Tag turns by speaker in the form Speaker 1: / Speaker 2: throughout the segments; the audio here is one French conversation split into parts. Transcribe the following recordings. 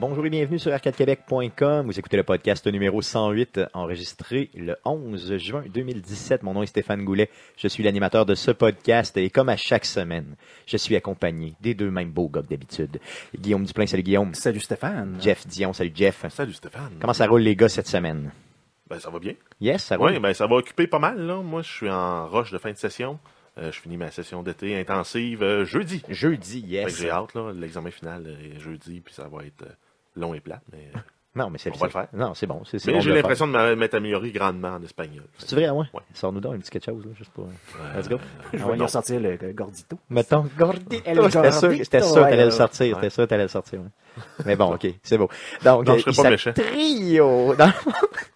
Speaker 1: Bonjour et bienvenue sur arcadequebec.com. Vous écoutez le podcast numéro 108 enregistré le 11 juin 2017. Mon nom est Stéphane Goulet. Je suis l'animateur de ce podcast et comme à chaque semaine, je suis accompagné des deux mêmes beaux gars que d'habitude. Guillaume Duplain, salut Guillaume.
Speaker 2: Salut Stéphane.
Speaker 1: Jeff Dion, salut Jeff.
Speaker 3: Salut Stéphane.
Speaker 1: Comment ça roule les gars cette semaine?
Speaker 3: Ben, ça va bien.
Speaker 1: Yes, ça roule.
Speaker 3: Oui, ben, ça va occuper pas mal. Là. Moi, je suis en roche de fin de session. Euh, je finis ma session d'été intensive euh, jeudi.
Speaker 1: Jeudi,
Speaker 3: Fait que
Speaker 1: yes.
Speaker 3: J'ai hâte, là. L'examen final est jeudi, puis ça va être euh, long et plat. Mais, euh,
Speaker 1: Non, mais c'est
Speaker 3: On va le faire.
Speaker 1: Non, c'est bon. C'est, c'est
Speaker 3: mais
Speaker 1: bon de
Speaker 3: j'ai
Speaker 1: le
Speaker 3: l'impression de m'a- m'être amélioré grandement en espagnol.
Speaker 1: faire. C'est vrai, hein? ouais.
Speaker 3: Ouais.
Speaker 1: Sors-nous donc un petit quelque chose, là, juste pour.
Speaker 3: Euh,
Speaker 1: Let's go.
Speaker 2: Je
Speaker 1: Ah
Speaker 2: vais
Speaker 1: ouais,
Speaker 2: bien sortir le le Gordito.
Speaker 1: Mettons,
Speaker 2: El
Speaker 1: Gordito. J'étais sûr,
Speaker 2: Gordito,
Speaker 1: j'étais sûr que t'allais
Speaker 2: ouais,
Speaker 1: le sortir.
Speaker 3: ouais.
Speaker 1: J'étais sûr que t'allais le sortir. ouais. Mais bon, ok, c'est beau. Donc,
Speaker 3: Non,
Speaker 1: euh,
Speaker 3: je serais
Speaker 1: il
Speaker 3: pas
Speaker 1: s'appelle
Speaker 3: méchant.
Speaker 1: Trio. Dans-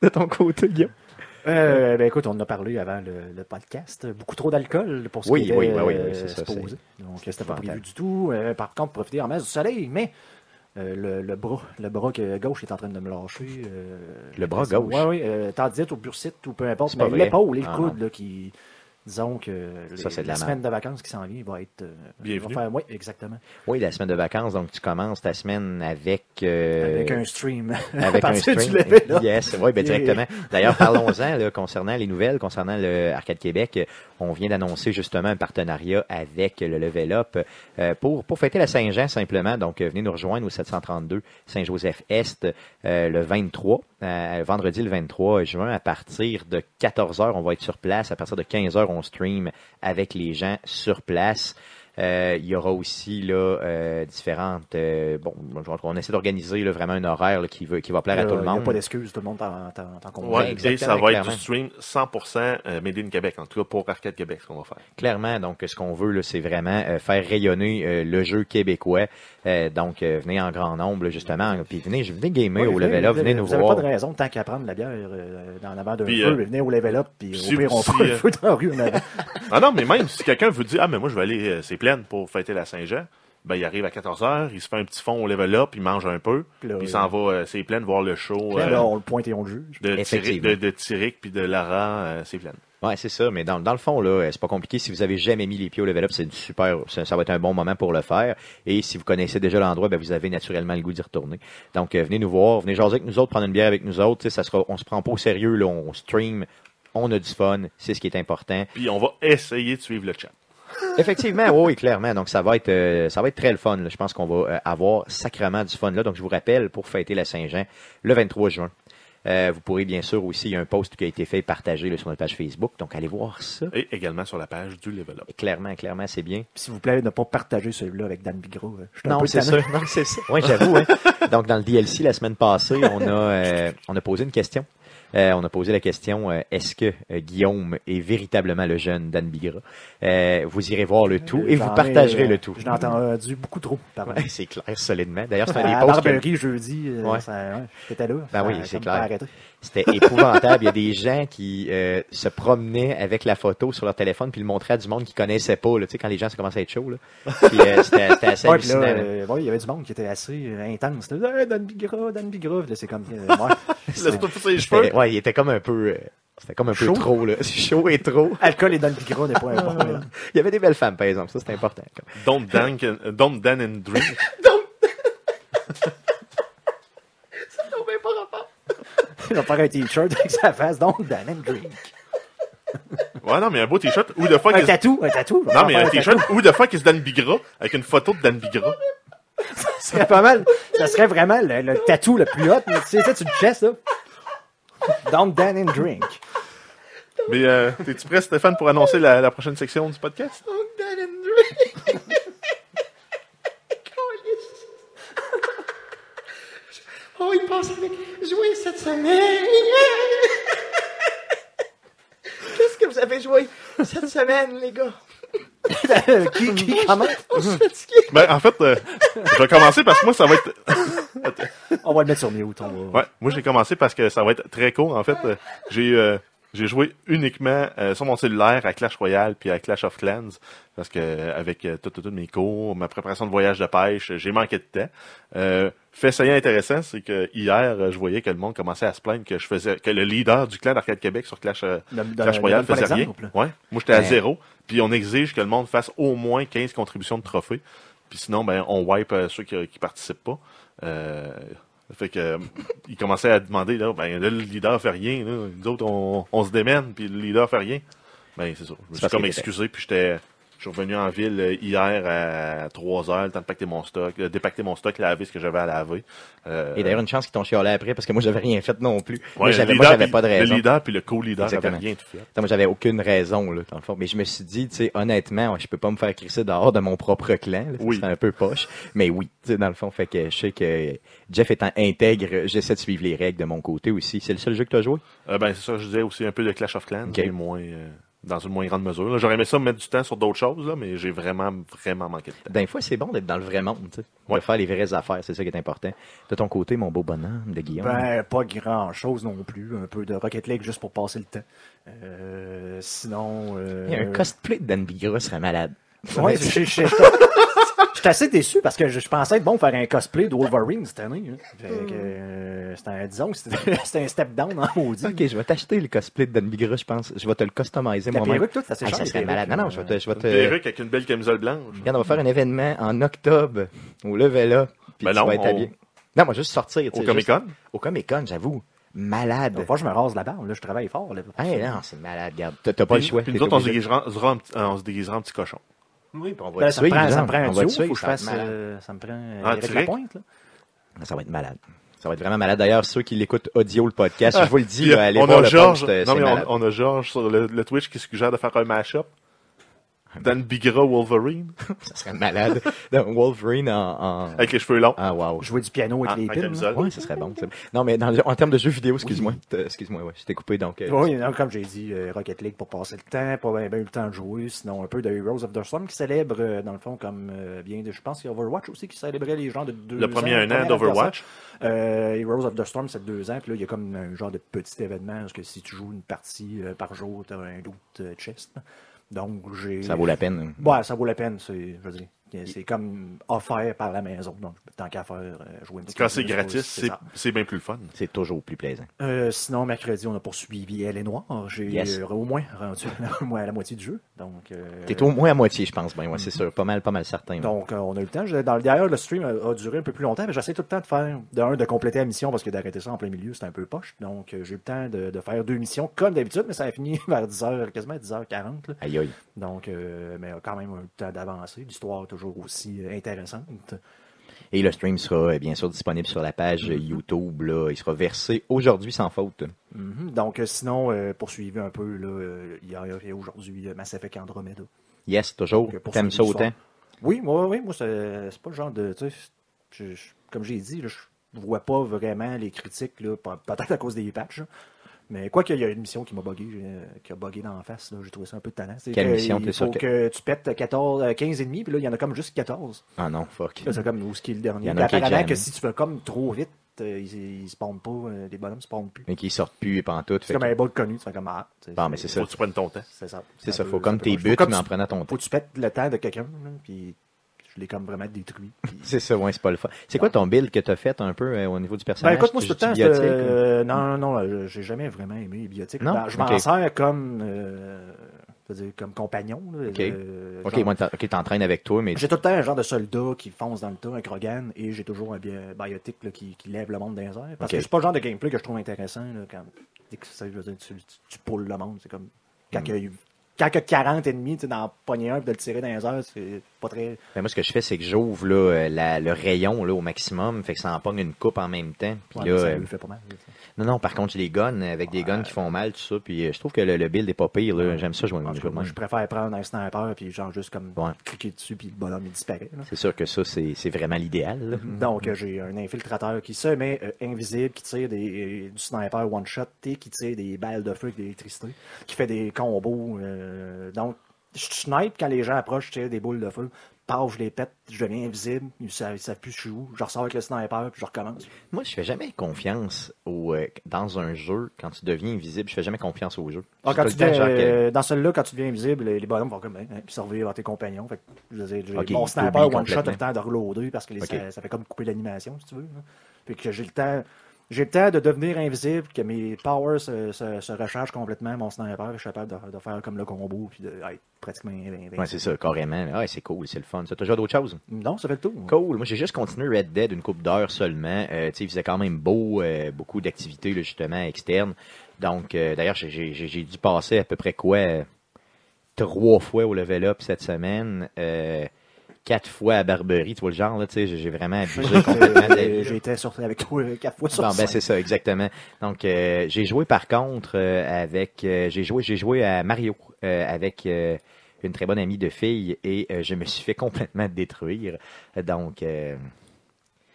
Speaker 1: De ton côté, Guillaume.
Speaker 2: Euh, ben écoute, on en a parlé avant le, le podcast. Beaucoup trop d'alcool pour ce
Speaker 1: Oui,
Speaker 2: qui
Speaker 1: oui,
Speaker 2: était,
Speaker 1: oui, oui,
Speaker 2: euh,
Speaker 1: oui, c'est ça,
Speaker 2: supposé. Donc c'était pas
Speaker 1: épouvantable.
Speaker 2: prévu du tout. Euh, par contre, profiter en masse du soleil, mais euh, le, le bras, le bras que- gauche est en train de me lâcher. euh,
Speaker 1: Le bras
Speaker 2: parce que-
Speaker 1: gauche?
Speaker 2: Ouais, oui, euh, tendinite ou bursite ou peu importe.
Speaker 1: C'est pas
Speaker 2: mais
Speaker 1: vrai.
Speaker 2: L'épaule et le
Speaker 1: Ah,
Speaker 2: coude
Speaker 1: non.
Speaker 2: là, qui, disons que les-
Speaker 1: Ça, c'est de
Speaker 2: la,
Speaker 1: la
Speaker 2: semaine de vacances qui s'en vient va être. euh,
Speaker 3: Bienvenue.
Speaker 2: va faire- oui, exactement.
Speaker 1: Oui, la semaine de vacances, donc tu commences ta semaine avec. euh,
Speaker 2: Avec un stream.
Speaker 1: avec
Speaker 2: à
Speaker 1: un
Speaker 2: partir du
Speaker 1: stream.
Speaker 2: lever, là.
Speaker 1: Yes, oui, ben
Speaker 2: Yeah.
Speaker 1: directement. D'ailleurs, parlons-en là, concernant les nouvelles, concernant le Arcade Québec. On vient d'annoncer justement un partenariat avec le Level Up euh, pour, pour fêter la Saint-Jean simplement. Donc, euh, venez nous rejoindre au 732 Saint-Joseph-Est euh, le 23, euh, vendredi le 23 juin, à partir de 14h, on va être sur place. À partir de 15h, on stream avec les gens sur place. Euh, il y aura aussi là, euh, différentes. euh, bon, on essaie d'organiser là, vraiment un horaire là, qui, veut, qui va plaire à tout le
Speaker 2: Il n'y
Speaker 1: monde.
Speaker 2: Euh, a pas d'excuses, tout le monde t'en- t'en t'en convient.
Speaker 3: Ouais,
Speaker 1: exactement,
Speaker 3: et ça va être
Speaker 1: clairement.
Speaker 3: du stream 100% euh, Made in Québec, en tout cas pour Arcade Québec, ce qu'on va faire.
Speaker 1: Clairement, donc ce qu'on veut, là, c'est vraiment euh, faire rayonner euh, le jeu québécois. Euh, donc, euh, venez en grand nombre, là, justement. Puis venez, venez gamer
Speaker 2: Ouais,
Speaker 1: au level up, venez nous
Speaker 2: vous avez
Speaker 1: voir.
Speaker 2: pas de raison tant qu'à prendre la bière euh, dans l'avant d'un
Speaker 3: Puis,
Speaker 2: feu,
Speaker 3: euh,
Speaker 2: mais venez au level up, puis
Speaker 3: si
Speaker 2: au pire, on
Speaker 3: vous- si,
Speaker 2: fait un
Speaker 3: euh,
Speaker 2: feu dans la rue. en avant.
Speaker 3: Ah non, mais même si quelqu'un veut dire Ah, mais moi, je vais aller, euh, c'est plein pour fêter la Saint-Jean, ben, il arrive à 14h, il se fait un petit fond au level up, il mange un peu,
Speaker 2: Puis là,
Speaker 3: puis il s'en va, euh, c'est plein voir le show.
Speaker 2: Là,
Speaker 3: euh,
Speaker 2: on le pointe et on le juge.
Speaker 3: de Tyrique,
Speaker 1: Effectivement.
Speaker 3: de, de Tyrique puis de Lara, euh, c'est plein.
Speaker 1: Ouais, c'est ça. Mais dans, dans le fond, là, euh, c'est pas compliqué. Si vous avez jamais mis les pieds au level up, c'est une super. Ça, ça va être un bon moment pour le faire. Et si vous connaissez déjà l'endroit, ben, vous avez naturellement le goût d'y retourner. Donc, euh, venez nous voir, venez jaser avec nous autres, prendre une bière avec nous autres. Tu sais, Ça sera, on se prend pas au sérieux, là, on stream, on a du fun, c'est ce qui est important.
Speaker 3: Puis on va essayer de suivre le chat.
Speaker 1: Effectivement, oui, oui, clairement. Donc, ça va être, euh, ça va être très le fun. là. Je pense qu'on va euh, avoir sacrement du fun là. Donc, je vous rappelle, pour fêter la Saint-Jean, le 23 juin. Euh, vous pourrez bien sûr aussi, il y a un post qui a été fait et partagé là, sur notre page Facebook. Donc, allez voir ça.
Speaker 3: Et également sur la page du Level Up.
Speaker 1: Et clairement, clairement, c'est bien.
Speaker 2: Puis, S'il vous plaît, ne pas partager celui-là avec Dan Bigro. Je suis un
Speaker 1: Non,
Speaker 2: peu
Speaker 1: c'est
Speaker 2: tanné.
Speaker 1: ça. Non, c'est ça. Oui, j'avoue. hein. Donc, dans le DLC, la semaine passée, on a, euh, on a posé une question. Euh, on a posé la question euh, est-ce que euh, Guillaume est véritablement le jeune Dan Bigra Euh, Vous irez voir le tout et
Speaker 2: J'en
Speaker 1: vous
Speaker 2: ai,
Speaker 1: partagerez
Speaker 2: euh,
Speaker 1: le tout.
Speaker 2: Je l'ai entendu beaucoup trop. Pardon.
Speaker 1: Ouais, c'est clair, solidement. D'ailleurs, c'est un
Speaker 2: À
Speaker 1: des posts. que-
Speaker 2: Barberie, jeudi, euh,
Speaker 1: Ouais.
Speaker 2: ça- ouais, j'étais là.
Speaker 1: Ben
Speaker 2: ça-
Speaker 1: oui,
Speaker 2: ça
Speaker 1: c'est
Speaker 2: me
Speaker 1: clair.
Speaker 2: fait arrêter.
Speaker 1: C'était épouvantable. Il y a des gens qui euh, se promenaient avec la photo sur leur téléphone puis le montraient à du monde qu'ils connaissaient pas. Là. Tu sais, quand les gens, ça commence à être chaud. Là. Puis, euh, c'était, c'était assez
Speaker 2: Ouais, puis là,
Speaker 1: hallucinant. hein. là.
Speaker 2: euh, ouais, il y avait du monde qui était assez euh, intense. là. Hey, Dan Bigra, Dan Bigra. Puis là, C'est comme. euh, ouais.
Speaker 3: Laisse-toi pousser les
Speaker 1: C'était-
Speaker 3: cheveux.
Speaker 1: ouais, il était comme un peu... euh, c'était comme un peu
Speaker 2: Chaud.
Speaker 1: trop. Là. Chaud et trop.
Speaker 2: Alcool et Dan Bigra n'est pas un bon mélange.
Speaker 1: Il y avait des belles femmes, par exemple. Ça, c'est important.
Speaker 3: Don't, dunk, and- uh, don't Dan and Drink.
Speaker 2: Il va faire un t-shirt avec sa face, donc Dan and Drink.
Speaker 3: Ouais, non, mais un beau t-shirt. Ou de fois
Speaker 2: Un
Speaker 3: qu'il se...
Speaker 2: tatou, un tatou.
Speaker 3: Non, mais un t-shirt. Ou de fois qu'il se Dan Bigra avec une photo de Dan Bigra.
Speaker 2: Ça serait pas mal. Ça serait vraiment le, le tatou le plus hot. mais Tu sais, ça, tu le chesses, là. Don't Dan and Drink.
Speaker 3: Mais euh, t'es-tu prêt, Stéphane, pour annoncer la, la prochaine section du podcast?
Speaker 4: Oh, il passe avec jouer cette semaine. Qu'est-ce que vous avez joué cette semaine, les gars?
Speaker 2: qui, qui commente?
Speaker 4: On se fatigué.
Speaker 3: Ben, en fait, euh, je vais commencer parce que moi, ça va être...
Speaker 2: On va le mettre sur mute. On va...
Speaker 3: Ouais, moi, j'ai commencé parce que ça va être très court. En fait, euh, j'ai... euh, J'ai joué uniquement euh, sur mon cellulaire à Clash Royale puis à Clash of Clans parce que euh, avec euh, tout, tout, tout mes cours, ma préparation de voyage de pêche, j'ai manqué de temps. Euh, fait saillant intéressant, c'est que hier, euh, je voyais que le monde commençait à se plaindre que je faisais que le leader du clan d'Arcade Québec sur Clash, euh,
Speaker 2: Donne-
Speaker 3: Clash
Speaker 2: donne-
Speaker 3: Royale
Speaker 2: donne-nous un
Speaker 3: faisait rien.
Speaker 2: exemple.
Speaker 3: Ouais, moi j'étais à
Speaker 1: Ben.
Speaker 3: zéro, puis on exige que le monde fasse au moins 15 contributions de trophées. Puis sinon, ben on wipe euh, ceux qui, qui participent pas. Euh, fait que euh, il commençait à demander là, ben là, le leader fait rien, là. nous autres on, on se démène, puis le leader fait rien. Ben c'est ça. Je me suis
Speaker 1: parce
Speaker 3: comme
Speaker 1: qu'il était-
Speaker 3: excusé, puis j'étais. Je suis revenu en ville euh, hier à 3 heures, le temps de pacter mon stock, euh, dépacter mon stock, laver ce que j'avais à laver. Euh,
Speaker 1: Et d'ailleurs, une chance qu'ils t'ont chialé après parce que moi, j'avais rien fait non plus.
Speaker 3: ouais,
Speaker 1: moi,
Speaker 3: le
Speaker 1: j'avais moi,
Speaker 3: leader,
Speaker 1: j'avais
Speaker 3: puis-
Speaker 1: pas de raison.
Speaker 3: Le leader puis le co-leader n'avaient
Speaker 1: Exactement.
Speaker 3: rien de fait.
Speaker 1: Attends, moi, j'avais aucune raison, là, dans le fond. Mais je me suis dit, tu sais, honnêtement, je peux pas me faire crisser dehors de mon propre clan. là.
Speaker 3: Oui.
Speaker 1: C'est un peu poche. Mais oui, tu sais, dans le fond, fait que je sais que Jeff étant intègre, j'essaie de suivre les règles de mon côté aussi. C'est le seul jeu que tu as joué?
Speaker 3: Euh, ben, c'est ça, je disais aussi un peu de Clash of Clans,
Speaker 1: Ok.
Speaker 3: mais moins, euh, dans une moins grande mesure. là. J'aurais aimé ça mettre du temps sur d'autres choses, là, mais j'ai vraiment, vraiment manqué de temps.
Speaker 1: Des fois, c'est bon d'être dans le vrai monde, tu sais.
Speaker 3: Ouais.
Speaker 1: De faire les vraies affaires, c'est ça qui est important. De ton côté, mon beau bonhomme de Guillaume.
Speaker 2: Ben, pas grand chose non plus. Un peu de Rocket League juste pour passer le temps. Euh, sinon. Euh...
Speaker 1: Il y a un cosplay de Dan Bigra serait malade.
Speaker 2: Ouais,
Speaker 1: c'est-
Speaker 2: j'ai- j'ai- J'étais assez déçu parce que je, je pensais être bon faire un cosplay de Wolverine cette année. hein. Fait que, euh, c'était un, disons, que c'était c'était un step down en maudit.
Speaker 1: Ok, je vais t'acheter le cosplay de Dan Bigra, je pense. Je vais te le customiser
Speaker 2: La
Speaker 1: moi-même.
Speaker 2: perruque, toi, c'est assez
Speaker 1: Ah,
Speaker 2: cher,
Speaker 1: ça
Speaker 2: les
Speaker 1: serait
Speaker 2: perruques,
Speaker 1: malade. Non, non, je vais te, je vais
Speaker 3: Une
Speaker 1: te-
Speaker 3: perruque avec une belle camisole blanche.
Speaker 1: euh, Regarde, on va faire un événement en octobre au Level Up. Puis
Speaker 3: Ben
Speaker 1: tu
Speaker 3: non,
Speaker 1: vas être
Speaker 3: on-
Speaker 1: habillé. Non, moi, juste sortir. tu
Speaker 3: Au
Speaker 1: sais,
Speaker 3: Comic Con?
Speaker 1: juste- Au Comic Con, j'avoue.
Speaker 2: Faut
Speaker 1: Malade.
Speaker 2: pas que je me rase la barbe, là, je travaille fort. Là,
Speaker 1: Hey, non, c'est malade, regarde. T'as t'as pas le
Speaker 3: Puis-
Speaker 1: choix.
Speaker 3: Puis
Speaker 1: t'es
Speaker 3: nous autres, on se,
Speaker 1: obligé.
Speaker 3: déguisera- sera en petit- euh, on se déguisera en petit cochon.
Speaker 1: Oui, puis on va
Speaker 2: Ben,
Speaker 1: te
Speaker 2: ça, me
Speaker 1: suivre,
Speaker 2: prend, ça me
Speaker 1: Jean.
Speaker 2: prend un
Speaker 1: On va
Speaker 2: duo,
Speaker 1: te
Speaker 2: faut
Speaker 1: suivre,
Speaker 2: que je
Speaker 1: ça va être
Speaker 2: fasse.
Speaker 1: malade.
Speaker 2: euh, ça me prend euh,
Speaker 3: Ah,
Speaker 2: Eric
Speaker 3: direct?
Speaker 2: Lapointe, là.
Speaker 1: Ça va être malade. Ça va être vraiment malade. D'ailleurs, ceux qui l'écoutent audio, le podcast, je vous le dis,
Speaker 3: Ah, Puis, euh,
Speaker 1: là, allez
Speaker 3: on
Speaker 1: voir
Speaker 3: a
Speaker 1: le euh,
Speaker 3: Georges,
Speaker 1: punch, c'est
Speaker 3: non, mais
Speaker 1: malade.
Speaker 3: on, on a Georges sur le, le Twitch qui suggère de faire un mashup. Dan Bigra Wolverine,
Speaker 1: Ça serait malade. Donc, Wolverine en... en-
Speaker 3: avec les cheveux longs.
Speaker 1: Ah, wow.
Speaker 2: Jouer du piano avec
Speaker 3: Ah,
Speaker 2: les
Speaker 3: en
Speaker 2: pins. là.
Speaker 3: camisole.
Speaker 1: Ouais, ça serait bon. ça. Non, mais dans le- en termes de jeux vidéo, excuse-moi. Euh, Excuse-moi, ouais, je t'ai coupé, donc... euh,
Speaker 2: Oui, non, comme j'ai dit, euh, Rocket League pour passer le temps, pas bien eu le temps de jouer, sinon un peu de Heroes of the Storm qui célèbre, euh, dans le fond, comme euh, bien de, je pense qu'il y a Overwatch aussi qui célébrait les gens de deux
Speaker 3: Le premier
Speaker 2: ans,
Speaker 3: un an
Speaker 2: premier
Speaker 3: d'Overwatch.
Speaker 2: anniversaire. Euh, Heroes of the Storm, c'est deux ans, puis là, il y a comme un genre de petit événement, parce que si tu joues une partie euh, par jour, t'as un loot euh, chest. Donc, j'ai...
Speaker 1: Ça vaut la peine.
Speaker 2: Ouais, ça vaut la peine, c'est, je veux dire. C'est comme offert par la maison, donc tant qu'à faire, euh, jouer un petit
Speaker 3: Quand
Speaker 2: peu
Speaker 3: c'est
Speaker 2: plus,
Speaker 3: gratis, c'est-
Speaker 2: ça.
Speaker 3: c'est bien plus le fun.
Speaker 1: C'est toujours plus plaisant.
Speaker 2: Euh, sinon, mercredi, on a poursuivi Elle est Noire. J'ai
Speaker 1: Yes.
Speaker 2: euh, au moins rendu la, moi, la moitié du jeu. Donc, euh, Mm.
Speaker 1: T'es au moins à moitié, je pense. Ben, ouais, c'est sûr. Pas mal, pas mal certain.
Speaker 2: donc euh, on a eu le temps. Je- dans le- D'ailleurs, le stream a, a duré un peu plus longtemps, mais j'essaie tout le temps de faire, de un, de compléter la mission parce que d'arrêter ça en plein milieu, c'est un peu poche. Donc, euh, j'ai eu le temps de, de faire deux missions comme d'habitude, mais ça a fini vers 10h, quasiment 10h40. là.
Speaker 1: Aïe, aïe.
Speaker 2: Donc, euh, mais euh, quand même un temps d'avancer. L'histoire toujours aussi euh, intéressante.
Speaker 1: Et le stream sera euh, bien sûr disponible sur la page euh,
Speaker 2: Mm.
Speaker 1: YouTube. Là. Il sera versé aujourd'hui sans faute.
Speaker 2: Mhm. Donc, euh, sinon, euh, poursuivez un peu là, euh, hier et aujourd'hui euh, Mass Effect Andromeda.
Speaker 1: Yes, toujours.
Speaker 2: Donc, euh, poursuivez
Speaker 1: T'aimes ça
Speaker 2: l'histoire.
Speaker 1: autant?
Speaker 2: Oui, moi, oui, moi, c'est c'est pas le genre de. tu sais, je- je- comme j'ai dit, là, je vois pas vraiment les critiques, là, pe- peut-être à cause des patchs. là. Mais quoi qu'il y a une mission qui m'a bugué, euh, qui a bugué dans la face, là, j'ai trouvé ça un peu de talent. C'est
Speaker 1: Quelle
Speaker 2: que
Speaker 1: mission, t'es
Speaker 2: Il
Speaker 1: sûr
Speaker 2: faut
Speaker 1: que-
Speaker 2: que... tu pètes 14, euh, 15 et demi, puis là, il y en a comme juste 14.
Speaker 1: Ah non, fuck.
Speaker 2: Là, c'est comme où ce qui est
Speaker 1: Il
Speaker 2: le
Speaker 1: y
Speaker 2: dernier.
Speaker 1: en a
Speaker 2: Puis
Speaker 1: qui est
Speaker 2: apparemment
Speaker 1: jamais.
Speaker 2: que si tu vas comme trop vite, euh, ils, ils spawnent pas, euh, les bonhommes spawnent plus.
Speaker 1: Mais qui sortent plus et pantoute.
Speaker 2: C'est
Speaker 1: Fait
Speaker 2: comme un
Speaker 1: que...
Speaker 2: bug connu, tu fais comme ah. tu sais,
Speaker 1: Bon, mais c'est ça.
Speaker 3: Faut que tu prennes ton temps.
Speaker 2: C'est ça.
Speaker 1: C'est
Speaker 2: un
Speaker 1: ça,
Speaker 2: peu-
Speaker 1: faut
Speaker 2: c'est un
Speaker 1: comme
Speaker 2: peu
Speaker 1: tes
Speaker 2: moche. Faut
Speaker 1: buts,
Speaker 2: comme
Speaker 1: mais en
Speaker 2: tu-
Speaker 1: prenant ton
Speaker 2: Faut
Speaker 1: temps.
Speaker 2: que tu pètes le temps de quelqu'un, là, puis je l'ai comme vraiment détruit. puis-
Speaker 1: C'est ça, ouais, c'est pas le fun. C'est quoi ton build que t'as fait un peu euh, au niveau du
Speaker 2: Ben
Speaker 1: personnage?
Speaker 2: écoute, moi,
Speaker 1: Tu
Speaker 2: tout le temps,
Speaker 1: joues-tu biotique,
Speaker 2: euh, non, non, non, euh, j'ai jamais vraiment aimé les biotiques.
Speaker 1: Non?
Speaker 2: Ben, je m'en
Speaker 1: Ok.
Speaker 2: sers comme, euh, je veux dire, comme compagnon. là,
Speaker 1: Ok.
Speaker 2: euh,
Speaker 1: ou- Ok,
Speaker 2: genre-
Speaker 1: moi, t'en- ok, t'entraînes avec toi, mais...
Speaker 2: J'ai tout le temps un genre de soldat qui fonce dans le tas, un Krogan, et j'ai toujours un bi- biotique là, qui, qui lève le monde dans les airs. Parce
Speaker 1: Ok.
Speaker 2: que c'est pas le genre de gameplay que je trouve intéressant. Là, quand, dès que ça, je veux dire, tu, tu, tu poules le monde, c'est comme quand il y a
Speaker 1: Mm.
Speaker 2: eu- quand il y a 40 ennemis, tu sais, d'en pogner un et de le tirer dans les airs, c'est pas très...
Speaker 1: Ben, moi, ce que je fais, c'est que j'ouvre là, euh, la- le rayon là, au maximum, fait que ça en pogne une coupe en même temps. Puis
Speaker 2: Ouais,
Speaker 1: là,
Speaker 2: mais ça
Speaker 1: euh,
Speaker 2: lui fait pas mal. là, ça.
Speaker 1: Non, non, par contre, j'ai des guns euh, avec des guns qui font mal, tout ça. Puis euh, je trouve que le, le build est pas pire. là. J'aime ça jouer
Speaker 2: En
Speaker 1: un
Speaker 2: tout
Speaker 1: jeu
Speaker 2: cas,
Speaker 1: de
Speaker 2: moi,
Speaker 1: même.
Speaker 2: je préfère prendre un sniper puis genre juste comme
Speaker 1: Ouais.
Speaker 2: cliquer dessus puis le bonhomme il disparaît. là.
Speaker 1: C'est sûr que ça, c'est c'est vraiment l'idéal. là.
Speaker 2: Donc euh, j'ai un infiltrateur qui se met euh, invisible, qui tire des, euh, du sniper one shot et qui tire des balles de feu avec de l'électricité, qui fait des combos. euh, donc je snipe quand les gens approchent, je tire des boules de feu. Paf, je les pète, je deviens invisible, ils savent, ils savent plus je suis où, je ressors avec le sniper, puis je recommence.
Speaker 1: Moi, je fais jamais confiance au, euh, dans un jeu quand tu deviens invisible. Je fais jamais confiance au jeu.
Speaker 2: Ah,
Speaker 1: C'est
Speaker 2: quand
Speaker 1: tout
Speaker 2: tu
Speaker 1: le temps,
Speaker 2: deviens,
Speaker 1: genre que-
Speaker 2: euh, dans celui-là, quand tu deviens invisible, les les bonhommes vont comme hein, hein, puis survivre à tes compagnons. Fait que, je veux dire, j'ai
Speaker 1: Ok,
Speaker 2: mon
Speaker 1: ils
Speaker 2: sniper
Speaker 1: t'oublient
Speaker 2: one shot a le
Speaker 1: complètement.
Speaker 2: temps de reloader parce que les-
Speaker 1: Ok.
Speaker 2: ça, ça fait comme couper l'animation, si tu veux. là. Fait que j'ai le temps. J'ai le temps de devenir invisible, que mes powers se, se- se rechargent complètement, mon sniper, je suis capable de, de faire comme le combo, puis d'être pratiquement invincible.
Speaker 1: Ouais, c'est ça, carrément. Ah, Ouais, c'est cool, c'est le fun. Ça, toujours d'autres choses?
Speaker 2: non, ça fait le tour.
Speaker 1: Cool. Moi, j'ai juste continué Red Dead une coupe d'heures seulement. Euh, tu sais, il faisait quand même beau, euh, beaucoup d'activités, là, justement, externes. Donc, euh, d'ailleurs, j'ai- j'ai j'ai- j'ai dû passer à peu près quoi? euh, Trois fois au level up cette semaine. euh, quatre fois à Barberie, tu vois le genre, là, tu sais, j'ai j'ai vraiment abusé complètement. de-
Speaker 2: Euh, J'ai été sorti avec toi euh, quatre fois sur
Speaker 1: Bon, ben
Speaker 2: cinq.
Speaker 1: c'est ça, exactement. Donc, euh, j'ai joué par contre euh, avec. euh, j'ai joué, j'ai joué à Mario euh, avec euh, une très bonne amie de fille et euh, je me suis fait complètement détruire. Donc, euh,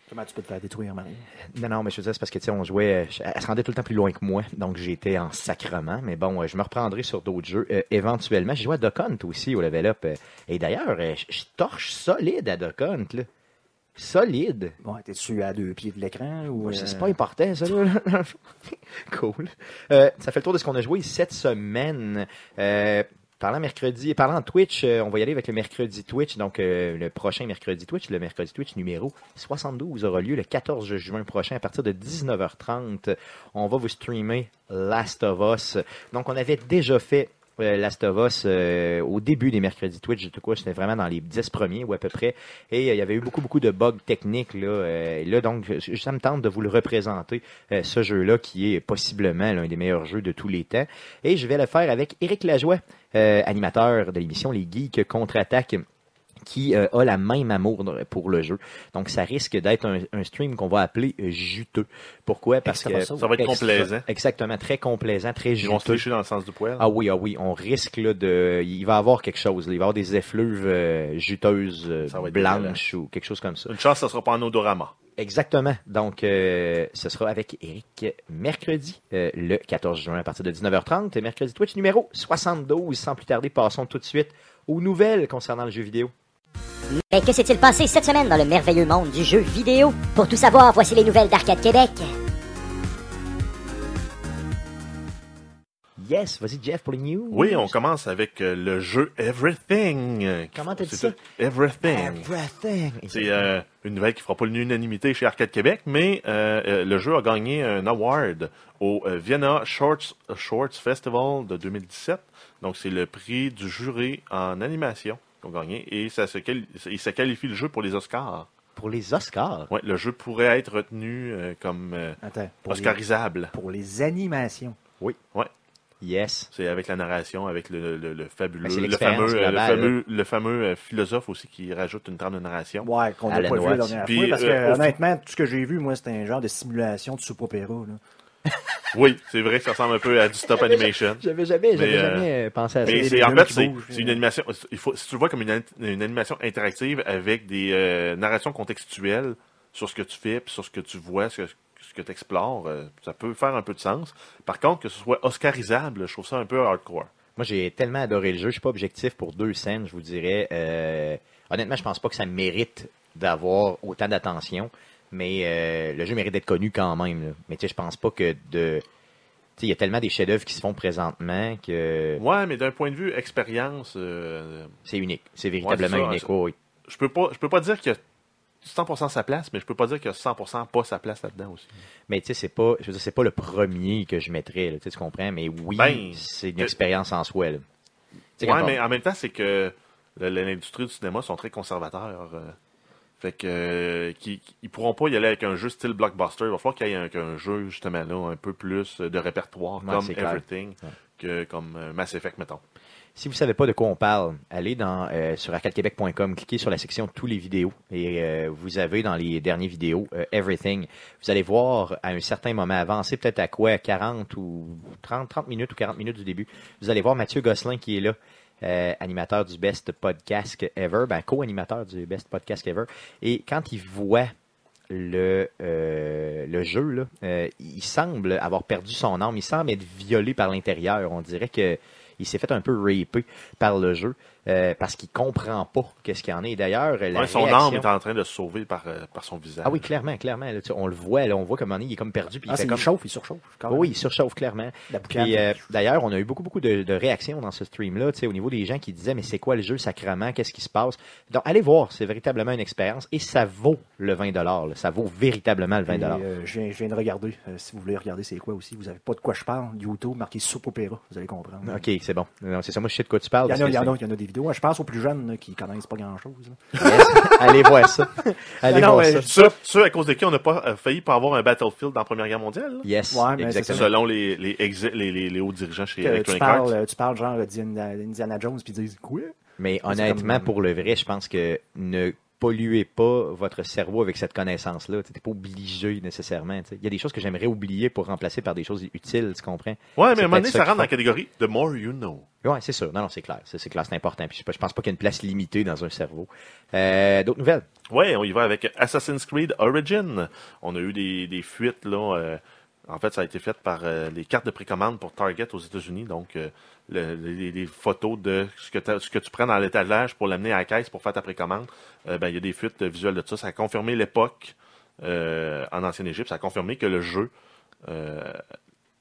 Speaker 2: Comment tu peux te faire détruire, Marie?
Speaker 1: non, non, mais je veux dire, c'est parce que, tu sais, on jouait. euh, je- Elle se rendait tout le temps plus loin que moi, donc j'étais en sacrement. Mais bon, euh, je me reprendrai sur d'autres jeux euh, éventuellement. J'ai joué à Duck Hunt aussi au level up. euh, et d'ailleurs, euh, je je torche solide à Duck Hunt, là. Solide.
Speaker 2: Ouais, t'es-tu à deux pieds de l'écran? ou
Speaker 1: Ouais, ça, C'est
Speaker 2: euh,
Speaker 1: pas important, ça. là. cool. Euh, ça fait le tour de ce qu'on a joué cette semaine. Euh, parlant mercredi, parlant de Twitch, euh, on va y aller avec le mercredi Twitch. Donc, euh, le prochain mercredi Twitch, le mercredi Twitch numéro 72 aura lieu le 14 juin prochain à partir de 19h30. On va vous streamer Last of Us. Donc, on avait déjà fait euh, Last of Us euh, au début des mercredis Twitch, tout quoi, c'était vraiment dans les 10 premiers ou à peu près. Et euh, il y avait eu beaucoup, beaucoup de bugs techniques. Là, euh, et là donc, je- ça me tente de vous le représenter, euh, ce jeu-là, qui est possiblement l'un des meilleurs jeux de tous les temps. Et je vais le faire avec Éric Lajoie, euh, animateur de l'émission Les Geeks Contre-Attaque qui euh, a la même amour pour le jeu. Donc, ça risque d'être un, un stream qu'on va appeler euh, juteux. Pourquoi? Parce que
Speaker 3: Ça va être complaisant.
Speaker 1: Exactement, très complaisant, très
Speaker 3: Ils vont se
Speaker 1: juteux.
Speaker 3: lécher dans le sens du poil.
Speaker 1: Ah oui, ah oui, on risque là, de. Il va y avoir quelque chose. là. Il va y avoir des effluves euh, juteuses euh,
Speaker 3: Ça va être
Speaker 1: blanches ou quelque chose comme ça.
Speaker 3: Une chance, ça sera pas en odorama.
Speaker 1: Exactement. Donc, euh, ce sera avec Eric mercredi, euh, le 14 juin, à partir de 19h30. Mercredi Twitch numéro 72. Sans plus tarder, passons tout de suite aux nouvelles concernant le jeu vidéo.
Speaker 5: Mais que s'est-il passé cette semaine dans le merveilleux monde du jeu vidéo Pour tout savoir, voici les nouvelles d'Arcade Québec.
Speaker 1: Yes, vas-y Jeff pour les news.
Speaker 3: Oui, on commence avec euh, le jeu Everything. euh, qui-
Speaker 1: Comment t'as dit
Speaker 3: c'est
Speaker 1: ça?
Speaker 3: Everything.
Speaker 1: Everything.
Speaker 3: C'est euh, une nouvelle qui fera pas l'unanimité chez Arcade Québec, mais euh, euh, le jeu a gagné un award au euh, Vienna Shorts, Shorts Festival de 2017. Donc, c'est le prix du jury en animation qu'on a gagné et ça, se quali- et ça qualifie le jeu pour les Oscars.
Speaker 1: Pour les Oscars.
Speaker 3: Ouais, le jeu pourrait être retenu euh, comme euh,
Speaker 2: Attends, pour, les,
Speaker 3: Oscarisable.
Speaker 2: pour les animations.
Speaker 1: Yes.
Speaker 3: C'est avec la narration, avec le, le- le fabuleux,
Speaker 1: Ben, c'est
Speaker 3: le
Speaker 1: l'expérience
Speaker 3: fameux, euh, le
Speaker 1: globale,
Speaker 3: fameux, le fameux euh, philosophe aussi qui rajoute une trame de narration.
Speaker 2: Ouais, qu'on n'a
Speaker 1: Alan
Speaker 2: pas vu la
Speaker 1: Watts.
Speaker 2: dernière
Speaker 3: Puis,
Speaker 2: fois. Parce que,
Speaker 3: euh, au-
Speaker 2: honnêtement, tout ce que j'ai vu, moi, c'était un genre de simulation de soupe opéra. Là.
Speaker 3: Oui, c'est vrai que ça ressemble un peu à du stop animation.
Speaker 1: J'avais jamais, j'avais
Speaker 3: Mais, euh,
Speaker 1: jamais euh, pensé à ça.
Speaker 3: Mais
Speaker 2: des
Speaker 3: c'est en
Speaker 2: jeux
Speaker 3: fait
Speaker 2: qui
Speaker 3: c'est
Speaker 2: bougent,
Speaker 3: c'est
Speaker 2: puis,
Speaker 3: une
Speaker 2: euh,
Speaker 3: animation. Il faut si tu le vois comme une, an- une animation interactive avec des euh, narrations contextuelles sur ce que tu fais, puis sur ce que tu vois, ce que ce que tu explores, ça peut faire un peu de sens. Par contre, que ce soit oscarisable, je trouve ça un peu hardcore.
Speaker 1: Moi, j'ai tellement adoré le jeu. Je suis pas objectif pour deux scènes, je vous dirais. Euh, honnêtement, je pense pas que ça mérite d'avoir autant d'attention, mais euh, le jeu mérite d'être connu quand même. là. Mais tu sais, je pense pas que de. Tu sais, il y a tellement des chefs-d'œuvre qui se font présentement que
Speaker 3: Ouais, mais d'un point de vue expérience, euh,
Speaker 1: c'est unique. C'est véritablement
Speaker 3: Ouais, c'est ça,
Speaker 1: unique. oui.
Speaker 3: je peux pas je peux pas dire qu'il y a 100% sa place, mais je peux pas dire qu'il y a 100% pas sa place là-dedans aussi.
Speaker 1: Mais tu sais, c'est pas, je veux dire, c'est pas le premier que je mettrais. là. Tu sais, tu comprends? Mais oui,
Speaker 3: Ben,
Speaker 1: c'est une
Speaker 3: que-
Speaker 1: expérience en soi. là. Tu sais,
Speaker 3: Ouais,
Speaker 1: quand on-
Speaker 3: mais en même temps, c'est que le- le- l'industrie du cinéma sont très conservateurs. euh. Fait que euh, qui- qui- ils pourront pas y aller avec un jeu style blockbuster. Il va falloir qu'il y ait un, qu'un jeu justement là un peu plus de répertoire
Speaker 1: Ouais,
Speaker 3: comme
Speaker 1: c'est clair.
Speaker 3: Everything
Speaker 1: Ouais.
Speaker 3: que comme euh, Mass Effect mettons.
Speaker 1: Si vous savez pas de quoi on parle, allez dans euh, sur arcadequebec.com, cliquez sur la section tous les vidéos et euh, vous avez dans les dernières vidéos euh, everything. Vous allez voir à un certain moment avancé, peut-être à quoi 40 ou 30 30 minutes ou 40 minutes du début, vous allez voir Mathieu Gosselin qui est là. euh, animateur du best podcast ever, ben, co-animateur du best podcast ever. Et quand il voit le, euh, le jeu, là, euh, il semble avoir perdu son âme, il semble être violé par l'intérieur. On dirait que il s'est fait un peu raper par le jeu euh, parce qu'il comprend pas qu'est-ce qu'il y en est. D'ailleurs, la
Speaker 3: Ouais, son
Speaker 1: réaction-
Speaker 3: âme est en train de se sauver par, euh, par son visage.
Speaker 1: Ah oui, clairement, clairement. là, tu- on le voit, là, on voit comment il est comme perdu. Puis
Speaker 2: Ah,
Speaker 1: il fait
Speaker 2: c'est
Speaker 1: comme...
Speaker 2: il chauffe, il surchauffe. quand même.
Speaker 1: Oui, il surchauffe clairement.
Speaker 2: La boucane.
Speaker 1: Puis euh, d'ailleurs, on a eu beaucoup, beaucoup de, de réactions dans ce stream-là, tu sais, au niveau des gens qui disaient Mais c'est quoi le jeu sacrament Qu'est-ce qui se passe Donc, allez voir, c'est véritablement une expérience et ça vaut le 20 là. Ça vaut véritablement le 20
Speaker 2: Et, euh, je, viens, je viens de regarder. Euh, si vous voulez regarder c'est quoi aussi, vous avez pas de quoi je parle. YouTube, marqué Soup Opéra, vous allez comprendre.
Speaker 1: Ok, c'est bon. Non, C'est ça, moi je sais de quoi tu parles.
Speaker 2: euh, Il
Speaker 1: parce
Speaker 2: y, en a,
Speaker 1: que
Speaker 2: il, y en
Speaker 1: c'est-
Speaker 2: a, il y en a des vidéos. Je pense aux plus jeunes là, qui connaissent pas grand-chose. là.
Speaker 1: Yes. Allez voir ça. Allez
Speaker 2: Ah Non, non,
Speaker 1: voir
Speaker 2: mais
Speaker 1: ça.
Speaker 2: je-
Speaker 3: Ceux, ceux à cause de qui on n'a pas euh, failli pas avoir un Battlefield dans la Première Guerre mondiale. là.
Speaker 1: Yes,
Speaker 2: Ouais, mais c'est
Speaker 1: exactement.
Speaker 3: Selon les, les, exi- les, les, les hauts dirigeants chez
Speaker 2: Que tu,
Speaker 3: Electronic Arts.
Speaker 2: parles, euh, tu parles genre d'Indiana Indiana Jones puis ils disent quoi?
Speaker 1: Mais
Speaker 2: comme-
Speaker 1: honnêtement, pour le vrai, je pense que ne polluez pas votre cerveau avec cette connaissance-là. Tu n'es pas obligé nécessairement. tu sais. Il y a des choses que j'aimerais oublier pour remplacer par des choses utiles, tu comprends?
Speaker 3: Ouais,
Speaker 1: C'est
Speaker 3: mais à un
Speaker 1: peut-être
Speaker 3: moment donné,
Speaker 1: ça
Speaker 3: ça
Speaker 1: qui
Speaker 3: rentre dans la
Speaker 1: fait.
Speaker 3: catégorie The More You Know.
Speaker 1: Oui, c'est sûr. Non, non, c'est clair. C'est c'est clair, c'est important. Puis je, je pense pas qu'il y a une place limitée dans un cerveau. Euh, D'autres nouvelles?
Speaker 3: Ouais, on y va avec Assassin's Creed Origin. On a eu des, des fuites, là. euh, en fait, ça a été fait par euh, les cartes de précommande pour Target aux États-Unis. Donc, euh, le- les, les photos de ce que, t'as- ce que tu prends dans l'étalage pour l'amener à la caisse pour faire ta précommande, euh, ben, il y a des fuites euh, visuelles de ça. Ça a confirmé l'époque euh, en Ancienne Égypte. Ça a confirmé que le jeu euh,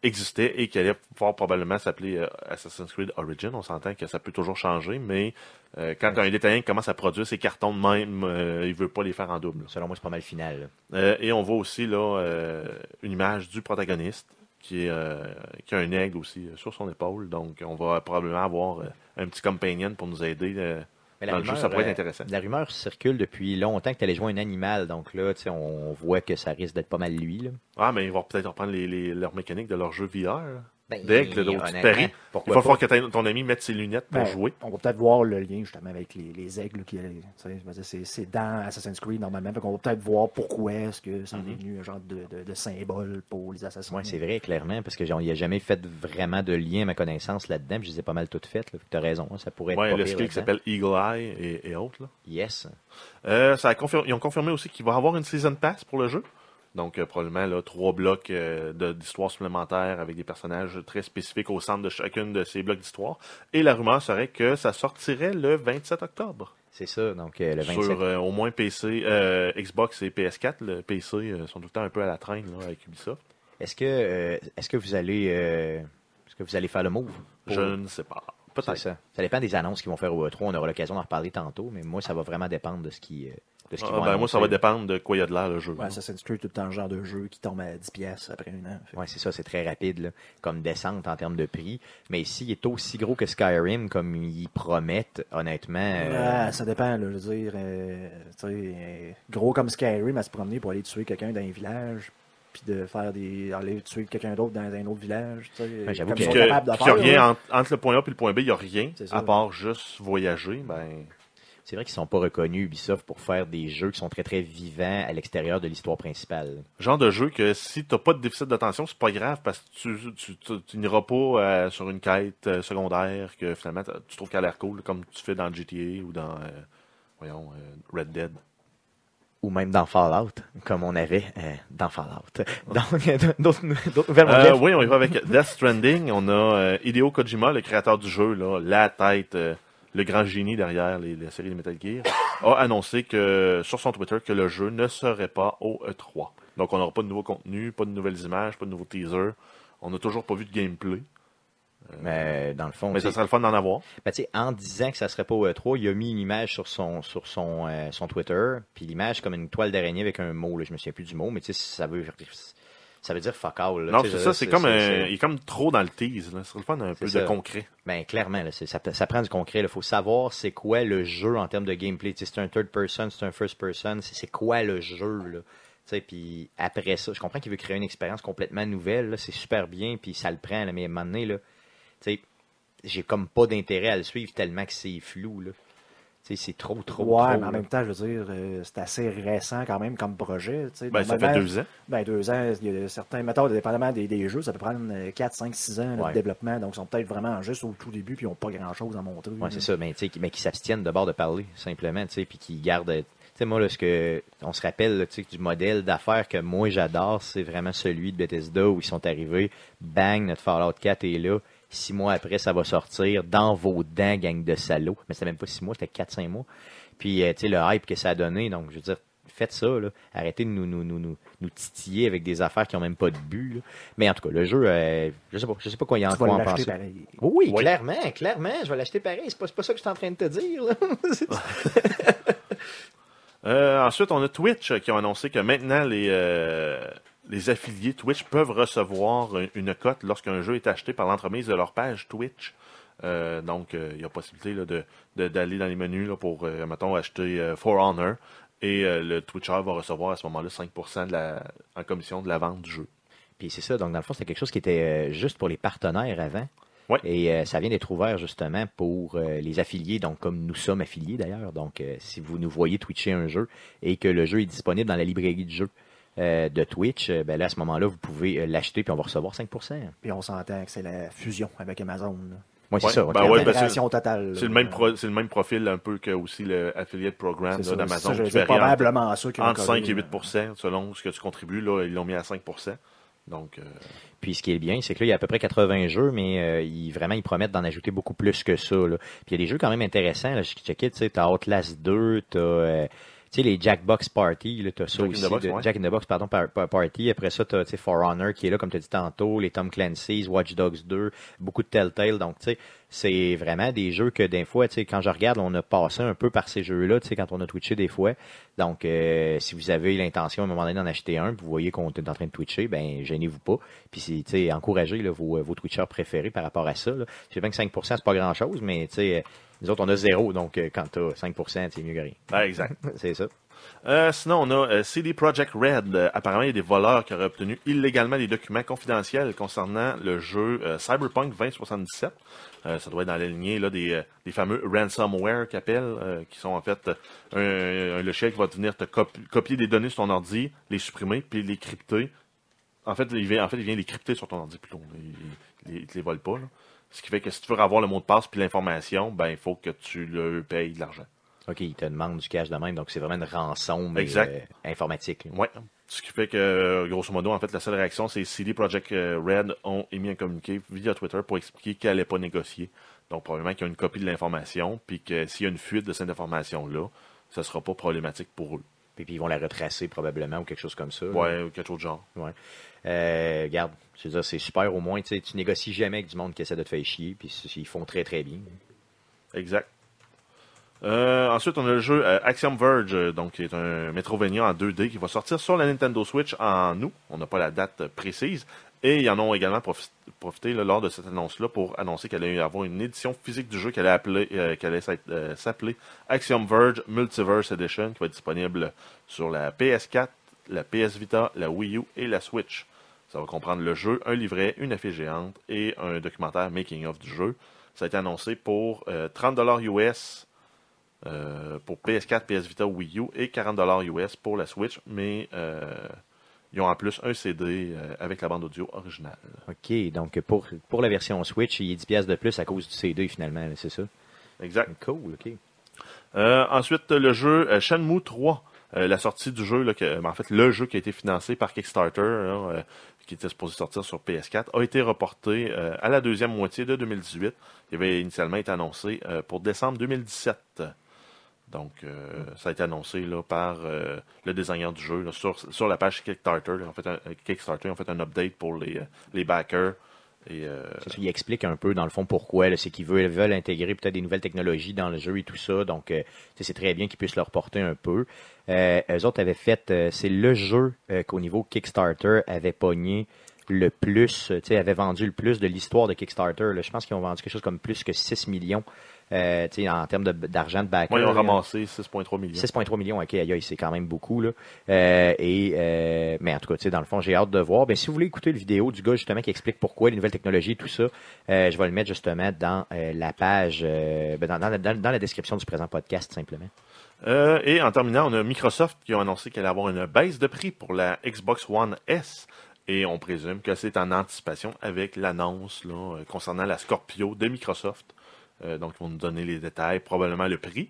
Speaker 3: existait et qu'elle allait fort probablement s'appeler euh, Assassin's Creed Origin. On s'entend que ça peut toujours changer, mais euh, quand un détaillant commence à produire ses cartons de même, euh, il veut pas les faire en double.
Speaker 1: Selon moi, c'est pas mal final. là.
Speaker 3: Euh, et on voit aussi là euh, une image du protagoniste qui, est, euh, qui a un aigle aussi euh, sur son épaule. Donc on va probablement avoir euh, un petit companion pour nous aider. euh.
Speaker 1: Mais
Speaker 3: Dans le jeu, ça pourrait être intéressant.
Speaker 1: La rumeur circule depuis longtemps que tu allais jouer un animal. Donc là, tu sais, on voit que ça risque d'être pas mal lui. Là.
Speaker 3: Ah, mais ils vont peut-être reprendre les, les- leurs mécaniques de leur jeu VR. là.
Speaker 1: Ben,
Speaker 3: D'aigle, là, donc, tu
Speaker 1: honnêtement,
Speaker 3: paries. Il
Speaker 1: Pourquoi
Speaker 3: va
Speaker 1: pas?
Speaker 3: falloir que t'aies- ton ami mette ses lunettes pour
Speaker 2: Ben,
Speaker 3: jouer.
Speaker 2: On va peut-être voir le lien justement avec les, les aigles qui tu sais, je veux dire, c'est, c'est dans Assassin's Creed normalement. Donc on va peut-être voir pourquoi est-ce que ça en est devenu un genre de, de- de symbole pour les assassins.
Speaker 3: Mm.
Speaker 1: Oui, Mm-hmm. c'est vrai, clairement, parce que genre, il n'y a jamais fait vraiment de lien, à ma connaissance, là-dedans. puis Je les ai pas mal toutes faites. Tu as raison, hein, ça pourrait être
Speaker 3: Ouais,
Speaker 1: pas
Speaker 3: le
Speaker 1: pire
Speaker 3: skill qui
Speaker 1: là-dedans.
Speaker 3: s'appelle Eagle Eye et, et autres. là.
Speaker 1: Yes.
Speaker 3: Euh, ça a confirmé- ils ont confirmé aussi qu'il va y avoir une season pass pour le jeu. Donc, euh, probablement, là, trois blocs euh, de- d'histoire supplémentaire avec des personnages très spécifiques au centre de chacune de ces blocs d'histoire. Et la rumeur serait que ça sortirait le 27 octobre.
Speaker 1: C'est ça, donc euh, le 27.
Speaker 3: Sur euh, au moins PC, euh, Xbox et PS4. Le PC euh, sont tout le temps un peu à la traîne là, avec Ubisoft.
Speaker 1: Est-ce que, euh, est-ce que vous allez, euh, est-ce que vous allez faire le move? pour-
Speaker 3: Je ne sais pas.
Speaker 1: C'est
Speaker 3: Peut-être.
Speaker 1: ça. Ça dépend des annonces qu'ils vont faire au E3. On aura l'occasion d'en reparler tantôt, mais moi, ça va vraiment dépendre de ce qui, euh, de ce
Speaker 3: Ah,
Speaker 1: qu'ils
Speaker 3: ben,
Speaker 1: vont
Speaker 3: moi, ça va
Speaker 1: annoncer.
Speaker 3: dépendre de quoi il y a de l'air le jeu.
Speaker 2: Ouais, Assassin's Creed, tout le temps genre de jeu qui tombe à 10 pièces après un an. Fait que
Speaker 1: Ouais, c'est ça, c'est très rapide là, comme descente en termes de prix. Mais s'il est aussi gros que Skyrim, comme ils promettent, honnêtement, euh,
Speaker 2: Ouais, ah, ça dépend, là, je veux dire, euh, tu sais, euh, gros comme Skyrim à se promener pour aller tuer quelqu'un dans un village, puis de faire des, aller tuer quelqu'un d'autre dans un autre village, tu sais,
Speaker 1: Ouais, j'avoue
Speaker 2: comme
Speaker 1: que-
Speaker 2: ils
Speaker 3: Puis
Speaker 2: sont
Speaker 3: que-
Speaker 2: capables de
Speaker 3: puis qu'il y a
Speaker 2: faire,
Speaker 3: rien
Speaker 2: là.
Speaker 3: entre, entre le point A et le point B, il n'y a rien.
Speaker 2: C'est ça.
Speaker 3: À part juste voyager, ben.
Speaker 1: c'est vrai qu'ils sont pas reconnus, Ubisoft, pour faire des jeux qui sont très, très vivants à l'extérieur de l'histoire principale.
Speaker 3: genre de jeu que si t'as pas de déficit d'attention, c'est pas grave parce que tu, tu, tu- tu n'iras pas euh, sur une quête euh, secondaire que finalement t'as- tu trouves qu'elle a l'air cool, comme tu fais dans GTA ou dans euh, voyons euh, Red Dead.
Speaker 1: Ou même dans Fallout, comme on avait euh, dans Fallout. Donc, euh, d'autres d'autres nouvelles, mon
Speaker 3: Euh,
Speaker 1: Jeff?
Speaker 3: oui, on y va avec Death Stranding. On a euh, Hideo Kojima, le créateur du jeu, là, la tête, euh, le grand génie derrière les, la série de Metal Gear, a annoncé que sur son Twitter que le jeu ne serait pas au E3. Donc on n'aura pas de nouveau contenu, pas de nouvelles images, pas de nouveaux teasers. On n'a toujours pas vu de gameplay,
Speaker 1: Mais euh, dans le fond,
Speaker 3: mais
Speaker 1: tu
Speaker 3: ça
Speaker 1: sais,
Speaker 3: serait le fun d'en avoir.
Speaker 1: ben, tu sais, en disant que ça serait pas au E3, il a mis une image sur son sur son, euh, son Twitter, puis l'image comme une toile d'araignée avec un mot, là, je me souviens plus du mot, mais tu sais, ça veut ça veut dire fuck all. là,
Speaker 3: Non,
Speaker 1: tu sais,
Speaker 3: c'est
Speaker 1: je-
Speaker 3: ça, c'est comme un-
Speaker 1: c'est-
Speaker 3: il est comme trop dans le tease, là. C'est le fun un peu
Speaker 1: ça.
Speaker 3: de concret.
Speaker 1: Ben clairement, là, c'est- ça, ça prend du concret. Il faut savoir c'est quoi le jeu en termes de gameplay. Tu sais, C'est un third person, c'est un first person, c'est c'est quoi le jeu. Là. Tu sais, Puis après ça, je comprends qu'il veut créer une expérience complètement nouvelle. là, C'est super bien, puis ça le prend, là, mais à un moment donné, là, tu sais, j'ai comme pas d'intérêt à le suivre tellement que c'est flou. Là. Tu sais, C'est trop, trop,
Speaker 2: Ouais,
Speaker 1: trop,
Speaker 2: mais en
Speaker 1: là.
Speaker 2: même temps, je veux dire, euh, c'est assez récent quand même comme projet. tu sais.
Speaker 3: Ben, ça fait
Speaker 2: Normalement,
Speaker 3: deux ans.
Speaker 2: Ben, deux ans, il y a certains méthodes, dépendamment des, des jeux, ça peut prendre euh, 4, 5, 6 ans là,
Speaker 1: Ouais.
Speaker 2: de développement. Donc, ils sont peut-être vraiment juste au tout début, puis ils n'ont pas grand-chose à montrer.
Speaker 1: Ouais, c'est ça, mais, tu sais, qui- mais qui s'abstiennent d'abord de parler, simplement, tu sais, puis qui gardent. Tu sais, moi, là, ce que, on se rappelle là, tu sais, du modèle d'affaires que moi j'adore, c'est vraiment celui de Bethesda où ils sont arrivés, bang, notre Fallout 4 est là, Six mois après, ça va sortir dans vos dents, gang de salauds. Mais c'était même pas six mois, c'était quatre, cinq mois. Puis, euh, tu sais, le hype que ça a donné, donc, je veux dire, faites ça, là. Arrêtez de nous, nous, nous, nous, nous titiller avec des affaires qui ont même pas de but, là. Mais en tout cas, le jeu, euh, je sais pas, je sais pas quoi y en,
Speaker 2: Tu
Speaker 1: quoi
Speaker 2: vas
Speaker 1: en
Speaker 2: l'acheter
Speaker 1: penser.
Speaker 2: pareil.
Speaker 1: Oh Oui, oui,
Speaker 3: Oui.
Speaker 1: clairement, clairement, je vais l'acheter pareil. C'est pas, c'est pas ça que je suis en train de te dire. là.
Speaker 3: Euh, ensuite, on a Twitch euh, qui ont annoncé que maintenant les, euh, les affiliés Twitch peuvent recevoir un- une cote lorsqu'un jeu est acheté par l'entremise de leur page Twitch. Euh, donc, euh, il y a possibilité là, de- de- d'aller dans les menus là, pour, euh, mettons, acheter euh, For Honor et euh, le Twitcher va recevoir à ce moment-là 5% de la, en commission de la vente du jeu.
Speaker 1: Puis c'est ça, donc dans le fond, c'était quelque chose qui était euh, juste pour les partenaires avant.
Speaker 3: Ouais.
Speaker 1: Et euh, ça vient d'être ouvert justement pour euh, les affiliés, donc comme nous sommes affiliés d'ailleurs. Donc euh, si vous nous voyez twitcher un jeu et que le jeu est disponible dans la librairie de jeu euh, de Twitch, euh, ben là à ce moment-là, vous pouvez euh, l'acheter puis on va recevoir 5
Speaker 2: Puis on s'entend que c'est la fusion avec Amazon. là.
Speaker 1: Moi, c'est
Speaker 3: Ouais,
Speaker 1: ça.
Speaker 3: ben
Speaker 1: clairement.
Speaker 3: ouais, ben-
Speaker 2: L'intégration totale.
Speaker 3: C'est le,
Speaker 2: là.
Speaker 3: même pro- c'est le même profil un peu que aussi le affiliate program
Speaker 2: C'est
Speaker 3: là,
Speaker 2: ça,
Speaker 3: d'Amazon
Speaker 2: c'est ça,
Speaker 3: qui
Speaker 2: je veux dire,
Speaker 3: varie entre- euh,
Speaker 2: probablement ça qui ont
Speaker 3: entre 5 et
Speaker 2: collé,
Speaker 3: 8 selon ce que tu contribues. Là, ils l'ont mis à 5 Donc, euh,
Speaker 1: Puis ce qui est bien, c'est que là, il y a à peu près 80 jeux, mais euh, ils, vraiment, ils promettent d'en ajouter beaucoup plus que ça. Là. Puis il y a des jeux quand même intéressants. Là, je checkais, tu sais, t'as Outlast 2, t'as... euh, tu sais, les Jackbox Party, là, t'as ça
Speaker 3: Jack in
Speaker 1: aussi.
Speaker 3: the Box,
Speaker 1: de-
Speaker 3: ouais.
Speaker 1: Jack in the Box, pardon, par- par- Party. Après ça, t'as, tu sais, For Honor qui est là, comme t'as dit tantôt, les Tom Clancy's, Watch Dogs 2, beaucoup de Telltale. Donc, tu sais, c'est vraiment des jeux que des fois, tu sais, quand je regarde, on a passé un peu par ces jeux-là, tu sais, quand on a twitché des fois. Donc, euh, si vous avez l'intention à un moment donné d'en acheter un, puis vous voyez qu'on est en train de twitcher, ben gênez-vous pas. Puis, c'est, tu sais, encouragez là, vos, vos twitchers préférés par rapport à ça. Là. Je sais bien que 5 c'est pas grand-chose, mais tu sais, euh, nous autres, on a zéro. Donc, euh, quand t'as 5 c'est mieux que rien.
Speaker 3: ah, exact.
Speaker 1: C'est ça.
Speaker 3: Euh, sinon, on a euh, CD Projekt Red. Euh, apparemment, il y a des voleurs qui auraient obtenu illégalement des documents confidentiels concernant le jeu euh, Cyberpunk 2077. Euh, ça doit être dans la lignée là, des, euh, des fameux ransomware qu'appellent, euh, qui sont en fait euh, un, un logiciel qui va venir te cop- copier des données sur ton ordi, les supprimer, puis les crypter. En fait, il vient, en fait, il vient les crypter sur ton ordi, puis on- il, il- il te les vole pas. là. Ce qui fait que si tu veux avoir le mot de passe puis l'information, ben il faut que tu le payes de l'argent.
Speaker 1: OK, ils te demandent du cash de même. Donc, c'est vraiment une rançon mais,
Speaker 3: Exact.
Speaker 1: euh, informatique. là.
Speaker 3: Ouais. Ce qui fait que, euh, grosso modo, en fait, la seule réaction, c'est CD Projekt euh, Red ont émis un communiqué via Twitter pour expliquer qu'ils n'allaient pas négocier. Donc, probablement qu'il y a une copie de l'information, puis que s'il y a une fuite de cette information-là, ça ne sera pas problématique pour eux.
Speaker 1: Puis, puis ils vont la retracer probablement ou quelque chose comme ça. là.
Speaker 3: Ouais, ou quelque chose de genre.
Speaker 1: Ouais. Euh, regarde, je veux dire, c'est super au moins. Tu sais, tu négocies jamais avec du monde qui essaie de te faire chier, puis c- ils font très très bien.
Speaker 3: Exact. Euh, ensuite, on a le jeu euh, Axiom Verge, euh, donc qui est un Metrovania en 2D qui va sortir sur la Nintendo Switch en août. On n'a pas la date euh, précise. Et ils en ont également profi- profité là, lors de cette annonce-là pour annoncer qu'elle allait y avoir une édition physique du jeu qu'elle allait, appeler- euh, qu'elle allait s'être- euh, s'appeler Axiom Verge Multiverse Edition qui va être disponible sur la PS4, la PS Vita, la Wii U et la Switch. Ça va comprendre le jeu, un livret, une affiche géante et un documentaire making of du jeu. Ça a été annoncé pour euh, 30$ US euh, pour PS4, PS Vita, Wii U et 40$ US pour la Switch, mais euh, ils ont en plus un CD euh, avec la bande audio originale.
Speaker 1: OK, donc pour, pour la version Switch, il est 10 pièces de plus à cause du CD finalement, là, c'est ça?
Speaker 3: Exact.
Speaker 1: Cool, OK.
Speaker 3: Euh, ensuite, le jeu euh, Shenmue 3. euh, la sortie du jeu, là, que, euh, en fait, le jeu qui a été financé par Kickstarter, là, euh, qui était supposé sortir sur PS4, a été reporté euh, à la deuxième moitié de 2018. Il avait initialement été annoncé euh, pour décembre 2017. Donc, euh, ça a été annoncé là, par euh, le designer du jeu là, sur, sur la page Kickstarter. Ils ont fait un, euh, Kickstarter, ils ont fait un update pour les, euh, les backers. Et, euh,
Speaker 1: C'est ça, il explique un peu dans le fond pourquoi, là, c'est qu'ils veulent, veulent intégrer peut-être des nouvelles technologies dans le jeu et tout ça, donc euh, tu sais, c'est très bien qu'ils puissent leur porter un peu. Euh, eux autres avaient fait, euh, c'est le jeu euh, qu'au niveau Kickstarter avait pogné le plus, euh, tu sais, avait vendu le plus de l'histoire de Kickstarter. là. Je pense qu'ils ont vendu quelque chose comme plus que 6 millions euh, tu sais, en termes de- d'argent de, backer.
Speaker 3: moi, ils ont
Speaker 1: là.
Speaker 3: ramassé 6,3 millions.
Speaker 1: 6,3 millions, ok, aïe, aïe, c'est quand même beaucoup. Là. Euh, et, euh, mais en tout cas, tu sais, dans le fond, j'ai hâte de voir. Ben, si vous voulez écouter le vidéo du gars justement qui explique pourquoi les nouvelles technologies et tout ça, euh, je vais le mettre justement dans euh, la page, euh, ben, dans, dans la- dans- dans la description du présent podcast simplement.
Speaker 3: Euh, et en terminant, on a Microsoft qui a annoncé qu'elle allait avoir une baisse de prix pour la Xbox One S. Et on présume que c'est en anticipation avec l'annonce là, euh, concernant la Scorpio de Microsoft. Euh, donc, ils vont nous donner les détails, probablement le prix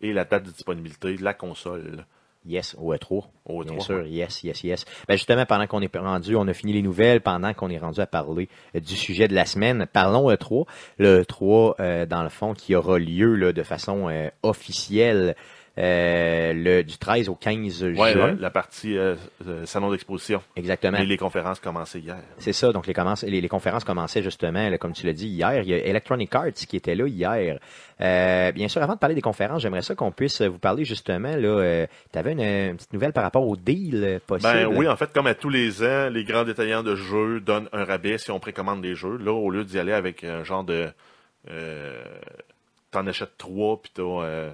Speaker 3: et la date de disponibilité de la console.
Speaker 1: Yes, euh, au E3.
Speaker 3: Au
Speaker 1: bien
Speaker 3: E3,
Speaker 1: sûr, yes, yes, yes. Ben justement, pendant qu'on est rendu, on a fini les nouvelles, pendant qu'on est rendu à parler euh, du sujet de la semaine, parlons E3. Le E3, euh, dans le fond, qui aura lieu là, de façon euh, officielle euh, le, du 13 au 15
Speaker 3: Ouais,
Speaker 1: juin.
Speaker 3: la, la partie euh, euh, salon d'exposition.
Speaker 1: Exactement.
Speaker 3: Mais les conférences commençaient hier.
Speaker 1: C'est ça, donc les, commence- les, les conférences commençaient justement, là, comme tu l'as dit, hier. Il y a Electronic Arts qui était là hier. Euh, bien sûr, avant de parler des conférences, j'aimerais ça qu'on puisse euh, vous parler justement, là, tu avais une, euh, petite nouvelle par rapport au deal euh, possible.
Speaker 3: Ben oui, en fait, comme à tous les ans, les grands détaillants de jeux donnent un rabais si on précommande des jeux. Là, au lieu d'y aller avec un genre de... Euh, T'en achètes trois, puis t'as euh,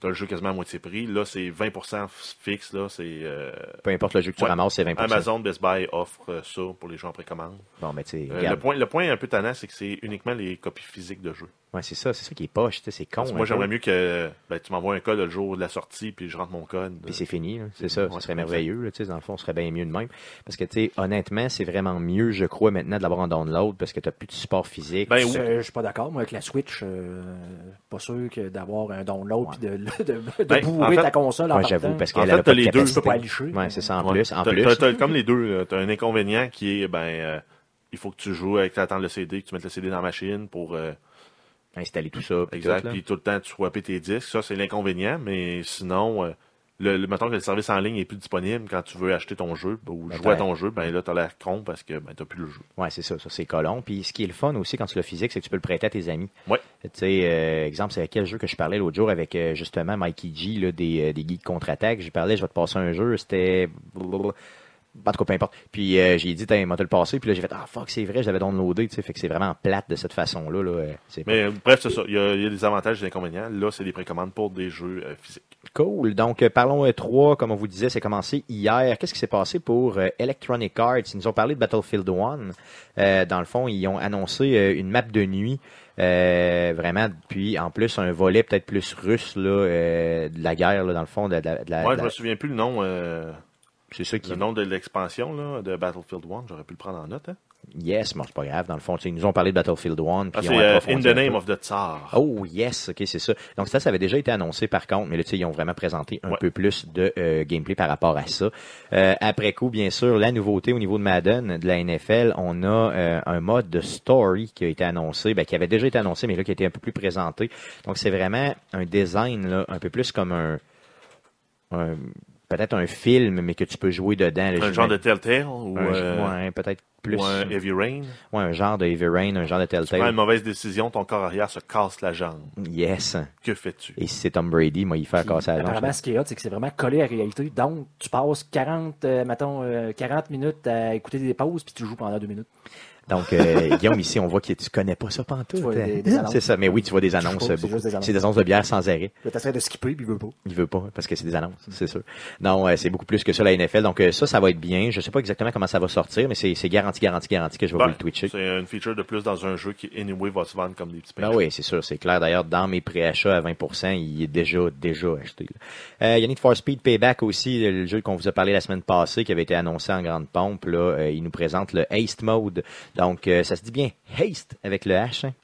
Speaker 3: t'as le jeu quasiment à moitié prix. Là, c'est 20% fixe. Là, c'est euh,
Speaker 1: Peu importe le jeu que tu
Speaker 3: Ouais.
Speaker 1: ramasses, c'est 20%.
Speaker 3: Amazon, Best Buy offre euh, ça pour les gens en précommande.
Speaker 1: Bon, mais tu sais,
Speaker 3: Euh, le,
Speaker 1: regarde.
Speaker 3: point, le point un peu tannant, c'est que c'est uniquement les copies physiques de jeux.
Speaker 1: Ouais, c'est ça, c'est ça qui est poche, tu sais, c'est con.
Speaker 3: Parce que
Speaker 1: un
Speaker 3: moi,
Speaker 1: peu.
Speaker 3: j'aimerais mieux que ben, tu m'envoies un code le jour de la sortie, puis je rentre mon code.
Speaker 1: Puis c'est fini, là. c'est ça. Ce
Speaker 3: Ouais,
Speaker 1: serait
Speaker 3: exact.
Speaker 1: merveilleux, là, tu sais, dans le fond, on serait bien mieux de même. Parce que, tu sais, honnêtement, c'est vraiment mieux, je crois, maintenant de l'avoir en download parce que tu plus de support physique.
Speaker 3: Ben,
Speaker 2: Je
Speaker 3: oui.
Speaker 2: je suis pas d'accord, moi, avec la Switch. euh, pas sûr que d'avoir un download puis de, de, de
Speaker 3: Ben,
Speaker 2: bourrer
Speaker 3: en fait,
Speaker 2: ta console en
Speaker 1: Ouais, j'avoue,
Speaker 2: partant.
Speaker 1: parce
Speaker 3: En
Speaker 1: qu'elle
Speaker 3: fait,
Speaker 1: a
Speaker 3: t'as
Speaker 1: pas de
Speaker 3: les deux,
Speaker 2: tu peux
Speaker 1: capacité.
Speaker 2: pas aller chier.
Speaker 1: Ouais, c'est ça, en
Speaker 3: Ouais.
Speaker 1: plus. En
Speaker 3: T'as-
Speaker 1: plus.
Speaker 3: t'as- t'as comme les deux. Tu as un inconvénient qui est, ben, euh, il faut que tu joues avec, t'attends le CD, que tu mettes le CD dans la machine pour, euh,
Speaker 1: installer tout ça. puis
Speaker 3: exact,
Speaker 1: tout, là.
Speaker 3: puis tout le temps, tu swapper tes disques. Ça, c'est l'inconvénient, mais sinon, euh, le, le- mettons que le service en ligne est plus disponible quand tu veux acheter ton jeu ben, ou
Speaker 1: Ben,
Speaker 3: jouer à
Speaker 1: t'as-
Speaker 3: ton jeu, ben là, t'as l'air con parce que ben, t'as plus le jeu.
Speaker 1: Ouais, c'est ça, ça c'est colon. Puis ce qui est le fun aussi quand tu le physique, c'est que tu peux le prêter à tes amis.
Speaker 3: Ouais.
Speaker 1: Tu sais, euh, exemple, c'est quel jeu que je parlais l'autre jour avec euh, justement Mikey G là, des, euh, des geeks contre-attaque. Je parlais, je vais te passer un jeu, c'était. En tout cas, peu importe. Puis euh, j'ai dit, tiens, il m'a te le passé. Puis là, j'ai fait, ah fuck, c'est vrai, je l'avais downloadé. Tu sais, fait que c'est vraiment plate de cette façon-là. Là, euh, c'est pas
Speaker 3: Mais euh, bref, c'est ça. Il y, a, il y a des avantages et des inconvénients. Là, c'est des précommandes pour des jeux euh, physiques.
Speaker 1: Cool. Donc, euh, parlons E3. Comme on vous disait, c'est commencé hier. Qu'est-ce qui s'est passé pour euh, Electronic Arts? Ils nous ont parlé de Battlefield 1. Euh, dans le fond, ils ont annoncé euh, une map de nuit. euh, vraiment, puis en plus un volet peut-être plus russe là, euh, de la guerre là, dans le fond de, de la- de la-
Speaker 3: Moi,
Speaker 1: de
Speaker 3: je
Speaker 1: la-
Speaker 3: me souviens plus le nom, euh,
Speaker 1: c'est ça qui
Speaker 3: le nom de l'expansion là, de Battlefield 1. J'aurais pu le prendre en note. Hein.
Speaker 1: yes mais c'est pas grave dans le fond tu sais, ils nous ont parlé de Battlefield 1
Speaker 3: Ah,
Speaker 1: puis
Speaker 3: c'est
Speaker 1: ils ont
Speaker 3: euh, In
Speaker 1: approfondi un
Speaker 3: the
Speaker 1: peu.
Speaker 3: Name of the Tsar.
Speaker 1: Oh yes, ok c'est ça. Donc ça, ça avait déjà été annoncé par contre, mais là tu sais, ils ont vraiment présenté un
Speaker 3: Ouais.
Speaker 1: peu plus de euh, gameplay par rapport à ça. Euh, après coup, bien sûr, la nouveauté au niveau de Madden, de la NFL, on a euh, un mode de story qui a été annoncé, ben, qui avait déjà été annoncé, mais là qui a été un peu plus présenté. Donc c'est vraiment un design là, un peu plus comme un, un- peut-être un film, mais que tu peux jouer dedans. là,
Speaker 3: un genre de
Speaker 1: j'imagine.
Speaker 3: Telltale ou,
Speaker 1: Un-
Speaker 3: euh,
Speaker 1: ouais, peut-être plus
Speaker 3: ou un Heavy Rain.
Speaker 1: ouais, un genre de Heavy Rain, un genre de
Speaker 3: Tu prends une
Speaker 1: Telltale.
Speaker 3: mauvaise décision, ton corps arrière se casse la jambe.
Speaker 1: Yes.
Speaker 3: Que fais-tu?
Speaker 1: Et si c'est Tom Brady, moi, il fait casser la jambe.
Speaker 2: Apparemment, ce qui est hot, c'est que c'est vraiment collé à la réalité. Donc, tu passes 40, euh, mettons, euh, 40 minutes à écouter des pauses, puis tu joues pendant deux minutes.
Speaker 1: Donc, euh, Guillaume, ici, on voit que tu connais pas ça pantoute. hein?
Speaker 2: Tu vois des- des annonces.
Speaker 1: c'est ça, mais oui, tu vois des annonces.
Speaker 2: trouve que c'est
Speaker 1: beaucoup.
Speaker 2: juste des annonces.
Speaker 1: C'est des annonces de bière sans arrêt.
Speaker 2: Tu essaies de skipper, puis il veut pas.
Speaker 1: Il veut pas, parce que c'est des annonces, c'est sûr. Non, euh, c'est beaucoup plus que ça, la NFL. Donc, euh, ça, ça va être bien. Je sais pas exactement comment ça va sortir, mais c'est c'est garanti, garanti, garanti que je vais vous
Speaker 3: Ben,
Speaker 1: le twitcher.
Speaker 3: c'est une feature de plus dans un jeu qui, anyway, va se vendre comme des petits pains.
Speaker 1: Ben oui, c'est sûr, c'est clair. D'ailleurs, dans mes préachats à 20%, il est déjà, déjà acheté. là. Euh, il y a Need for Speed Payback aussi, le le jeu qu'on vous a parlé la semaine passée, qui avait été annoncé en grande pompe. Là, Euh, il nous présente le Haste Mode. Donc, euh, ça se dit bien Haste avec le H. hein.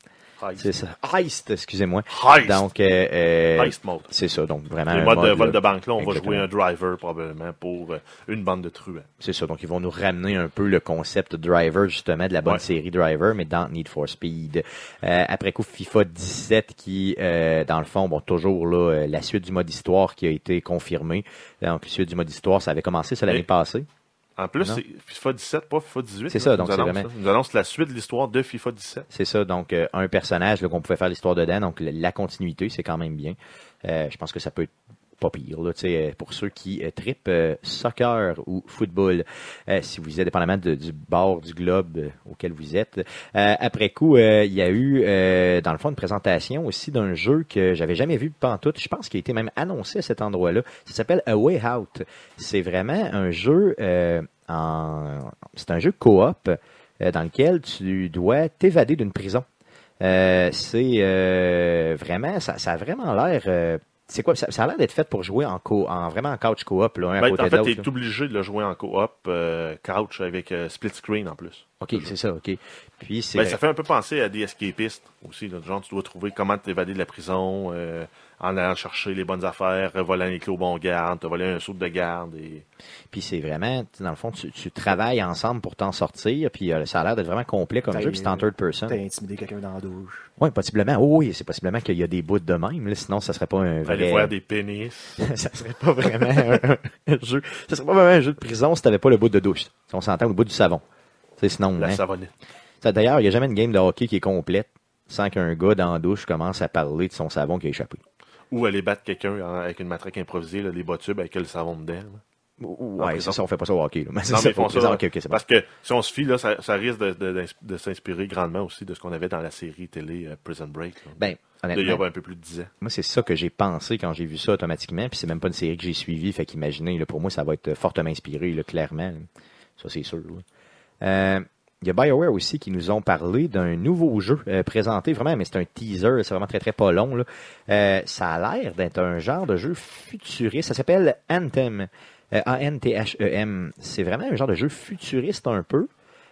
Speaker 3: Heist.
Speaker 1: C'est ça. Heist, excusez-moi.
Speaker 3: Heist.
Speaker 1: Donc, euh, euh,
Speaker 3: Heist mode.
Speaker 1: c'est ça. Donc, vraiment.
Speaker 3: Les
Speaker 1: un
Speaker 3: modes de
Speaker 1: mode,
Speaker 3: vol
Speaker 1: là.
Speaker 3: de banque, là, on va
Speaker 1: Exactement.
Speaker 3: jouer un driver probablement pour euh, une bande de truands.
Speaker 1: C'est ça. Donc, ils vont nous ramener un peu le concept driver, justement, de la bonne
Speaker 3: Ouais.
Speaker 1: série driver, mais dans Need for Speed. Euh, après coup, FIFA 17 qui, euh, dans le fond, bon, toujours là, euh, la suite du mode histoire qui a été confirmée. Donc, la suite du mode histoire, ça avait commencé ça l'année
Speaker 3: Mais-
Speaker 1: passée.
Speaker 3: En plus,
Speaker 1: Non.
Speaker 3: c'est FIFA 17, pas FIFA 18.
Speaker 1: C'est
Speaker 3: là,
Speaker 1: ça,
Speaker 3: qui
Speaker 1: donc
Speaker 3: nous
Speaker 1: c'est
Speaker 3: annonce,
Speaker 1: vraiment-
Speaker 3: là. Ils nous annonce la suite de l'histoire de FIFA 17.
Speaker 1: C'est ça, donc euh, un personnage là, qu'on pouvait faire l'histoire dedans, donc le- la continuité, c'est quand même bien. Euh, je pense que ça peut être pas pire, là, tu sais, euh, pour ceux qui euh, tripent euh, soccer ou football, euh, si vous êtes dépendamment de- du bord du globe euh, auquel vous êtes. Euh, après coup, euh, il y a eu, euh, dans le fond, une présentation aussi d'un jeu que j'avais jamais vu pantoute, je pense qu'il a été même annoncé à cet endroit-là, ça s'appelle A Way Out. C'est vraiment un jeu, euh, en... c'est un jeu coop, euh, dans lequel tu dois t'évader d'une prison. Euh, c'est euh, vraiment, ça, ça a vraiment l'air. euh, c'est quoi Ça, ça a l'air d'être fait pour jouer en co, en vraiment en couch coop, là, un à
Speaker 3: Ben,
Speaker 1: côté
Speaker 3: en
Speaker 1: de
Speaker 3: fait,
Speaker 1: l'autre.
Speaker 3: t'es
Speaker 1: là.
Speaker 3: obligé de le jouer en coop, euh, couch, avec euh, split screen en plus.
Speaker 1: OK, c'est ça, OK. Puis c'est.
Speaker 3: Ben, ça fait un peu penser à des escapistes aussi. Là, genre, tu dois trouver comment t'évader de la prison euh, en allant chercher les bonnes affaires, euh, volant les clés au bon garde, te voler un saut de garde. Et...
Speaker 1: Puis c'est vraiment, tu sais, dans le fond, tu, tu travailles ensemble pour t'en sortir. Puis euh, ça a l'air d'être vraiment complet comme
Speaker 3: Ben,
Speaker 2: T'as-
Speaker 1: jeu. Puis c'est en third person.
Speaker 2: T'as intimidé quelqu'un dans la douche.
Speaker 1: Oui, possiblement. Oh, oui, c'est possiblement qu'il y a des bouts de même. là, sinon, ça serait pas un
Speaker 3: Aller
Speaker 1: vrai.
Speaker 3: voir des pénis.
Speaker 1: ça serait pas vraiment un, un jeu. Ça serait pas vraiment un jeu de prison si t'avais pas le bout de douche. Si on s'entend le bout du savon. Tu sais, sinon.
Speaker 3: La
Speaker 1: hein.
Speaker 3: savonnette.
Speaker 1: Ça, D'ailleurs, il n'y a jamais une game de hockey qui est complète sans qu'un gars dans la douche commence à parler de son savon qui a échappé.
Speaker 3: Ou aller battre quelqu'un en- avec une matraque improvisée, là, les bas tubes avec le savon dedans. là. En
Speaker 1: Ouais,
Speaker 3: prison.
Speaker 1: c'est ça, on fait pas ça au hockey. là. Mais c'est
Speaker 3: Non,
Speaker 1: ça,
Speaker 3: mais ils font
Speaker 1: au prison,
Speaker 3: ça.
Speaker 1: ok, ok, c'est bon.
Speaker 3: parce que si on se fie, là, ça, ça risque de, de- d'ins- de s'inspirer grandement aussi de ce qu'on avait dans la série télé euh, Prison Break. là.
Speaker 1: Ben,
Speaker 3: il y
Speaker 1: honnêtement,
Speaker 3: a un peu plus de 10 ans.
Speaker 1: moi, c'est ça que j'ai pensé quand j'ai vu ça automatiquement, puis c'est même pas une série que j'ai suivie, fait qu'imaginez, là, pour moi, ça va être fortement inspiré, là, clairement. là. Ça, c'est sûr. là. Euh, Il y a BioWare aussi qui nous ont parlé d'un nouveau jeu euh, présenté, vraiment, mais c'est un teaser, c'est vraiment très, très pas long. là. Euh, ça a l'air d'être un genre de jeu futuriste, ça s'appelle Anthem. Euh, A-N-T-H-E-M. C'est vraiment un genre de jeu futuriste un peu,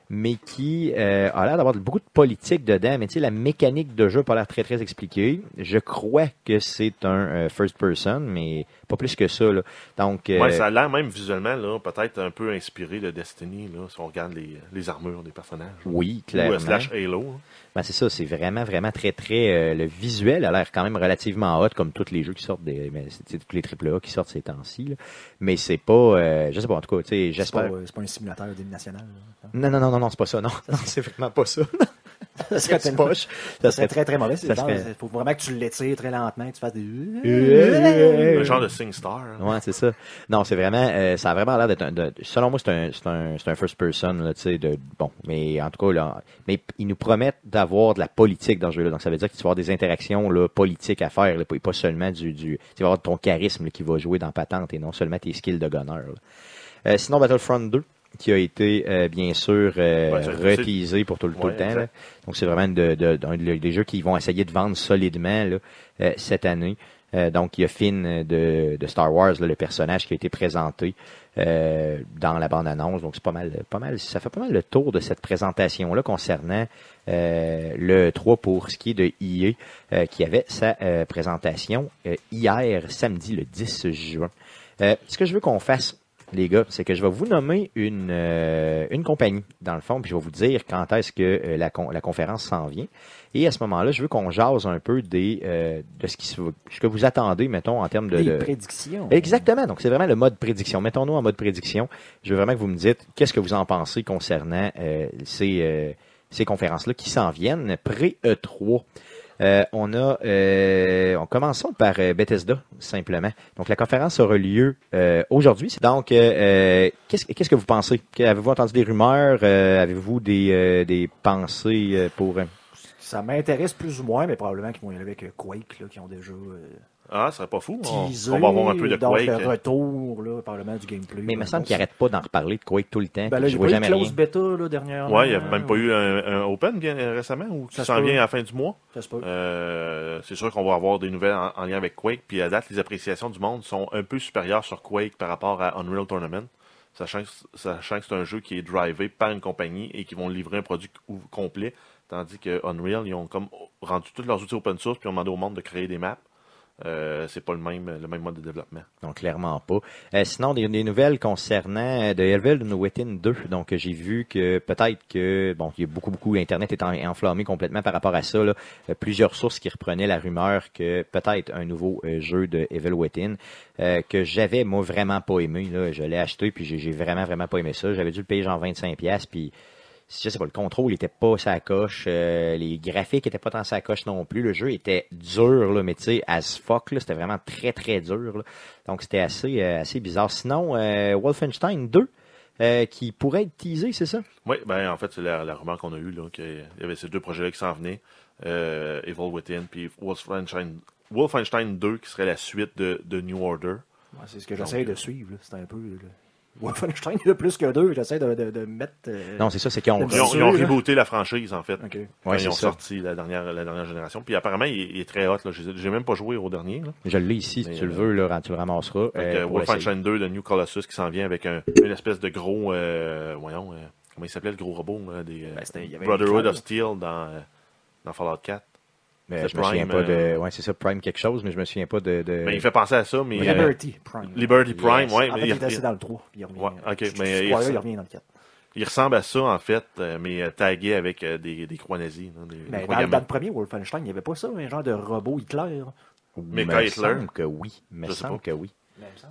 Speaker 1: mais qui euh, a l'air d'avoir beaucoup de politique dedans. Mais tu sais, la mécanique de jeu n'a pas l'air très, très expliquée. Je crois que c'est un euh, first person, mais pas plus que ça. là. Donc, euh,
Speaker 3: Ouais, ça a l'air même visuellement, là, peut-être un peu inspiré de Destiny, là, si on regarde les, les armures des personnages.
Speaker 1: oui,
Speaker 3: Ou
Speaker 1: clairement.
Speaker 3: euh, slash Halo. hein.
Speaker 1: Ben, c'est ça, c'est vraiment, vraiment très, très. euh, le visuel a l'air quand même relativement hot, comme tous les jeux qui sortent des. mais c'est- tu sais, tous les AAA qui sortent ces temps-ci. là. Mais c'est pas. euh, je sais pas, en tout cas, tu sais,
Speaker 2: C'est pas,
Speaker 1: j'espère.
Speaker 2: euh, c'est pas un simulateur d'hymne national. là.
Speaker 1: Non, non, non, non, non, c'est pas ça, non. Non, c'est vraiment pas ça.
Speaker 2: Ça serait
Speaker 1: C'est
Speaker 2: tellement-
Speaker 1: poche.
Speaker 2: Ça serait très très mauvais.
Speaker 1: ça
Speaker 2: Il
Speaker 1: serait-
Speaker 2: faut vraiment que tu l'étires très lentement, que tu fasses des.
Speaker 3: Un
Speaker 1: Euh,
Speaker 3: genre de SingStar. hein.
Speaker 1: Ouais, c'est ça. Non, c'est vraiment, euh, ça a vraiment l'air d'être un, de- selon moi, c'est un, c'est un, c'est un first person, là, tu sais, de, bon, mais en tout cas, là, mais ils nous promettent d'avoir de la politique dans ce jeu-là. Donc, ça veut dire que tu vas avoir des interactions, là, politiques à faire, là, et pas seulement du, du, tu vas avoir ton charisme, là, qui va jouer dans patente et non seulement tes skills de gunner, là. Euh, sinon, Battlefront 2, qui a été, euh, bien sûr, euh,
Speaker 3: Ouais, ça, c'est-
Speaker 1: reteasé pour tout le, tout le
Speaker 3: Ouais,
Speaker 1: temps,
Speaker 3: exact.
Speaker 1: là. Donc, c'est vraiment de, de- d'un- le- des jeux qu'ils vont essayer de vendre solidement là, euh, cette année. Euh, donc, il y a Finn de, de Star Wars, là, le personnage qui a été présenté euh, dans la bande-annonce. Donc, c'est pas mal, pas mal, ça fait pas mal le tour de cette présentation-là concernant euh, le 3 pour ce qui est de EA, euh, qui avait sa euh, présentation euh, hier, samedi, le 10 juin. Euh, ce que je veux qu'on fasse, les gars, c'est que je vais vous nommer une, euh, une compagnie, dans le fond, puis je vais vous dire quand est-ce que euh, la, con- la conférence s'en vient. Et à ce moment-là, je veux qu'on jase un peu des, euh, de ce, qui se- ce que vous attendez, mettons, en termes de...
Speaker 2: Des
Speaker 1: de-
Speaker 2: prédictions.
Speaker 1: Exactement. Donc, c'est vraiment le mode prédiction. Mettons-nous en mode prédiction. Je veux vraiment que vous me dites qu'est-ce que vous en pensez concernant euh, ces, euh, ces conférences-là qui s'en viennent pré-E3. Euh, on a, euh, en commençant par euh, Bethesda, simplement. Donc, la conférence aura lieu euh, aujourd'hui. Donc, euh, euh, qu'est-ce qu'est-ce que vous pensez? Que- Avez-vous entendu des rumeurs? Euh, Avez-vous des, euh, des pensées euh, pour... euh,
Speaker 2: Ça m'intéresse plus ou moins, mais probablement qu'ils vont y aller avec euh, Quake, là, qui ont déjà euh,
Speaker 3: Ah, ça serait pas fou.
Speaker 1: Oh,
Speaker 3: On,
Speaker 2: teasé.
Speaker 3: on va avoir un peu de
Speaker 2: donc euh,
Speaker 3: Quake. hein.
Speaker 2: le retour, là, probablement du gameplay.
Speaker 1: hein. Mais il me
Speaker 2: là,
Speaker 1: semble
Speaker 2: donc,
Speaker 1: qu'ils n'arrêtent pas d'en reparler de Quake tout le temps.
Speaker 2: Ben
Speaker 1: puis
Speaker 2: là,
Speaker 1: je
Speaker 2: j'ai
Speaker 1: vois
Speaker 2: pas eu de
Speaker 1: jamais rien.
Speaker 2: close bêta là, euh, dernièrement.
Speaker 3: Ouais, il n'y a même pas eu un, un Open bien euh, récemment ou qui
Speaker 2: Ça se
Speaker 3: s'en
Speaker 2: peut.
Speaker 3: vient à la fin du mois.
Speaker 2: Ça se peut.
Speaker 3: Euh, c'est sûr qu'on va avoir des nouvelles en, en lien avec Quake. Puis à date, les appréciations du monde sont un peu supérieures sur Quake par rapport à Unreal Tournament, sachant, que- sachant que c'est un jeu qui est drivé par une compagnie et qui vont livrer un produit ou- complet, tandis que Unreal, ils ont comme rendu tous leurs outils open source puis ont demandé au monde de créer des maps. Euh, c'est pas le même, le même mode de développement.
Speaker 1: Non, clairement pas. Euh, sinon, des, des nouvelles concernant euh, The Evil Within 2. Donc, euh, j'ai vu que peut-être que, bon, il y a beaucoup, beaucoup, Internet est en- enflammé complètement par rapport à ça. Là. Euh, plusieurs sources qui reprenaient la rumeur que peut-être un nouveau euh, jeu de Evil Within euh, que j'avais, moi, vraiment pas aimé. Là. Je l'ai acheté, puis j'ai j'ai vraiment, vraiment pas aimé ça. J'avais dû le payer genre 25$, puis je sais pas, le contrôle était pas sa coche, euh, les graphiques étaient pas tant sa coche non plus, le jeu était dur, là, mais tu sais, as fuck, là, c'était vraiment très très dur, là. donc c'était assez, euh, assez bizarre. Sinon, euh, Wolfenstein 2, euh, qui pourrait être teasé, c'est ça?
Speaker 3: Oui, ben en fait, c'est la, la rumeur qu'on a eue, là, qu'il y avait ces deux projets-là qui s'en venaient, euh, Evil Within, puis Wolfenstein, Wolfenstein 2, qui serait la suite de, de New Order.
Speaker 2: Ouais, c'est ce que j'essaie
Speaker 3: euh,
Speaker 2: de suivre. là. C'est un peu. là, le- Wolfenstein, il y a plus que deux. J'essaie de, de, de mettre. euh,
Speaker 1: Non, c'est ça, c'est qu'ils ont...
Speaker 3: Ils ont, ils
Speaker 2: Sûr,
Speaker 3: ont
Speaker 2: là.
Speaker 3: rebooté la franchise, en fait.
Speaker 2: Ok.
Speaker 3: Quand
Speaker 1: Ouais,
Speaker 3: ils
Speaker 1: c'est
Speaker 3: ont
Speaker 1: ça.
Speaker 3: sorti la dernière, la dernière génération. Puis apparemment, il, est- il est très hot. là. J'ai j'ai même pas joué au dernier. là.
Speaker 1: Je l'ai ici, si
Speaker 3: Mais,
Speaker 1: tu le
Speaker 3: euh,
Speaker 1: veux, là, tu le ramasseras.
Speaker 3: Fait que,
Speaker 1: euh, pour l'essayer.
Speaker 3: Wolfenstein 2 de New Colossus qui s'en vient avec un- une espèce de gros. euh, voyons, euh, Comment il s'appelait le gros robot là, des euh,
Speaker 2: Ben, c'était- il y avait
Speaker 3: Brotherhood
Speaker 2: Hitler.
Speaker 3: of Steel dans, euh, dans Fallout 4
Speaker 1: Mais
Speaker 3: C'est
Speaker 1: je me souviens
Speaker 3: Prime,
Speaker 1: pas de. Ouais, c'est ça, Prime quelque chose, mais je me souviens pas de.
Speaker 2: Euh,
Speaker 1: de-
Speaker 3: Ben, Il fait penser à ça, mais. euh,
Speaker 2: Liberty Prime.
Speaker 3: Liberty Prime,
Speaker 1: Yes.
Speaker 3: ouais.
Speaker 2: en
Speaker 3: mais
Speaker 2: fait, il
Speaker 3: il,
Speaker 2: est assis
Speaker 3: il-
Speaker 2: dans le 3. Il revient.
Speaker 3: Ouais, ok,
Speaker 2: Je- je-
Speaker 3: mais
Speaker 2: je-
Speaker 3: il
Speaker 2: ouais,
Speaker 3: ressort-
Speaker 2: il revient dans le 4.
Speaker 3: il ressemble à ça, en fait, euh, mais euh, tagué avec euh, des, des croix nazies. là,
Speaker 1: Ben,
Speaker 3: des- des
Speaker 2: Mais
Speaker 3: croix
Speaker 2: dans,
Speaker 3: gammées.
Speaker 2: dans le premier Wolfenstein, il n'y avait pas ça, un genre de robot Hitler.
Speaker 1: me
Speaker 3: Mecha Hitler.
Speaker 1: semble que oui. Me
Speaker 3: Je sais
Speaker 1: semble
Speaker 3: pas.
Speaker 1: que oui.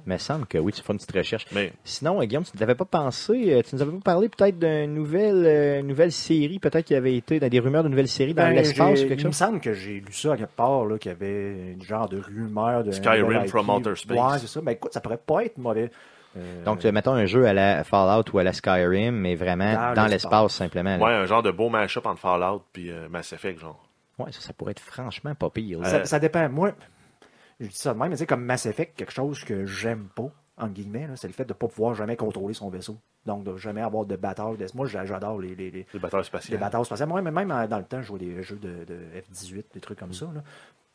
Speaker 1: Ben, Me semble que oui. Tu fais une petite recherche.
Speaker 3: Mais
Speaker 1: Sinon, euh, Guillaume, tu ne t'avais pas pensé, euh, tu nous avais pas parlé peut-être d'une nouvelle, euh, nouvelle série, peut-être qu'il y avait été dans des rumeurs d'une nouvelle série dans
Speaker 2: Ben,
Speaker 1: l'espace
Speaker 2: j'ai-
Speaker 1: ou quelque
Speaker 2: Il me
Speaker 1: chose.
Speaker 2: semble que j'ai lu ça à quelque part, là, qu'il y avait une genre de rumeur de.
Speaker 3: Skyrim
Speaker 2: de IP.
Speaker 3: from Outer Space.
Speaker 2: Ouais, c'est ça. Mais écoute, ça pourrait pas être mauvais. Euh,
Speaker 1: Donc, euh, mettons un jeu à la Fallout ou à la Skyrim, mais vraiment
Speaker 2: Dans
Speaker 1: dans
Speaker 2: l'espace.
Speaker 1: l'espace simplement. là.
Speaker 3: ouais, un genre de beau mash-up entre Fallout puis euh, Mass Effect, genre.
Speaker 1: Ouais, ça, ça pourrait être franchement pas pire. là.
Speaker 2: ça, ça dépend. Moi, je dis ça de même, mais c'est comme Mass Effect, quelque chose que j'aime pas, entre guillemets, là, c'est le fait de ne pas pouvoir jamais contrôler son vaisseau. Donc, de jamais avoir de bataille. de- Moi, j'a- j'adore les- les- les,
Speaker 3: Des batailles
Speaker 2: Les
Speaker 3: spatiales.
Speaker 2: batailles spatiales. Moi, mais même euh, dans le temps, je jouais des jeux de, de F-18, des trucs
Speaker 1: Mm.
Speaker 2: comme ça. là.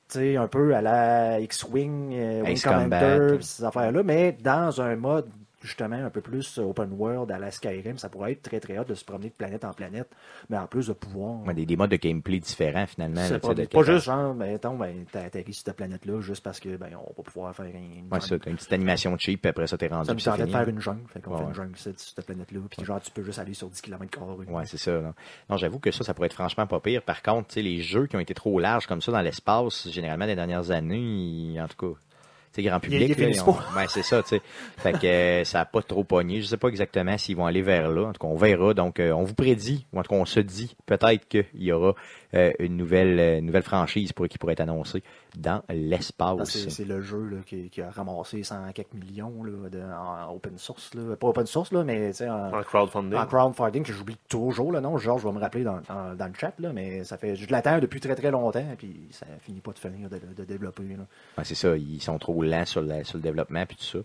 Speaker 2: Tu sais, un peu à la X-Wing, euh, Wing
Speaker 1: Ace
Speaker 2: Commander,
Speaker 1: Combat.
Speaker 2: pis ces affaires-là, mais dans un mode justement un peu plus open world à la Skyrim, ça pourrait être très très hot de se promener de planète en planète, mais en plus de pouvoir...
Speaker 1: Ouais, des, des modes de gameplay différents finalement.
Speaker 2: se
Speaker 1: là, tu sais,
Speaker 2: promener.
Speaker 1: d'être
Speaker 2: pas
Speaker 1: capable-
Speaker 2: juste, genre, ben, attends, ben, t'as atterri sur cette planète-là juste parce que, ben, on va pouvoir faire une...
Speaker 1: Ouais, ça, t'as une petite animation cheap, puis après ça, t'es rendu.
Speaker 2: ça me
Speaker 1: puis c'est
Speaker 2: tentait de
Speaker 1: fini.
Speaker 2: faire une jungle, fait qu'on
Speaker 1: Ouais,
Speaker 2: fait
Speaker 1: ouais.
Speaker 2: une jungle sur cette planète-là, puis genre, tu peux juste aller sur 10 km
Speaker 1: Ouais, c'est ça. Non, Non, j'avoue que ça, ça pourrait être franchement pas pire. Par contre, tu sais, les jeux qui ont été trop larges comme ça dans l'espace, généralement, les dernières années, ils- en tout cas, tu sais, grand public,
Speaker 2: ils
Speaker 1: là,
Speaker 2: finissent
Speaker 1: on-
Speaker 2: pas.
Speaker 1: ouais, c'est ça, tu sais. Fait que euh, ça a pas trop pogné. Je sais pas exactement s'ils vont aller vers là. En tout cas, on verra. Donc, euh, on vous prédit, ou en tout cas, on se dit peut-être qu'il y aura euh, une nouvelle, euh, une nouvelle franchise pour, qui pourrait être annoncée dans
Speaker 2: Ah,
Speaker 1: l'espace.
Speaker 2: C'est c'est le jeu là, qui, qui a ramassé 100 quelques millions là, de- en open source. Là. Pas open source, là, mais tu sais, en,
Speaker 3: En crowdfunding.
Speaker 2: en crowdfunding, que j'oublie toujours le nom. Georges va me rappeler dans, en- dans le chat, là, mais ça fait, je l'attends depuis très très longtemps, puis ça finit pas de finir de, de développer. là.
Speaker 1: Ouais, c'est ça, ils sont trop lents sur, la- sur le développement puis tout ça.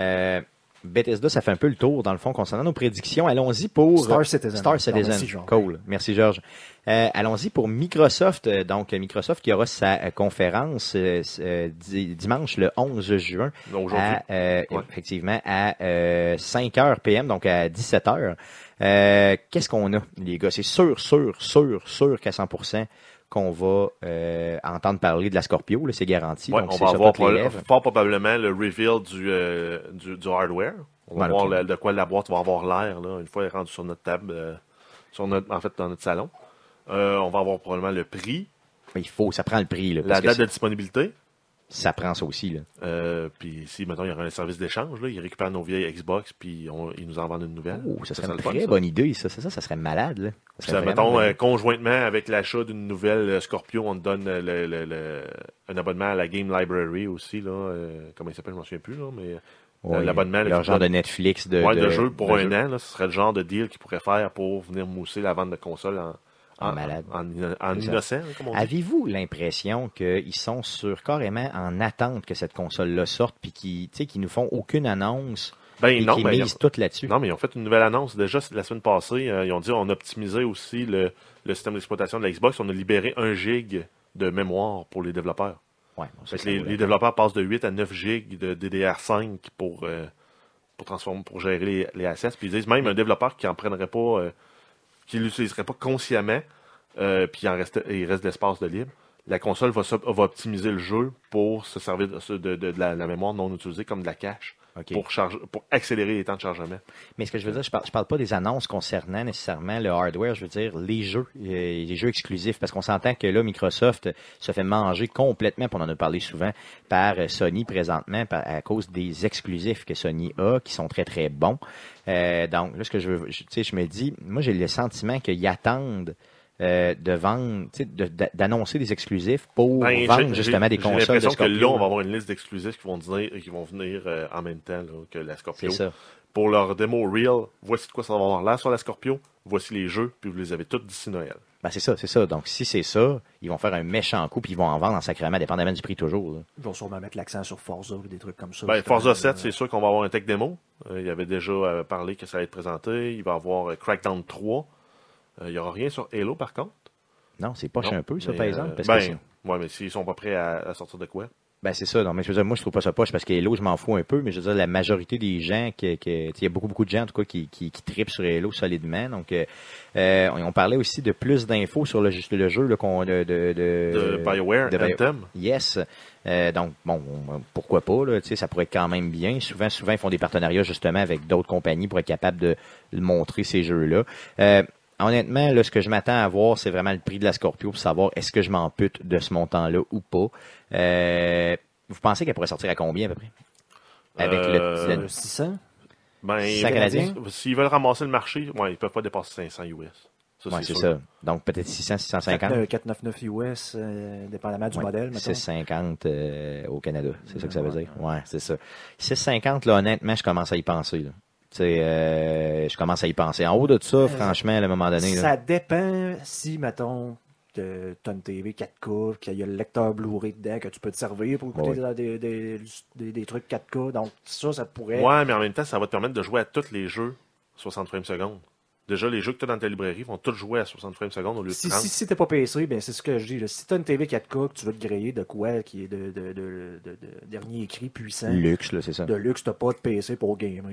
Speaker 1: Euh, Bethesda, ça fait un peu le tour, dans le fond, concernant nos prédictions. Allons-y pour... euh,
Speaker 2: Star Citizen.
Speaker 1: Star
Speaker 2: Non,
Speaker 1: Citizen.
Speaker 2: merci, Georges.
Speaker 1: Cool. Merci, Georges. Euh, Allons-y pour Microsoft. Euh, Donc, euh, Microsoft qui aura sa euh, conférence euh, s- euh, di- dimanche le 11 juin.
Speaker 3: Aujourd'hui.
Speaker 1: à, euh,
Speaker 3: Ouais.
Speaker 1: Effectivement, à euh, 5h PM, donc à 17h. Qu'est-ce qu'on a, les gars? C'est sûr, sûr, sûr, sûr qu'à 100% qu'on va euh, entendre parler de la Scorpio, là, c'est garanti.
Speaker 3: Ouais,
Speaker 1: donc
Speaker 3: on
Speaker 1: c'est
Speaker 3: va
Speaker 1: sur
Speaker 3: avoir
Speaker 1: toutes les
Speaker 3: proba-
Speaker 1: lèvres.
Speaker 3: fort probablement le reveal du, euh, du, du hardware. On va
Speaker 1: Voilà,
Speaker 3: voir
Speaker 1: ok.
Speaker 3: la- de quoi la boîte va avoir l'air là, une fois elle est rendue sur notre table, euh, sur notre, en fait dans notre salon. Euh, on va avoir probablement le prix,
Speaker 1: Il faut, ça prend le prix. Là,
Speaker 3: la
Speaker 1: parce que
Speaker 3: date
Speaker 1: ça-
Speaker 3: de disponibilité.
Speaker 1: Ça prend ça aussi. Là.
Speaker 3: Euh, puis si maintenant il y aura un service d'échange, là, ils récupèrent nos vieilles Xbox puis on- ils nous en vendent une nouvelle.
Speaker 1: Oh, ça serait
Speaker 3: le
Speaker 1: une
Speaker 3: fun,
Speaker 1: très
Speaker 3: Ah, ça.
Speaker 1: bonne idée, ça. C'est ça, ça serait malade. Là. Ça
Speaker 3: Puis
Speaker 1: serait
Speaker 3: ça,
Speaker 1: vraiment
Speaker 3: mettons,
Speaker 1: malade.
Speaker 3: euh, conjointement avec l'achat d'une nouvelle euh, Scorpio, on te donne euh, le- le- le- un abonnement à la Game Library aussi. Là, euh, comment il s'appelle, je ne me souviens plus. Là, mais euh,
Speaker 1: Ouais,
Speaker 3: l'abonnement. là,
Speaker 1: leur
Speaker 3: qui
Speaker 1: genre
Speaker 3: donne-
Speaker 1: de Netflix de,
Speaker 3: Ouais,
Speaker 1: de-
Speaker 3: de, jeu pour
Speaker 1: de
Speaker 3: un
Speaker 1: jeu.
Speaker 3: an, là, ce serait le genre de deal qu'ils pourraient faire pour venir mousser la vente de console en,
Speaker 1: En malade.
Speaker 3: en, inno- en
Speaker 1: C'est ça. Ah,
Speaker 3: innocent, comme on dit.
Speaker 1: Avez-vous l'impression qu'ils sont sur carrément en attente que cette console-là sorte, puis qu'ils tu sais, qu'ils nous font aucune annonce,
Speaker 3: Ben
Speaker 1: et
Speaker 3: non,
Speaker 1: qu'ils
Speaker 3: mais
Speaker 1: misent tout là-dessus?
Speaker 3: non, mais ils ont fait une nouvelle annonce déjà la semaine passée. euh, ils ont dit on a optimisé aussi le, le système d'exploitation de la Xbox. On a libéré 1 gig de mémoire pour les développeurs.
Speaker 1: Ouais, bon, ça,
Speaker 3: Fait que
Speaker 1: ça
Speaker 3: les,
Speaker 1: vaut la
Speaker 3: les
Speaker 1: peine.
Speaker 3: développeurs passent de 8 à 9 gigs de DDR5 pour, euh, pour, transformer, pour gérer les, les assets. Puis ils disent même un développeur qui en prendrait pas, euh, qui l'utiliserait pas consciemment, euh, puis il, en reste, il reste de l'espace de libre, la console va, s'op- va optimiser le jeu pour se servir de, de- de- de la, la mémoire non utilisée comme de la cache.
Speaker 1: Ok.
Speaker 3: Pour, charge, pour accélérer les temps de chargement.
Speaker 1: Mais ce que je veux dire, je parle, je parle pas des annonces concernant nécessairement le hardware, je veux dire les jeux, euh, les jeux exclusifs, parce qu'on s'entend que là, Microsoft se fait manger complètement, puis on en a parlé souvent, par euh, Sony présentement, par- à cause des exclusifs que Sony a, qui sont très très bons. Euh, donc là, ce que je veux, je- tu sais, je me dis, moi j'ai le sentiment qu'ils attendent euh, de vendre, tu sais, de- d'a- d'annoncer des exclusifs pour
Speaker 3: Ben, j'ai-
Speaker 1: vendre
Speaker 3: j'ai-
Speaker 1: justement des
Speaker 3: J'ai
Speaker 1: consoles de
Speaker 3: l'impression que
Speaker 1: Scorpio.
Speaker 3: là, on va avoir une liste d'exclusifs qui vont venir, qui vont venir euh, en même temps là, que la Scorpio.
Speaker 1: C'est ça.
Speaker 3: pour leur démo Real. Voici de quoi ça va avoir l'air sur la Scorpio. Voici les jeux, puis vous les avez tous d'ici Noël.
Speaker 1: Ben, c'est ça, c'est ça. Donc si c'est ça, ils vont faire un méchant coup, puis ils vont en vendre en sacrément, dépendamment du prix toujours. là.
Speaker 2: Ils vont sûrement mettre l'accent sur Forza ou des trucs comme
Speaker 1: Oh,
Speaker 2: ça.
Speaker 3: Ben,
Speaker 2: justement, euh,
Speaker 3: Forza
Speaker 2: là.
Speaker 3: 7,
Speaker 1: euh,
Speaker 3: c'est sûr qu'on va avoir un tech démo. Euh, il y avait déjà euh, parlé que ça allait être présenté. Il va y avoir euh, Crackdown 3. Euh, il n'y aura rien sur Halo, par contre.
Speaker 1: Non, c'est poche
Speaker 3: Non.
Speaker 1: un peu, ça,
Speaker 3: Mais,
Speaker 1: par exemple.
Speaker 3: euh,
Speaker 1: Parce que
Speaker 3: ben,
Speaker 1: c'est-
Speaker 3: ouais, mais s'ils sont pas prêts à, à sortir de quoi.
Speaker 1: Ben c'est ça, non, mais je veux dire, moi je trouve pas ça poche parce que Hello, je m'en fous un peu, mais je veux dire, la majorité des gens qui, qui- tu sais, il y a beaucoup, beaucoup de gens en tout cas qui, qui, qui tripent sur Hello solidement. Donc euh, euh, on on parlait aussi de plus d'infos sur le, le jeu là, qu'on de, de,
Speaker 3: De
Speaker 1: Euh,
Speaker 3: BioWare,
Speaker 1: de Bio-
Speaker 3: Anthem.
Speaker 1: Yes. Euh, donc, bon, pourquoi pas, là, tu sais, ça pourrait être quand même bien. Souvent, souvent, ils font des partenariats justement avec d'autres compagnies pour être capables de montrer ces jeux-là. Euh, honnêtement, là, ce que je m'attends à voir, c'est vraiment le prix de la Scorpio pour savoir est-ce que je m'en pute de ce montant-là ou pas. Euh, vous pensez qu'elle pourrait sortir à combien à peu près? Avec
Speaker 3: Euh,
Speaker 1: le,
Speaker 2: Euh, 600?
Speaker 3: Ben,
Speaker 1: Cent
Speaker 3: ils vont-
Speaker 1: Canadiens?
Speaker 3: S'ils veulent ramasser le marché, ouais, ils peuvent pas dépasser 500 US. Ça,
Speaker 1: Ouais, c'est
Speaker 3: sûr.
Speaker 1: ça. Donc, peut-être 600, 650.
Speaker 2: euh, 499 US, euh, dépendamment du
Speaker 1: Ouais,
Speaker 2: modèle, mettons.
Speaker 1: 650 euh, au Canada, c'est ça que ça veut dire. Ouais, c'est ça. 650, là, honnêtement, je commence à y penser. Là. Tu sais, euh, je commence à y penser. En haut de ça, franchement, à un moment donné, là,
Speaker 2: Euh, Ça dépend si, mettons, t'as t'as une TV 4K, qu'il y a le lecteur Blu-ray dedans que tu peux te servir pour écouter des, des, des- des trucs 4K. Donc, ça, ça pourrait.
Speaker 3: Ouais, mais en même temps, ça va te permettre de jouer à tous les jeux 60 frames secondes. Déjà, les jeux que tu as dans ta librairie vont tous jouer à 60 frames secondes au lieu de
Speaker 2: Si,
Speaker 3: 30.
Speaker 2: si, si t'es pas PC, ben c'est ce que je dis. là. Si t'as une TV 4K, que tu veux te griller de quoi qui est de, de- de- de- de- dernier écrit puissant,
Speaker 1: luxe, là, c'est ça.
Speaker 2: hein. de luxe, t'as pas de PC pour gamer,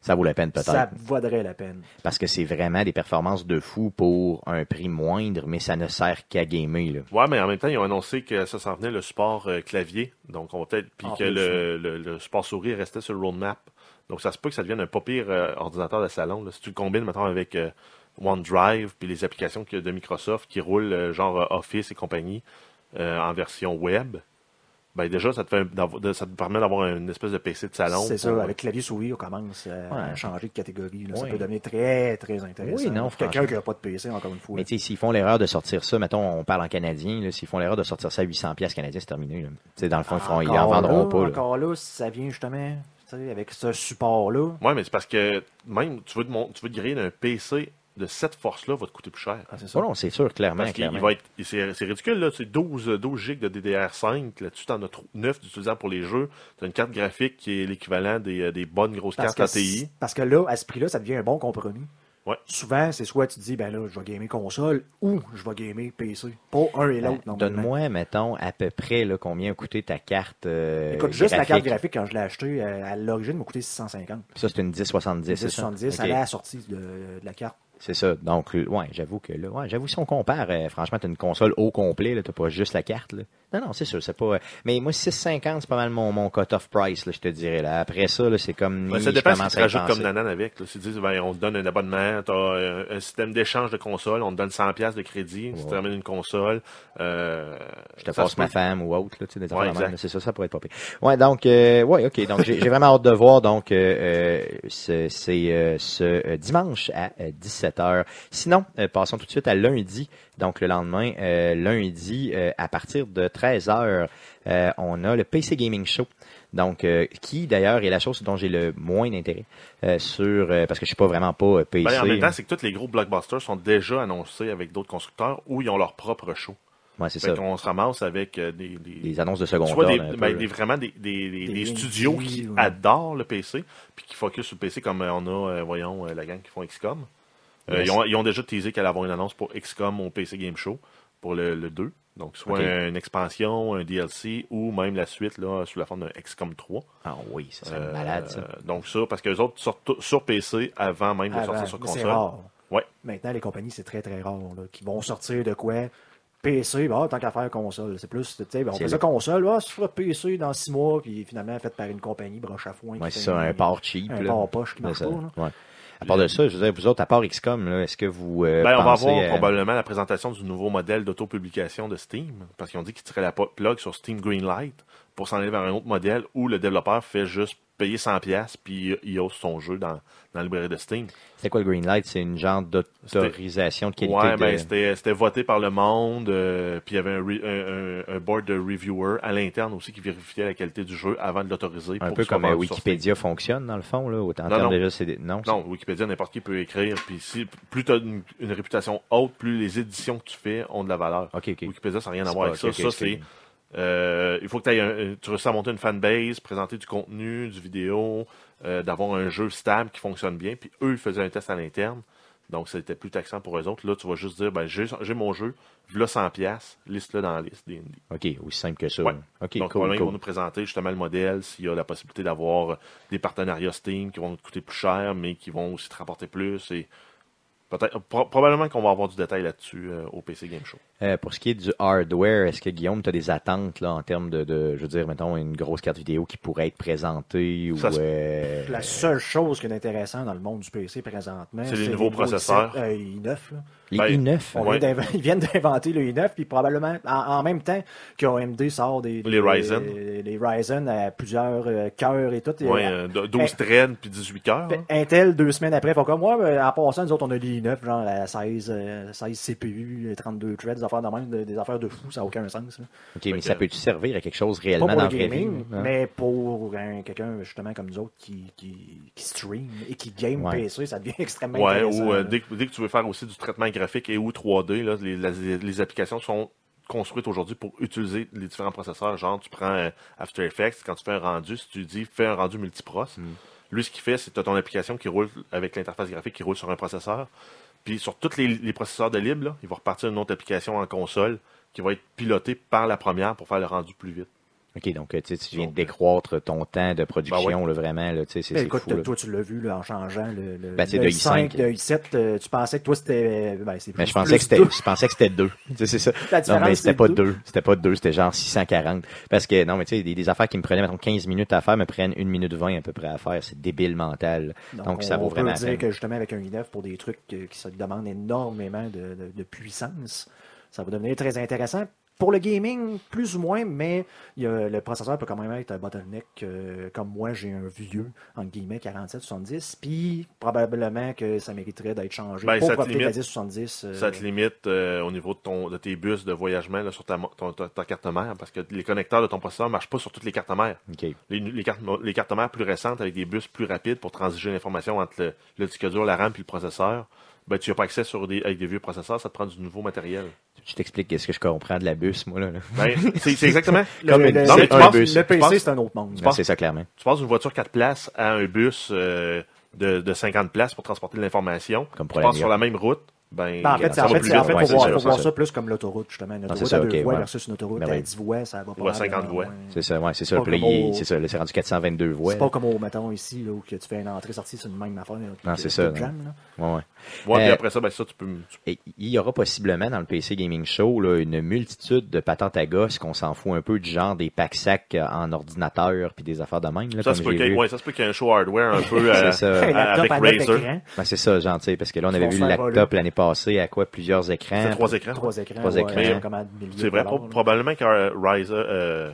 Speaker 1: Ça vaut la peine peut-être.
Speaker 2: ça vaudrait la peine.
Speaker 1: Parce que c'est vraiment des performances de fou pour un prix moindre, mais ça ne sert qu'à gamer. Là.
Speaker 3: Ouais, mais en même temps, ils ont annoncé que ça s'en venait le support euh, clavier. Donc, on va peut-être. Puis
Speaker 2: Ah,
Speaker 3: que
Speaker 2: oui,
Speaker 3: le, le, le support souris restait sur le roadmap. Donc, ça se peut que ça devienne un pas pire euh, ordinateur de salon. là. Si tu le combines, maintenant avec euh, OneDrive puis les applications que- de Microsoft qui roulent, euh, genre euh, Office et compagnie, euh, en version web, ben déjà, ça te, fait un- d'avoir- de- ça te permet d'avoir une espèce de PC de salon.
Speaker 2: C'est
Speaker 3: pour-
Speaker 2: ça, avec clavier souris, on commence à
Speaker 1: Ouais.
Speaker 2: changer de catégorie. là. Ça
Speaker 1: Oui.
Speaker 2: peut devenir très, très intéressant.
Speaker 1: Oui, non,
Speaker 2: Pour Quelqu'un
Speaker 1: franchement.
Speaker 2: qui n'a pas de PC, encore une fois.
Speaker 1: Mais tu sais, s'ils font l'erreur de sortir ça, mettons, on parle en canadien, là, s'ils font l'erreur de sortir ça à 800 pièces canadiens, c'est terminé. là. Tu sais, dans le fond, ils, feront- ils en
Speaker 2: Encore
Speaker 1: vendront
Speaker 2: là,
Speaker 1: pas. là.
Speaker 2: Encore là, ça vient justement tu sais, avec ce support-là.
Speaker 3: Ouais, mais c'est parce que même tu veux, te mon- tu veux te griller d'un PC de cette force-là va te coûter plus cher.
Speaker 2: Ah, c'est ça.
Speaker 1: Oh non, c'est sûr, clairement.
Speaker 3: Parce qu'il
Speaker 1: clairement.
Speaker 3: va être. C'est c'est ridicule, là. Tu sais, 12, euh, 12 gigs de DDR5. Là-dessus, t'en as 9 d'utilisants pour les jeux. T'as une carte graphique qui est l'équivalent des, euh, des bonnes grosses
Speaker 2: Parce
Speaker 3: cartes
Speaker 2: que,
Speaker 3: ATI.
Speaker 2: parce que là, à ce prix-là, ça devient un bon compromis.
Speaker 3: Ouais.
Speaker 2: Souvent, c'est soit tu dis, ben là, je vais gamer console ou je vais gamer PC. Pas un et l'autre,
Speaker 1: Ben,
Speaker 2: normalement.
Speaker 1: Donne-moi, mettons, à peu près là, combien a coûté ta carte. euh,
Speaker 2: Écoute, juste la carte graphique, quand je l'ai achetée, euh, à l'origine, m'a coûté 650.
Speaker 1: Ça, c'est une 1070. c'est ça? Ok,
Speaker 2: 670, à la sortie de, de la carte.
Speaker 1: C'est ça. Donc, euh, ouais, j'avoue que là, ouais, j'avoue, si on compare, euh, franchement, t'as une console au complet, là, t'as pas juste la carte, là. Non, non, c'est sûr, c'est pas. euh, mais moi, 650, c'est pas mal mon, mon cut-off price, là, je te dirais, là. Après ça, là, c'est comme.
Speaker 3: Ben,
Speaker 1: ni-
Speaker 3: ça
Speaker 1: je
Speaker 3: dépend si
Speaker 1: commence
Speaker 3: tu
Speaker 1: à y
Speaker 3: rajoutes comme
Speaker 1: penser.
Speaker 3: Nanan avec. Là. Si tu dis, ben, on te donne un abonnement, t'as euh, un système d'échange de consoles, on te donne 100$ de crédit si tu ramènes une console. euh,
Speaker 1: je te
Speaker 3: ça
Speaker 1: passe
Speaker 3: se peut-
Speaker 1: ma femme ou autre, là, tu sais, des affaires
Speaker 3: Ouais,
Speaker 1: de même,
Speaker 3: exact.
Speaker 1: là, c'est ça, ça pourrait être pas pire. Ouais, donc, euh, ouais, ok, donc j'ai j'ai vraiment hâte de voir, donc, euh, euh, ce- c'est euh, ce euh, dimanche à 17h. Sinon, euh, passons tout de suite à lundi, donc le lendemain, euh, lundi, euh, à partir de 13h, euh, on a le PC Gaming Show. Donc, euh, qui d'ailleurs est la chose dont j'ai le moins d'intérêt euh, sur euh, parce que je suis pas vraiment pas euh, PC.
Speaker 3: Ben, en même temps, c'est que tous les gros blockbusters sont déjà annoncés avec d'autres constructeurs ou ils ont leur propre show.
Speaker 1: Ouais, c'est ça.
Speaker 3: Fait qu'on se ramasse avec euh, des- des,
Speaker 1: Les annonces de second
Speaker 3: soit des,
Speaker 1: ordre, un peu,
Speaker 3: ben,
Speaker 1: là.
Speaker 3: des- vraiment des, des, des-
Speaker 2: Des
Speaker 3: des
Speaker 2: games
Speaker 3: studios
Speaker 2: free,
Speaker 3: qui
Speaker 2: ouais.
Speaker 3: adorent le PC, puis qui focus sur le PC, comme euh, on a, euh, voyons, euh, la gang qui font XCOM. Euh,
Speaker 1: Yes.
Speaker 3: ils, ont, ils ont déjà teasé qu'elle allait avoir une annonce pour XCOM au PC Game Show pour le, le 2. Donc, soit
Speaker 1: Ok.
Speaker 3: une expansion, un DLC, ou même la suite là, sous la forme d'un XCOM 3.
Speaker 1: Ah oui, ça serait
Speaker 3: Euh,
Speaker 1: malade ça.
Speaker 3: donc, ça, parce que les autres sortent tout sur PC avant même de
Speaker 2: Avant,
Speaker 3: sortir sur
Speaker 2: mais c'est
Speaker 3: console.
Speaker 2: rare.
Speaker 3: Ouais.
Speaker 2: Maintenant, les compagnies, c'est très, très rare, là, qui vont sortir de quoi PC, bah, tant qu'à faire console. C'est plus, tu sais, ben, on
Speaker 1: C'est
Speaker 2: fait
Speaker 1: le-
Speaker 2: ça console, ah, ça fera PC dans six mois, puis finalement, fait par une compagnie broche à foin.
Speaker 1: Ouais,
Speaker 2: qui
Speaker 1: c'est
Speaker 2: fait
Speaker 1: ça,
Speaker 2: une-
Speaker 1: un port cheap.
Speaker 2: un
Speaker 1: là.
Speaker 2: port poche qui
Speaker 1: Ouais,
Speaker 2: marche
Speaker 1: ça,
Speaker 2: pas, là.
Speaker 1: ouais. À part de ça, je veux dire, vous autres, à part XCOM, là, est-ce que vous euh,
Speaker 3: Ben, on va
Speaker 1: pensez
Speaker 3: avoir
Speaker 1: à-
Speaker 3: probablement la présentation du nouveau modèle d'autopublication de Steam, parce qu'ils ont dit qu'ils tiraient la po- plug sur Steam Greenlight pour s'en aller vers un autre modèle où le développeur fait juste payer 100$ puis il hausse son jeu dans, dans la librairie de Steam.
Speaker 1: C'est quoi le green light? C'est une genre d'autorisation de qualité
Speaker 3: ouais,
Speaker 1: de...
Speaker 3: ben, c'était c'était voté par le monde, euh, puis il y avait un, re- un- un- un board de reviewers à l'interne aussi qui vérifiait la qualité du jeu avant de l'autoriser.
Speaker 1: un
Speaker 3: pour
Speaker 1: peu
Speaker 3: qu'il soit
Speaker 1: comme euh,
Speaker 3: vendu sur Steam.
Speaker 1: Wikipédia fonctionne, dans le fond, là, autant en
Speaker 3: Non,
Speaker 1: termes
Speaker 3: non.
Speaker 1: déjà, c'est des- Non,
Speaker 3: Non, Wikipédia, n'importe qui peut écrire. Puis si, plus tu as une, une réputation haute, plus les éditions que tu fais ont de la valeur.
Speaker 1: Ok, Ah, ok.
Speaker 3: Wikipédia, ça n'a rien à
Speaker 1: C'est
Speaker 3: voir
Speaker 1: pas-
Speaker 3: avec ça.
Speaker 1: ok, ok,
Speaker 3: ça, c'est.
Speaker 1: excuse-moi.
Speaker 3: euh, il faut que t'ailles un- tu réussisses à monter une fanbase, présenter du contenu, du vidéo, euh, d'avoir un jeu stable qui fonctionne bien. Puis eux, ils faisaient un test à l'interne. Donc, c'était plus taxant pour eux autres. Là, tu vas juste dire, ben, j'ai j'ai mon jeu, voilà 100 pièces, liste-le dans la liste des indie.
Speaker 1: OK, aussi simple que ça.
Speaker 3: Ouais.
Speaker 1: OK,
Speaker 3: Donc,
Speaker 1: cool,
Speaker 3: là, ils vont
Speaker 1: cool.
Speaker 3: nous présenter justement le modèle, s'il y a la possibilité d'avoir des partenariats Steam qui vont te coûter plus cher, mais qui vont aussi te rapporter plus. Et peut-être, pro- probablement qu'on va avoir du détail là-dessus euh, au PC Game Show.
Speaker 1: Euh, pour ce qui est du hardware, est-ce que Guillaume, tu as des attentes là, en termes de, de, je veux dire, mettons, une grosse carte vidéo qui pourrait être présentée ou.
Speaker 3: Ça se-
Speaker 1: euh,
Speaker 2: La seule chose qui est intéressante dans le monde du PC présentement,
Speaker 3: C'est les nouveaux
Speaker 2: nouveaux
Speaker 3: processeurs.
Speaker 2: i7, euh, i9. là.
Speaker 1: les
Speaker 3: ben,
Speaker 1: i9.
Speaker 2: On
Speaker 3: Ouais.
Speaker 2: vient d'inv- ils viennent d'inventer le i9, puis probablement en, en même temps qu'AMD sort des,
Speaker 3: Les Ryzen.
Speaker 2: les, les Ryzen à plusieurs euh, cœurs et tout. et-
Speaker 3: Ouais, euh, do- 12 traînes puis 18 heures.
Speaker 2: Fait,
Speaker 3: hein.
Speaker 2: Intel, deux semaines après, font comme, ouais, mais en passant, nous autres, on a les i9, genre à 16, euh, 16 CPU, euh, 32 threads, des affaires de même, de- des affaires de fou, ça n'a aucun sens. là.
Speaker 1: OK, mais ça peut-tu servir à quelque chose réellement
Speaker 2: Pas pour
Speaker 1: dans
Speaker 2: le
Speaker 1: la vraie vie?
Speaker 2: gaming,
Speaker 1: hein?
Speaker 2: mais pour hein, quelqu'un, justement, comme nous autres, qui, qui, qui stream et qui game
Speaker 1: Ouais.
Speaker 2: PC, ça devient extrêmement
Speaker 3: Ouais,
Speaker 2: intéressant.
Speaker 3: ou euh,
Speaker 2: là.
Speaker 3: dès, que, dès que tu veux faire aussi du traitement graphique et ou 3D, là, les, la- les applications sont construites aujourd'hui pour utiliser les différents processeurs. Genre, tu prends euh, After Effects, quand tu fais un rendu, si tu dis fais un rendu multipros, lui, ce qu'il fait, c'est que tu as ton application qui roule avec l'interface graphique qui roule sur un processeur. Puis sur tous les, les processeurs de libre, là, il va repartir une autre application en console qui va être pilotée par la première pour faire le rendu plus vite.
Speaker 1: OK, donc euh, tu sais, tu viens de
Speaker 3: Donc,
Speaker 1: décroître ton temps de production, là, vraiment, là, tu sais, c'est
Speaker 2: Ben,
Speaker 1: c'est
Speaker 2: écoute,
Speaker 1: fou. là.
Speaker 2: toi, tu l'as vu là, en changeant le, le,
Speaker 1: Ben, c'est
Speaker 2: le
Speaker 1: de
Speaker 2: i5,
Speaker 1: i5.
Speaker 2: de i7. euh, tu pensais que toi, c'était. Ben, c'est
Speaker 1: Mais
Speaker 2: plus-
Speaker 1: je pensais
Speaker 2: plus
Speaker 1: que c'était,
Speaker 2: deux.
Speaker 1: je pensais que c'était deux. Tu sais, c'est ça.
Speaker 2: La
Speaker 1: Non,
Speaker 2: différence,
Speaker 1: mais
Speaker 2: c'est
Speaker 1: c'était pas
Speaker 2: deux.
Speaker 1: deux. C'était pas deux. C'était genre 640. Parce que, non, mais tu sais, des, des affaires qui me prenaient, mettons, 15 minutes à faire me prennent 1 minute 20 à peu près à faire. C'est débile mental. Donc, ça
Speaker 2: on
Speaker 1: vaut
Speaker 2: peut
Speaker 1: vraiment la
Speaker 2: dire
Speaker 1: peine.
Speaker 2: que justement, avec un i9, pour des trucs que- qui se demandent énormément de, de- de puissance, ça va devenir très intéressant. Pour le gaming, plus ou moins, mais il y a- le processeur peut quand même être un bottleneck. euh, comme moi, j'ai un vieux, entre guillemets, 4770, puis probablement que ça mériterait d'être changé
Speaker 3: Ben,
Speaker 2: pour
Speaker 3: ça te
Speaker 2: profiter de la
Speaker 3: limite.
Speaker 2: 1070. euh,
Speaker 3: Ça te limite euh, au niveau de, ton, de tes bus de voyagement là, sur ta, mo- ton- ta- ta carte mère parce que les connecteurs de ton processeur ne marchent pas sur toutes les cartes mères.
Speaker 1: OK.
Speaker 3: les, les cartes, les cartes mères plus récentes avec des bus plus rapides pour transiger l'information entre le, le disque dur, la RAM et le processeur, ben, tu n'as pas accès sur des, avec des vieux processeurs, ça te prend du nouveau matériel.
Speaker 1: Je t'explique ce que je comprends de la bus, moi, là. là.
Speaker 3: Ben, c'est c'est exactement.
Speaker 2: le-
Speaker 1: comme
Speaker 2: le-
Speaker 1: une-
Speaker 2: le-
Speaker 1: Non, mais tu
Speaker 2: le-
Speaker 1: penses-
Speaker 2: le
Speaker 1: tu
Speaker 2: PC,
Speaker 3: penses-
Speaker 2: c'est un autre monde.
Speaker 1: Non,
Speaker 3: penses-
Speaker 1: c'est ça, clairement.
Speaker 3: Tu passes d'une voiture 4 places à un bus euh, de, de 50 places pour transporter de l'information.
Speaker 1: Comme
Speaker 3: Tu
Speaker 1: problème,
Speaker 3: passes sur la même route. Ben,
Speaker 2: Ben, en fait,
Speaker 1: ça
Speaker 2: en
Speaker 1: va
Speaker 2: fait,
Speaker 1: plus
Speaker 2: c'est- en
Speaker 1: vite.
Speaker 2: fait,
Speaker 1: Ouais,
Speaker 2: faut
Speaker 1: c'est
Speaker 2: voir,
Speaker 1: ça,
Speaker 2: faut
Speaker 1: c'est
Speaker 2: voir
Speaker 1: ça.
Speaker 2: ça plus comme l'autoroute, justement. Une autoroute
Speaker 1: c'est ça,
Speaker 2: à deux
Speaker 1: ok,
Speaker 2: voies
Speaker 1: ouais.
Speaker 2: versus une autoroute
Speaker 1: Ben
Speaker 2: à
Speaker 1: oui.
Speaker 2: 10 voies, ça va euh, pas
Speaker 3: Ou à 50 voies.
Speaker 1: C'est ça, ouais, c'est ça.
Speaker 2: Pas
Speaker 1: Puis là,
Speaker 2: comme
Speaker 1: il-
Speaker 2: au-
Speaker 1: c'est ça. là, c'est rendu 422 voix.
Speaker 2: C'est pas comme au, mettons, ici, là, où que tu fais une entrée-sortie, c'est une même affaire. là, que-
Speaker 1: c'est ça,
Speaker 2: que jam, là.
Speaker 1: Ouais, ouais.
Speaker 3: Ouais, puis
Speaker 1: Euh,
Speaker 3: après ça, ben, ça, tu peux. tu-
Speaker 1: Et il y aura possiblement dans le PC Gaming Show là, une multitude de patentes à gosses qu'on s'en fout un peu du genre des packs sacs euh, en ordinateur puis des affaires de même. Là,
Speaker 3: ça,
Speaker 1: comme
Speaker 3: se peut
Speaker 1: j'ai
Speaker 3: qu'il y ait-
Speaker 1: vu.
Speaker 3: ouais, ça se peut qu'il y ait un show hardware un peu euh,
Speaker 1: C'est ça.
Speaker 3: euh,
Speaker 2: Un laptop
Speaker 3: avec
Speaker 2: à neuf
Speaker 3: Razer.
Speaker 2: écrans,
Speaker 1: Ben, c'est ça, genre, tu sais, parce que là, on
Speaker 2: Ils
Speaker 1: avait
Speaker 2: vont
Speaker 1: vu
Speaker 2: se
Speaker 1: le
Speaker 2: faire
Speaker 1: laptop l'année passée à quoi plusieurs écrans.
Speaker 3: C'est trois écrans.
Speaker 2: trois écrans.
Speaker 1: Trois
Speaker 2: ouais,
Speaker 1: écrans.
Speaker 2: euh, comme à 1000
Speaker 3: C'est vrai,
Speaker 2: dollars,
Speaker 3: pro-
Speaker 2: là.
Speaker 3: probablement que euh, Razer, euh,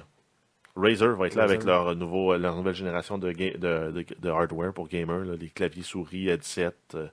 Speaker 3: Razer va être là
Speaker 2: Razer.
Speaker 3: avec leur, nouveau, euh, leur nouvelle génération de, ga- de, de- de hardware pour gamers, là, les claviers souris headset, euh,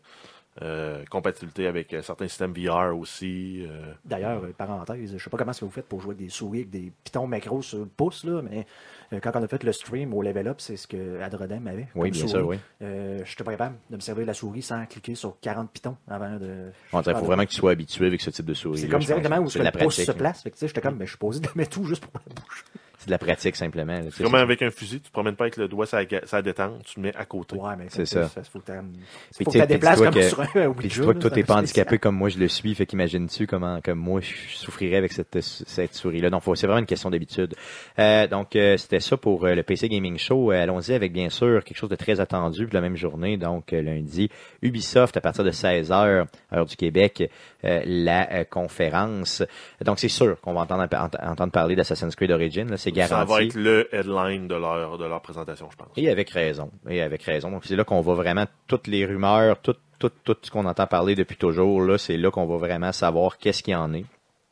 Speaker 3: euh, compatibilité avec euh, certains systèmes VR aussi. euh.
Speaker 2: D'ailleurs, euh, parenthèse, je sais pas comment est-ce que vous faites pour jouer avec des souris, avec des pitons macro sur le pouce, là, mais euh, quand on a fait le stream au level up, c'est ce que Adrodem avait.
Speaker 1: Oui,
Speaker 2: comme
Speaker 1: bien
Speaker 2: souris.
Speaker 1: sûr, oui.
Speaker 2: Euh, je suis pas capable de me servir de la souris sans cliquer sur 40 pitons avant de.
Speaker 1: On dirait, faut vraiment que tu sois habitué avec ce type de souris.
Speaker 2: Ah, C'est comme directement où
Speaker 1: c'est
Speaker 2: ce
Speaker 1: de
Speaker 2: que
Speaker 1: la
Speaker 2: le pouce
Speaker 1: pratique.
Speaker 2: se
Speaker 1: là.
Speaker 2: place. Fait que, tu sais, j'étais comme, mais je suis posé de mettre tout juste pour la bouche.
Speaker 1: C'est de la pratique simplement. là, tu sais,
Speaker 3: C'est comme avec un fusil, tu te promènes pas avec le doigt, ça, ga- ça détend, tu le mets à côté.
Speaker 2: Ouais, mais
Speaker 1: C'est
Speaker 2: ça.
Speaker 1: ça.
Speaker 2: Faut que tu
Speaker 1: Puis
Speaker 2: faut
Speaker 1: tu
Speaker 2: que
Speaker 1: sais,
Speaker 2: la
Speaker 1: puis
Speaker 2: déplaces
Speaker 1: dis-toi
Speaker 2: comme
Speaker 1: que-
Speaker 2: sur un
Speaker 1: Puis
Speaker 2: Ouija.
Speaker 1: dis-toi que
Speaker 2: là,
Speaker 1: toi,
Speaker 2: ça
Speaker 1: t'es
Speaker 2: fait
Speaker 1: pas
Speaker 2: spécial.
Speaker 1: handicapé comme moi je le suis. Fait qu'imagines-tu comment, comme moi, je souffrirais avec cette, cette souris-là. Donc, faut- c'est vraiment une question d'habitude. Euh, donc, euh, c'était ça pour euh, le PC Gaming Show. Euh, Allons-y avec, bien sûr, quelque chose de très attendu puis la même journée. Donc, euh, lundi, Ubisoft, à partir de 16h, heure du Québec, euh, la euh, conférence. Donc, c'est sûr qu'on va entendre, ent- entendre parler d'Assassin's Creed Origin. là, C'est garanti.
Speaker 3: Ça va être le headline de leur, de leur présentation, je pense.
Speaker 1: Et avec raison. Et avec raison. Donc, c'est là qu'on va vraiment toutes les rumeurs, tout, tout, tout ce qu'on entend parler depuis toujours, là, c'est là qu'on va vraiment savoir qu'est-ce qu'il y en est.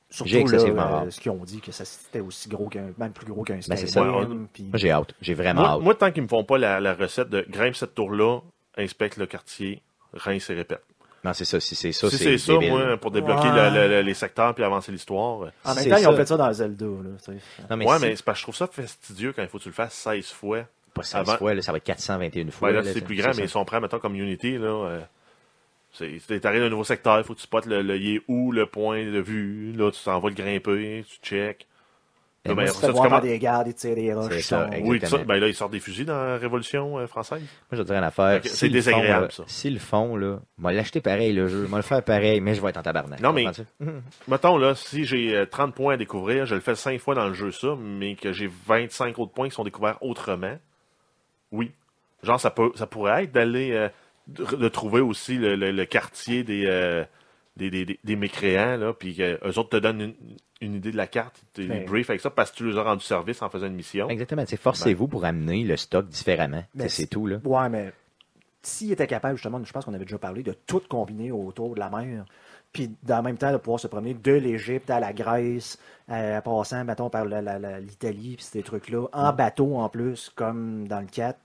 Speaker 2: Surtout,
Speaker 1: J'ai excessivement
Speaker 2: là, euh,
Speaker 1: hâte.
Speaker 2: ce qu'ils ont dit, que ça c'était aussi gros qu'un, même plus gros qu'un
Speaker 1: Ben, c'est
Speaker 2: Skyrim,
Speaker 3: ça.
Speaker 2: puis-
Speaker 1: Moi, j'ai hâte. J'ai vraiment
Speaker 3: Moi,
Speaker 1: hâte.
Speaker 3: moi, tant qu'ils me font pas la, la recette de grimpe cette tour-là, inspecte le quartier, rince et répète.
Speaker 1: non, c'est ça. Si c'est ça,
Speaker 3: si
Speaker 1: c'est
Speaker 3: c'est ça,
Speaker 1: débile.
Speaker 3: moi, pour débloquer
Speaker 2: Ouais.
Speaker 3: le- le- le- les secteurs puis avancer l'histoire.
Speaker 2: En même
Speaker 1: C'est
Speaker 2: temps, ils ont
Speaker 1: ça.
Speaker 2: fait ça dans Zelda. Là, tu sais.
Speaker 1: Non, mais
Speaker 3: ouais,
Speaker 1: si-
Speaker 3: mais c'est parce que je trouve ça fastidieux quand il faut que tu le fasses 16 fois.
Speaker 1: pas 16
Speaker 3: avant-
Speaker 1: fois, là, ça va être 421
Speaker 3: Ben
Speaker 1: fois.
Speaker 3: là,
Speaker 1: là,
Speaker 3: c'est plus grand, mais
Speaker 1: ça.
Speaker 3: ils sont prêts, mettons, comme Unity, là. euh, c'est- c'est- T'arrives dans un nouveau secteur, il faut que tu spottes le, le, il est où le point de vue, là, tu t'en vas le grimper, tu check. Là, ben,
Speaker 2: Moi,
Speaker 3: après
Speaker 2: tu
Speaker 3: ça,
Speaker 2: fais
Speaker 3: tu
Speaker 2: voir par
Speaker 3: commences-
Speaker 2: des gardes et tirer des roches.
Speaker 1: ça,
Speaker 2: ils sont-
Speaker 1: exact.
Speaker 3: Oui, tout ça,
Speaker 1: Exactement.
Speaker 3: ben là, ils sortent des fusils dans la Révolution euh, française.
Speaker 1: Moi, je dirais une affaire.
Speaker 3: Ok, c'est
Speaker 1: s'ils le font,
Speaker 3: désagréable,
Speaker 1: là,
Speaker 3: ça.
Speaker 1: S'ils le font, là, moi, l'acheter pareil, le jeu. Moi, le faire pareil, mais je vais être en tabarnak.
Speaker 3: Non, mais-
Speaker 1: Comprends-tu?
Speaker 3: Mettons, là, si j'ai euh, 30 points à découvrir, je le fais 5 fois dans le jeu, ça, mais que j'ai 25 autres points qui sont découverts autrement, oui. Genre, ça, peut, ça pourrait être d'aller, euh, de, de trouver aussi le, le- le quartier des, euh, des, des, des- des mécréants, là, puis que eux autres te donnent une, une idée de la carte, ils te
Speaker 2: Ben.
Speaker 3: briefent avec ça parce que tu leur as rendu service en faisant une mission.
Speaker 1: Exactement. tu sais, Forcez-vous pour amener le stock différemment.
Speaker 2: Mais
Speaker 1: Tu sais, C'est
Speaker 2: Ben, c'est-
Speaker 1: tout, là.
Speaker 2: Ouais, mais s'il était capable, justement, je pense qu'on avait déjà parlé, de tout combiner autour de la mer, puis dans le même temps de pouvoir se promener de l'Égypte à la Grèce, euh, en passant, mettons, par la- la- la- l'Italie, puis ces trucs-là, en bateau en plus, comme dans le 4.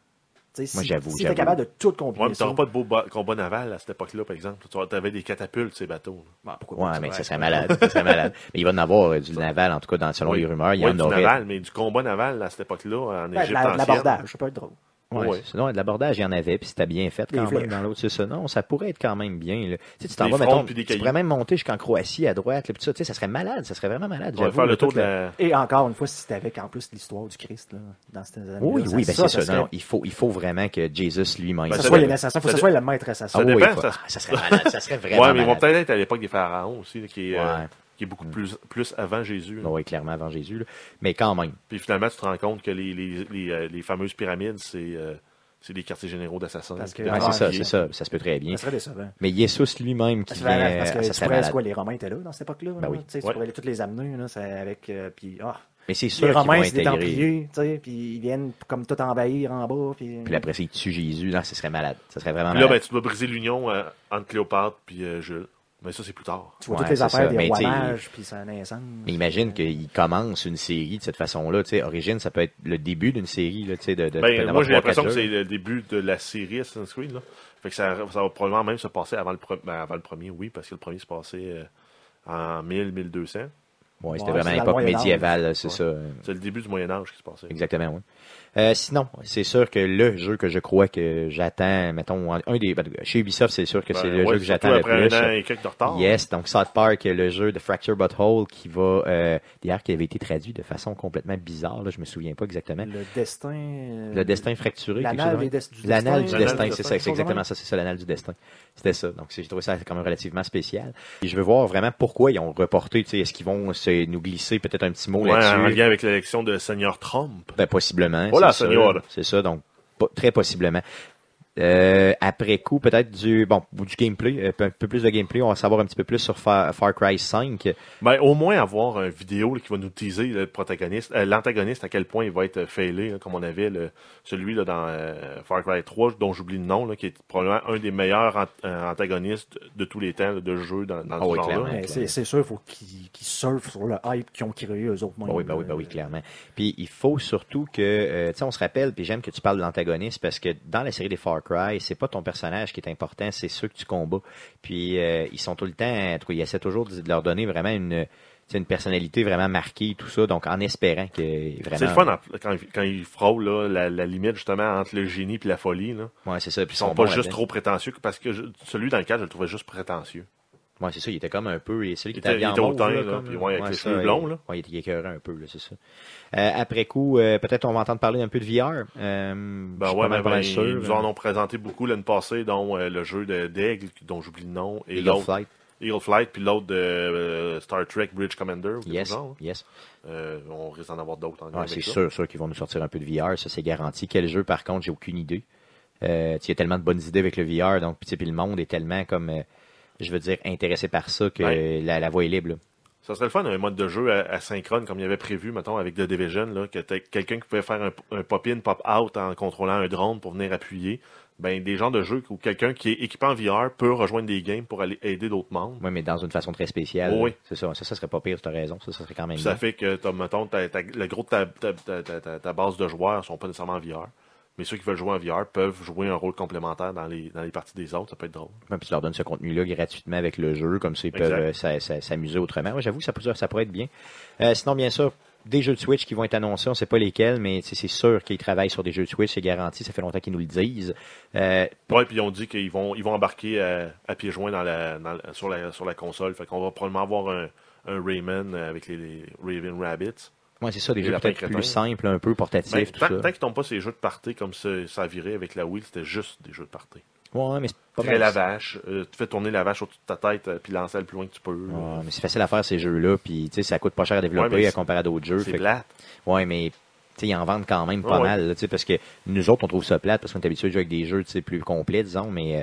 Speaker 2: Tu sais, si-
Speaker 1: Moi, j'avoue,
Speaker 2: S'il
Speaker 1: j'avoue.
Speaker 2: était capable de tout combiner.
Speaker 3: Ouais, mais
Speaker 2: ça,
Speaker 3: t'auras pas de beau ba- combat naval à cette époque-là, par exemple. Tu avais des catapultes, ces bateaux. là.
Speaker 2: bah, pourquoi pas,
Speaker 1: Ouais, mais
Speaker 2: va
Speaker 1: ça
Speaker 2: être-
Speaker 1: serait malade. ça serait malade. Mais il va en avoir euh, du naval, en tout cas, dans, selon
Speaker 3: Oui.
Speaker 1: les rumeurs. Il y
Speaker 3: Ouais,
Speaker 1: en
Speaker 3: du
Speaker 1: aurait.
Speaker 3: naval, mais du combat naval à cette époque-là, en
Speaker 2: Ouais, Ben, de
Speaker 3: Égypte
Speaker 2: la- de
Speaker 3: ancienne.
Speaker 2: l'abordage, ça peut être drôle.
Speaker 1: Ouais,
Speaker 3: Ouais.
Speaker 1: c'est- non, de l'abordage, il y en avait, puis c'était bien fait
Speaker 2: Des
Speaker 1: quand même
Speaker 2: flèches.
Speaker 1: dans l'autre. C'est ça. Non, ça pourrait être quand même bien. Là. Tu sais, tu t'en
Speaker 3: Des
Speaker 1: vas,
Speaker 3: frondes
Speaker 1: mettons,
Speaker 3: puis des
Speaker 1: tu pourrais
Speaker 3: cailloux.
Speaker 1: même monter jusqu'en Croatie à droite, là, puis tout ça. Tu sais, ça serait malade. Ça serait vraiment malade.
Speaker 3: On va
Speaker 1: j'avoue,
Speaker 3: faire
Speaker 1: là,
Speaker 3: le tour
Speaker 1: toute
Speaker 3: de la...
Speaker 2: Et encore une fois, si c'était avec en plus l'histoire du Christ, là, dans ces années
Speaker 1: Oui, oui, ben c'est ça. non, il, faut, il faut vraiment que Jesus lui-même.
Speaker 2: ça
Speaker 3: Ben, ça
Speaker 2: soit
Speaker 3: dépend.
Speaker 2: les assassins, faut que
Speaker 3: Ça
Speaker 2: ce soit le maître assassin.
Speaker 1: Ah oui,
Speaker 3: dépend,
Speaker 1: faut-
Speaker 3: ça-
Speaker 1: ah, ça serait malade. Ça serait vraiment
Speaker 3: Ouais, mais ils vont
Speaker 1: malade.
Speaker 3: peut-être être à l'époque des pharaons aussi, là, qui, est, euh,
Speaker 1: Ouais.
Speaker 3: qui est beaucoup plus, plus avant Jésus. là.
Speaker 1: Oui, clairement avant Jésus. là. Mais quand même.
Speaker 3: Puis finalement, tu te rends compte que les, les, les, euh, les fameuses pyramides, c'est euh, c'est des quartiers généraux d'assassins.
Speaker 2: Parce que-
Speaker 3: Puis de
Speaker 1: Ouais,
Speaker 2: Ouais,
Speaker 1: Ah, c'est ça,
Speaker 3: meurtriers.
Speaker 1: c'est ça. Ça se peut très bien.
Speaker 2: Ça serait décevant.
Speaker 1: Mais Yesus lui-même qui
Speaker 2: Parce
Speaker 1: vient.
Speaker 2: que,
Speaker 1: euh,
Speaker 2: parce que
Speaker 1: ça
Speaker 2: tu
Speaker 1: serait
Speaker 2: pourrais, c'est
Speaker 1: malade.
Speaker 2: quoi, les Romains étaient là dans cette époque-là.
Speaker 1: Ben
Speaker 2: là,
Speaker 1: oui.
Speaker 2: tu sais, Tu
Speaker 3: Ouais.
Speaker 2: pourrais aller tous les amener, là, c'est avec, euh, puis, ah,
Speaker 1: Mais c'est
Speaker 2: les
Speaker 1: sûr qu'ils vont
Speaker 2: Romains, c'est des
Speaker 1: intégrer.
Speaker 2: Templiers, tu sais, puis ils viennent comme tout envahir en bas, puis...
Speaker 1: Puis après, ça, ils tuent Jésus. Non, ça serait malade. Ça serait vraiment
Speaker 3: Puis là, ben,
Speaker 1: malade.
Speaker 3: tu dois briser l'union euh, entre Cléopâtre puis euh, Jules. Mais ça, c'est plus tard.
Speaker 2: tu vois
Speaker 1: Ouais,
Speaker 2: toutes les
Speaker 1: c'est
Speaker 2: affaires
Speaker 1: ça,
Speaker 2: des
Speaker 1: mais
Speaker 2: rois
Speaker 1: tu sais,
Speaker 2: mages, puis ça naissance.
Speaker 1: Mais imagine qu'ils commencent une série de cette façon-là. Tu sais, Origine, ça peut être le début d'une série. Là, tu sais, de, de, tu peux en
Speaker 3: Ben,
Speaker 1: avoir
Speaker 3: moi, j'ai
Speaker 1: trois,
Speaker 3: l'impression que
Speaker 1: quatre
Speaker 3: c'est
Speaker 1: jeux.
Speaker 3: le début de la série Assassin's Creed. Là. Fait que ça, ça va probablement même se passer avant le, pre- ben, avant le premier, oui, parce que le premier se passait euh, en 1000, 1200.
Speaker 1: Ouais, c'était
Speaker 2: Ouais,
Speaker 1: vraiment
Speaker 2: c'est dans
Speaker 1: l'époque
Speaker 2: le Moyen Âge.
Speaker 1: médiévale. là, C'est
Speaker 3: Ouais.
Speaker 1: ça.
Speaker 3: C'est le début du Moyen-Âge qui se passait.
Speaker 1: Exactement, oui. Euh, sinon, c'est sûr que le jeu que je crois que j'attends, mettons, un des, ben, chez Ubisoft, c'est sûr que c'est
Speaker 3: Ben,
Speaker 1: le
Speaker 3: ouais,
Speaker 1: jeu que j'attends
Speaker 3: surtout
Speaker 1: le
Speaker 3: après
Speaker 1: plus. euh,
Speaker 3: un an et quelques de retard.
Speaker 1: Yes, donc South Park, le jeu de Fracture Butthole qui va, euh, d'ailleurs, qui avait été traduit de façon complètement bizarre, là, je me souviens pas exactement.
Speaker 2: Le destin... euh,
Speaker 1: Le destin fracturé, quelque
Speaker 2: l'anal
Speaker 1: chose.
Speaker 2: des
Speaker 1: de-
Speaker 2: des- du
Speaker 1: L'anal du
Speaker 2: destin.
Speaker 1: destin,
Speaker 3: du
Speaker 1: c'est ça,
Speaker 3: destin,
Speaker 2: quelque
Speaker 1: c'est
Speaker 2: chose de
Speaker 1: exactement
Speaker 2: même.
Speaker 1: ça, c'est ça, l'anal du destin. C'était ça. Donc, c'est- j'ai trouvé ça quand même relativement spécial. Et je veux voir vraiment pourquoi ils ont reporté, tu sais, est-ce qu'ils vont se, nous glisser peut-être un petit mot
Speaker 3: Ouais, en
Speaker 1: là-dessus?
Speaker 3: lien avec l'élection de Seigneur Trump.
Speaker 1: Ben, possiblement.
Speaker 3: Voilà,
Speaker 1: c'est
Speaker 3: senior.
Speaker 1: ça. C'est ça, donc po- très possiblement. Euh, après coup, peut-être du bon ou du gameplay, euh, un peu plus de gameplay, on va savoir un petit peu plus sur Far, Far Cry 5.
Speaker 3: Ben, au moins avoir une vidéo là, qui va nous teaser le protagoniste, euh, l'antagoniste, à quel point il va être euh, failé, là, comme on avait le, celui là, dans euh, Far Cry 3, dont j'oublie le nom, là, qui est probablement un des meilleurs ant- euh, antagonistes de tous les temps là, de jeu dans, dans
Speaker 1: Ah
Speaker 3: ce
Speaker 1: oui,
Speaker 3: genre-là.
Speaker 1: clairement.
Speaker 2: Mais c'est c'est sûr, il faut qu'ils qu'ils surfent sur le hype qu'ils ont créé eux autres.
Speaker 1: Ben oui, ben oui, ben oui, clairement. Puis il faut surtout que, euh, tu sais, on se rappelle, puis j'aime que tu parles de l'antagoniste parce que dans la série des Far Cry, c'est pas ton personnage qui est important, c'est ceux que tu combats. Puis euh, ils sont tout le temps, en tout cas, ils essaient toujours de de leur donner vraiment une, tu sais, une personnalité vraiment marquée, tout ça, donc en espérant que vraiment.
Speaker 3: C'est le fun en- quand, il- quand ils frôlent là, la, la limite justement entre le génie et la folie. Là.
Speaker 1: Ouais, c'est ça. Puis
Speaker 3: hein. Ils sont
Speaker 1: bons
Speaker 3: pas juste
Speaker 1: là-dedans.
Speaker 3: trop prétentieux, parce que je- celui dans lequel je le trouvais juste prétentieux.
Speaker 1: Ouais, c'est ça, il était comme un peu. et Celui qui
Speaker 3: Il était-
Speaker 1: était habillé
Speaker 3: il
Speaker 1: en
Speaker 3: était
Speaker 1: mauve,
Speaker 3: hautain,
Speaker 1: là,
Speaker 3: là,
Speaker 1: comme,
Speaker 3: puis ouais, avec les
Speaker 1: ça,
Speaker 3: cheveux
Speaker 1: il-
Speaker 3: blonds, là.
Speaker 1: Ouais, il était écœurant un peu, là, c'est ça. Euh, après coup, euh, peut-être on va entendre parler un peu de VR. Euh, je
Speaker 3: Ben
Speaker 1: suis
Speaker 3: ouais,
Speaker 1: pas mal-
Speaker 3: ben,
Speaker 1: pas mal
Speaker 3: ben,
Speaker 1: sûr, hein. euh,
Speaker 3: ils
Speaker 1: mais-
Speaker 3: nous en ont présenté beaucoup l'année passée, dont euh, le jeu de- d'Aigle, dont j'oublie le nom, et
Speaker 1: Eagle
Speaker 3: l'autre
Speaker 1: Flight,
Speaker 3: Eagle Flight, puis l'autre de euh, Star Trek Bridge Commander. ou quelque
Speaker 1: yes,
Speaker 3: chose, hein.
Speaker 1: yes.
Speaker 3: Euh, on risque d'en avoir d'autres en lien
Speaker 1: Ouais,
Speaker 3: avec
Speaker 1: c'est
Speaker 3: ça.
Speaker 1: sûr, sûr qu'ils vont nous sortir un peu de VR, ça c'est garanti. Quel jeu, par contre, j'ai aucune idée. Euh, tu sais, il y a tellement de bonnes idées avec le VR, donc puis tu sais, puis le monde est tellement comme, euh, je veux dire, intéressé par ça que
Speaker 3: Ouais.
Speaker 1: la, la voie est libre. là.
Speaker 3: Ça serait le fun, un mode de jeu a- asynchrone, comme il y avait prévu, mettons, avec The Division, là, que t'as quelqu'un qui pouvait faire un, un pop-in, pop-out en contrôlant un drone pour venir appuyer. Ben, des genres de jeux où quelqu'un qui est équipé en VR peut rejoindre des games pour aller aider d'autres membres.
Speaker 1: Oui, mais dans une façon très spéciale.
Speaker 3: Oui.
Speaker 1: C'est ça, ça, ça serait pas pire, tu as raison, ça, ça serait quand même
Speaker 3: Puis ça
Speaker 1: bien.
Speaker 3: fait que, t'as, mettons, t'as- t'as- le gros de ta, ta- ta- ta- ta- ta base de joueurs sont pas nécessairement en VR. Mais ceux qui veulent jouer en VR peuvent jouer un rôle complémentaire dans les, dans les parties des autres. Ça peut être drôle.
Speaker 1: Ouais, puis tu leur donnes ce contenu-là gratuitement avec le jeu, comme ça ils
Speaker 3: Exact.
Speaker 1: peuvent euh, s'a- s'a- s'amuser autrement. Ouais, J'avoue que ça, peut- ça pourrait être bien. Euh, sinon, bien sûr, des jeux de Switch qui vont être annoncés, on ne sait pas lesquels, mais tu sais, c'est sûr qu'ils travaillent sur des jeux de Switch, c'est garanti, ça fait longtemps qu'ils nous le disent. Euh,
Speaker 3: Ouais, puis ils ont dit qu'ils vont, ils vont embarquer à, à pieds joints dans la, dans la- sur, la, sur la console. Fait qu'on va probablement avoir un, un Rayman avec les, les Raven Rabbits.
Speaker 1: Ouais, c'est ça, des
Speaker 3: Les
Speaker 1: jeux
Speaker 3: lapins
Speaker 1: peut-être
Speaker 3: crétins.
Speaker 1: plus simples, un peu portatifs,
Speaker 3: Ben,
Speaker 1: tout
Speaker 3: tant
Speaker 1: ça.
Speaker 3: tant qu'ils tombent pas ces jeux de party comme ça, ça virait avec la Wii, c'était juste des jeux de party.
Speaker 1: Ouais, mais c'est pas
Speaker 3: Tu
Speaker 1: mal.
Speaker 3: la vache, euh, tu fais tourner la vache au-dessus de ta tête, euh, puis lancer le plus loin que tu peux.
Speaker 1: Ouais, mais c'est facile à faire ces jeux-là, puis tu sais, ça coûte pas cher à développer
Speaker 3: mais
Speaker 1: à
Speaker 3: c'est-
Speaker 1: comparer à d'autres jeux.
Speaker 3: c'est
Speaker 1: fait que-
Speaker 3: plate.
Speaker 1: Ouais, mais tu sais, ils en vendent quand même pas
Speaker 3: Ouais, ouais.
Speaker 1: mal, là, tu sais, parce que nous autres, on trouve ça plate parce qu'on est habitué de jouer avec des jeux tu sais, plus complets, disons, mais euh,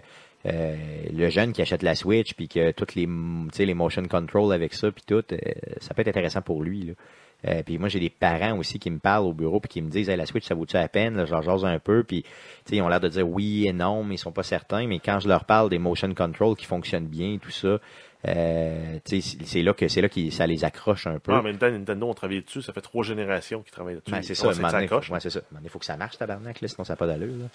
Speaker 1: euh, le jeune qui achète la Switch puis que toutes les, mm, tu sais, les motion control avec ça puis tout, euh, ça peut être intéressant pour lui. Là. Euh, puis moi, j'ai des parents aussi qui me parlent au bureau puis qui me disent hey, la Switch, ça vaut-tu la peine? Là, je leur jase un peu puis tu sais, ils ont l'air de dire oui et non, mais ils sont pas certains. Mais quand je leur parle des motion control qui fonctionnent bien et tout ça, euh, tu sais, c'est c'est là que c'est là que ça les accroche un peu.
Speaker 3: Non, en même temps, Nintendo, on travaille dessus, ça fait trois générations qu'ils travaillent dessus.
Speaker 1: Ben, c'est
Speaker 3: Ils
Speaker 1: ça,
Speaker 3: pensent que
Speaker 1: il
Speaker 3: ça coche.
Speaker 1: c'est ça. Il faut que ça marche, tabarnak, là, sinon ça n'a pas d'allure. là.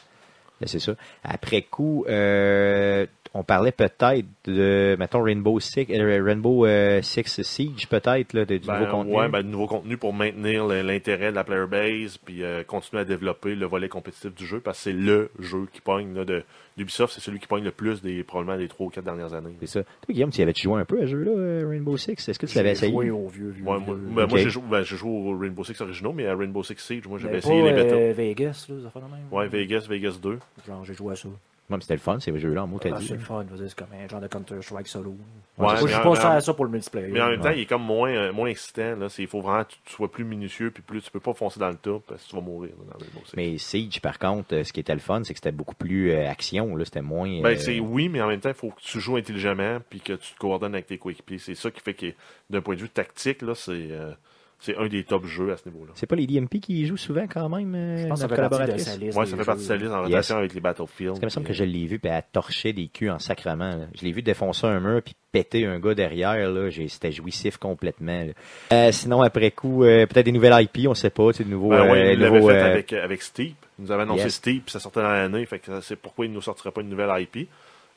Speaker 1: Là, c'est ça. Après coup, euh, on parlait peut-être de, mettons, Rainbow Six, euh, Rainbow euh, Six Siege, peut-être, là, de- du
Speaker 3: Ben,
Speaker 1: nouveau contenu.
Speaker 3: Ouais, ben, du nouveau contenu pour maintenir le- l'intérêt de la player base, puis euh, continuer à développer le volet compétitif du jeu, parce que c'est le jeu qui pogne là, de d'Ubisoft, c'est celui qui pogne le plus des probablement des trois ou quatre dernières années.
Speaker 1: C'est ça. Toi, Guillaume, tu y avais-tu joué un peu à ce jeu-là, euh, Rainbow Six? Est-ce que tu l'avais
Speaker 2: J'ai
Speaker 1: essayé?
Speaker 2: joué au vieux, vieux,
Speaker 3: Ouais, moi,
Speaker 2: vieux.
Speaker 3: ben,
Speaker 1: Ok.
Speaker 3: moi, j'ai joué, ben, j'ai joué au Rainbow Six originaux, mais à Rainbow Six Siege, moi j'avais
Speaker 2: Mais
Speaker 3: essayé
Speaker 2: pas,
Speaker 3: les bêtas.
Speaker 2: euh, Vegas, là, les affaires de même.
Speaker 3: Ouais, Vegas, Vegas 2.
Speaker 2: Genre, j'ai joué à ça.
Speaker 1: Ouais, mais c'était le fun, ces jeux-là, en mots, t'as
Speaker 2: Ah,
Speaker 1: dit.
Speaker 2: c'est le fun, je veux dire, c'est comme un genre de Counter-Strike solo.
Speaker 3: Ouais,
Speaker 2: Moi, je
Speaker 3: mais
Speaker 2: suis
Speaker 3: en-
Speaker 2: pas ça
Speaker 3: en-
Speaker 2: à ça pour le multiplayer.
Speaker 3: Mais en même temps,
Speaker 1: Ouais.
Speaker 3: il est comme moins, euh, moins excitant. Là. C'est- Il faut vraiment que tu, tu sois plus minutieux, puis plus tu peux pas foncer dans le tas, parce que tu vas mourir là, dans Rainbow Six.
Speaker 1: Mais Siege, par contre, euh, ce qui était le fun, c'est que c'était beaucoup plus euh, action, là, c'était moins...
Speaker 3: Ben,
Speaker 1: euh,
Speaker 3: c'est oui, mais en même temps, il faut que tu joues intelligemment puis que tu te coordonnes avec tes coéquipiers. C'est ça qui fait que, d'un point de vue tactique, là, c'est, euh, c'est un des top jeux à ce niveau-là.
Speaker 1: c'est pas les DMP qui y jouent souvent, quand même, euh,
Speaker 2: je pense que ça
Speaker 1: notre
Speaker 2: fait partie de
Speaker 1: collaboratrice?
Speaker 2: sa liste.
Speaker 3: Moi,
Speaker 2: des
Speaker 3: ça fait partie de
Speaker 2: jeux.
Speaker 3: sa liste en
Speaker 1: Yes.
Speaker 3: relation avec les Battlefield.
Speaker 1: Parce que il me semble que
Speaker 3: puis, euh,
Speaker 1: je l'ai vu, puis elle torchait des culs en sacrement. là. Je l'ai vu défoncer un mur, puis péter un gars derrière. Là. J'ai- C'était jouissif complètement. là. Euh, sinon, après coup, euh, peut-être des nouvelles IP, on sait pas. tu sais, De nouveaux,
Speaker 3: Ben ouais,
Speaker 1: euh,
Speaker 3: il l'avait
Speaker 1: nouveaux,
Speaker 3: fait
Speaker 1: euh,
Speaker 3: avec, avec Steep. Ils nous avaient annoncé
Speaker 1: Yes.
Speaker 3: Steep, puis ça sortait dans l'année. Fait que c'est pourquoi ils ne nous sortiraient pas une nouvelle IP.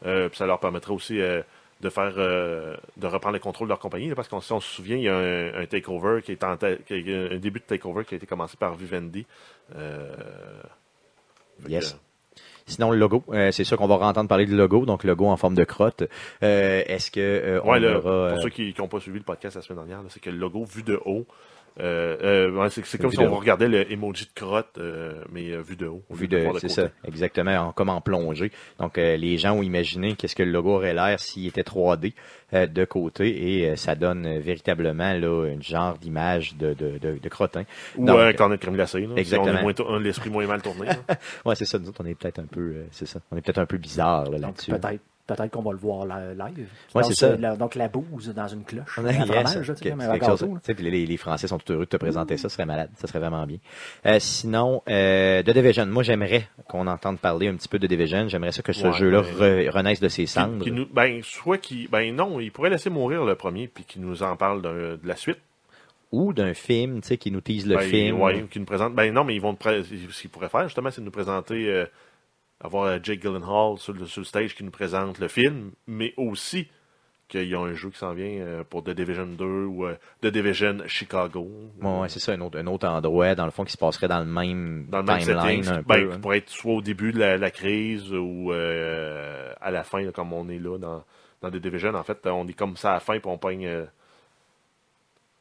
Speaker 3: Euh, puis ça leur permettrait aussi euh, de faire euh, de reprendre le contrôle de leur compagnie. là, parce qu'on si on se souvient, il y a un, un takeover qui est en ta- qui est- un début de takeover qui a été commencé par Vivendi. Euh, fait
Speaker 1: Yes.
Speaker 3: que-
Speaker 1: Sinon, le logo. Euh, c'est sûr qu'on va entendre parler du logo, donc logo en forme de crotte. Euh, est-ce que euh, on
Speaker 3: Ouais, là,
Speaker 1: aura,
Speaker 3: pour
Speaker 1: euh,
Speaker 3: ceux qui n'ont pas suivi le podcast la semaine dernière, là, c'est que le logo vu de haut, euh, euh, ouais, c'est c'est comme
Speaker 1: Vu
Speaker 3: si
Speaker 1: de
Speaker 3: on
Speaker 1: haut.
Speaker 3: regardait le emoji de crotte, euh, mais euh, vu de haut. au
Speaker 1: Vu
Speaker 3: lieu le
Speaker 1: de,
Speaker 3: voir
Speaker 1: c'est
Speaker 3: côté.
Speaker 1: ça, exactement, en- comme en plongée. Donc, euh, les gens ont imaginé qu'est-ce que le logo aurait l'air s'il était 3D euh, de côté, et euh, ça donne euh, véritablement là, une genre d'image de, de, de, de crottin.
Speaker 3: Ou
Speaker 1: Donc,
Speaker 3: un cornet de crème glacée. Là, si on
Speaker 1: Exactement.
Speaker 3: est moins tour- on a l'esprit moins mal tourné. là.
Speaker 1: Ouais, c'est ça. Nous autres, on est peut-être un peu, euh, c'est ça. On est peut-être un peu bizarre là,
Speaker 2: Donc,
Speaker 1: là-dessus.
Speaker 2: peut-être. Peut-être qu'on va le voir la- live.
Speaker 1: Ouais,
Speaker 2: Donc,
Speaker 1: c'est ça.
Speaker 2: la- donc, la bouse dans une cloche.
Speaker 1: On
Speaker 2: un
Speaker 1: a- yes,
Speaker 2: fromage, là, tu
Speaker 1: que-
Speaker 2: sais, comme
Speaker 1: c'est
Speaker 2: un
Speaker 1: quelque chose,
Speaker 2: gâteau, là.
Speaker 1: tu sais, puis les, les Français sont tout heureux de te présenter ça, ce serait malade, ça serait vraiment bien. Euh, sinon, euh, The Division, moi j'aimerais qu'on entende parler un petit peu de Division, j'aimerais ça que ce
Speaker 3: Ouais,
Speaker 1: jeu-là re- renaisse de ses
Speaker 3: Qui-
Speaker 1: cendres.
Speaker 3: qui nous- ben, soit qui, ben non, il pourrait laisser mourir le premier, puis qu'il nous en parle d'un- de la suite.
Speaker 1: Ou d'un film, tu sais, qui nous tease le
Speaker 3: ben,
Speaker 1: film.
Speaker 3: ouais, qui nous présente. Ben non, mais ils vont nous pré- ce qu'ils pourraient faire justement, c'est nous présenter, euh, avoir euh, Jake Gyllenhaal sur le, sur le stage qui nous présente le film, mais aussi qu'il y a un jeu qui s'en vient euh, pour The Division 2 ou euh, The Division Chicago.
Speaker 1: Ouais, ouais, c'est ça, un autre, un autre endroit, dans le fond, qui se passerait dans le même
Speaker 3: dans le même
Speaker 1: timeline.
Speaker 3: setting,
Speaker 1: un
Speaker 3: ben,
Speaker 1: peu,
Speaker 3: qui
Speaker 1: hein.
Speaker 3: pourrait être soit au début de la, la crise ou euh, à la fin, là, comme on est là dans, dans The Division. En fait, on est comme ça à la fin, puis on pogne euh,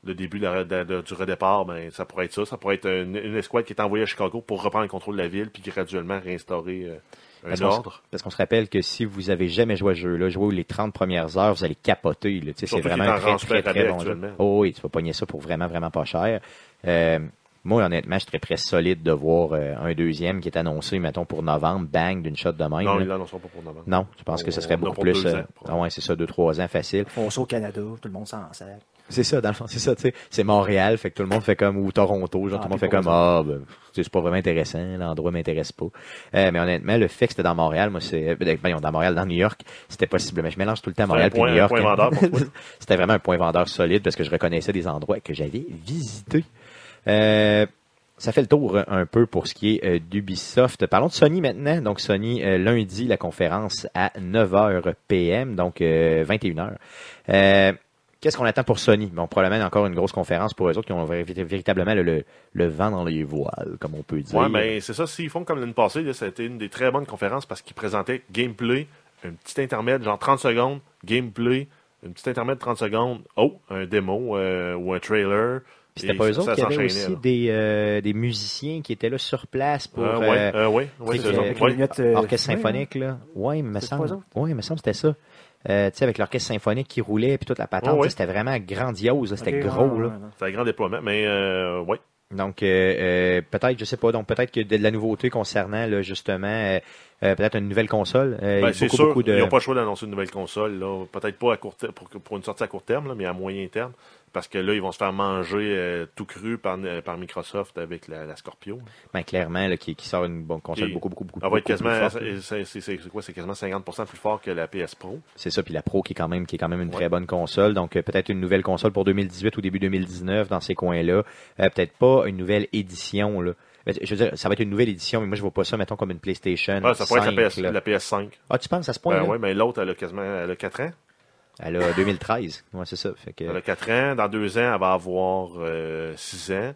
Speaker 3: le début de la- de- de- du redépart. Ben, ça pourrait être ça. Ça pourrait être une, une escouade qui est envoyée à Chicago pour reprendre le contrôle de la ville, puis graduellement réinstaurer euh, un
Speaker 1: Parce qu'on-
Speaker 3: ordre.
Speaker 1: Parce qu'on se rappelle que si vous avez jamais joué à ce jeu-là, jouez les 30 premières heures, vous allez capoter. là. Tu sais, C'est
Speaker 3: Surtout qu'il
Speaker 1: vraiment
Speaker 3: est en
Speaker 1: un très,
Speaker 3: rang
Speaker 1: très,
Speaker 3: super
Speaker 1: très
Speaker 3: rabais
Speaker 1: bon jeu.
Speaker 3: actuellement.
Speaker 1: Oh oui, tu vas pogner ça pour vraiment, vraiment pas cher. Euh, moi, honnêtement, je serais presque solide de voir euh, un deuxième qui est annoncé, mettons, pour novembre, bang, d'une shot de même.
Speaker 3: Non,
Speaker 1: là.
Speaker 3: ils l'annonceront pas pour novembre.
Speaker 1: Non, je pense que ce serait
Speaker 3: On a
Speaker 1: beaucoup
Speaker 3: pour
Speaker 1: plus.
Speaker 3: deux
Speaker 1: euh,
Speaker 3: ans,
Speaker 1: ah ouais, c'est ça, deux, trois ans facile.
Speaker 2: On sort au Canada, tout le monde s'en sert.
Speaker 1: C'est ça, dans le fond, c'est ça, tu sais. C'est Montréal, fait que tout le monde fait comme, ou Toronto, genre,
Speaker 2: Ah,
Speaker 1: tout le monde fait
Speaker 2: puis
Speaker 1: comme,
Speaker 2: pour
Speaker 1: ah, ben, tu sais, c'est pas vraiment intéressant, l'endroit m'intéresse pas. Euh, mais honnêtement, le fait que c'était dans Montréal, moi, c'est, ben, ben, dans Montréal, dans New York, c'était possible. Mais je mélange tout le temps Montréal
Speaker 3: un point-
Speaker 1: puis New York.
Speaker 3: un point
Speaker 1: hein.
Speaker 3: vendeur pour toi.
Speaker 1: c'était vraiment un point vendeur solide parce que je reconnaissais des endroits que j'avais visités. Euh, ça fait le tour euh, un peu pour ce qui est euh, d'Ubisoft. Parlons de Sony maintenant. Donc Sony, euh, lundi, la conférence à 9h PM, donc euh, 21h. Euh, Qu'est-ce qu'on attend pour Sony? Bon, probablement encore une grosse conférence pour eux autres qui ont véri- véritablement le, le- le vent dans les voiles, comme on peut dire.
Speaker 3: Ouais, ben c'est ça. S'ils font comme l'année passée, là, ça a été une des très bonnes conférences parce qu'ils présentaient gameplay, un petit intermède, genre 30 secondes, gameplay, un petit intermède de 30 secondes, oh, un démo euh, ou un trailer,
Speaker 1: Puis c'était
Speaker 3: Et
Speaker 1: pas eux
Speaker 3: ça,
Speaker 1: autres
Speaker 3: ça
Speaker 1: qui avaient
Speaker 3: s'enchaînait,
Speaker 1: aussi
Speaker 3: là.
Speaker 1: des, euh, des musiciens qui étaient là sur place pour
Speaker 3: Euh,
Speaker 1: euh,
Speaker 3: ouais, euh, ouais, ouais,
Speaker 1: tu
Speaker 3: c'est
Speaker 1: sais,
Speaker 3: ça.
Speaker 1: avec
Speaker 3: Ouais.
Speaker 2: lunettes, euh,
Speaker 1: orchestre
Speaker 2: fumées,
Speaker 1: symphonique, là. Oui, il me
Speaker 2: C'est pas eux
Speaker 1: semble.
Speaker 2: autres?
Speaker 1: Oui, il me semble que c'était ça. Euh, tu sais, avec l'orchestre symphonique qui roulait, puis toute la patente,
Speaker 3: Ouais, Ah, ouais.
Speaker 1: tu sais, c'était vraiment grandiose, là, c'était
Speaker 2: Ok, Ah,
Speaker 1: gros,
Speaker 2: ouais,
Speaker 1: là.
Speaker 2: ouais, ouais.
Speaker 3: C'est un grand déploiement, mais euh, ouais.
Speaker 1: Donc, euh, euh, peut-être, je sais pas, donc peut-être que de la nouveauté concernant, là, justement, euh, euh, peut-être une nouvelle console. euh,
Speaker 3: Ben,
Speaker 1: et
Speaker 3: c'est
Speaker 1: beaucoup,
Speaker 3: sûr,
Speaker 1: beaucoup de...
Speaker 3: ils n'ont pas le choix d'annoncer une nouvelle console. là. Peut-être pas à court terme, pour, pour une sortie à court terme, là, mais à moyen terme. Parce que là, ils vont se faire manger euh, tout cru par, euh, par Microsoft avec la, la Scorpio.
Speaker 1: Ben, clairement, là, qui, qui sort une bonne console
Speaker 3: Et-
Speaker 1: beaucoup, beaucoup, beaucoup,
Speaker 3: Elle va être
Speaker 1: beaucoup plus
Speaker 3: quasiment,
Speaker 1: forte, là.
Speaker 3: c'est c'est- c'est- c'est quoi, c'est quasiment 50% plus fort que la PS Pro.
Speaker 1: C'est ça, puis la Pro qui est quand même, qui est quand même une
Speaker 3: Ouais.
Speaker 1: très bonne console. Donc, euh, peut-être une nouvelle console pour 2018 ou début 2019 dans ces coins-là. Euh, peut-être pas une nouvelle édition, là. Ben, Je veux dire, ça va être une nouvelle édition, mais moi, je vois pas ça, mettons, comme une PlayStation.
Speaker 3: Ah, ça pourrait être
Speaker 1: 5,
Speaker 3: la, PS,
Speaker 1: là.
Speaker 3: la PS5.
Speaker 1: Ah, tu penses à ce point
Speaker 3: Ben ouais, mais l'autre, elle a quasiment elle a 4 ans.
Speaker 1: Elle a 2013. Ouais, c'est ça. Fait que...
Speaker 3: Elle a 4 ans. Dans 2 ans, elle va avoir 6 ans.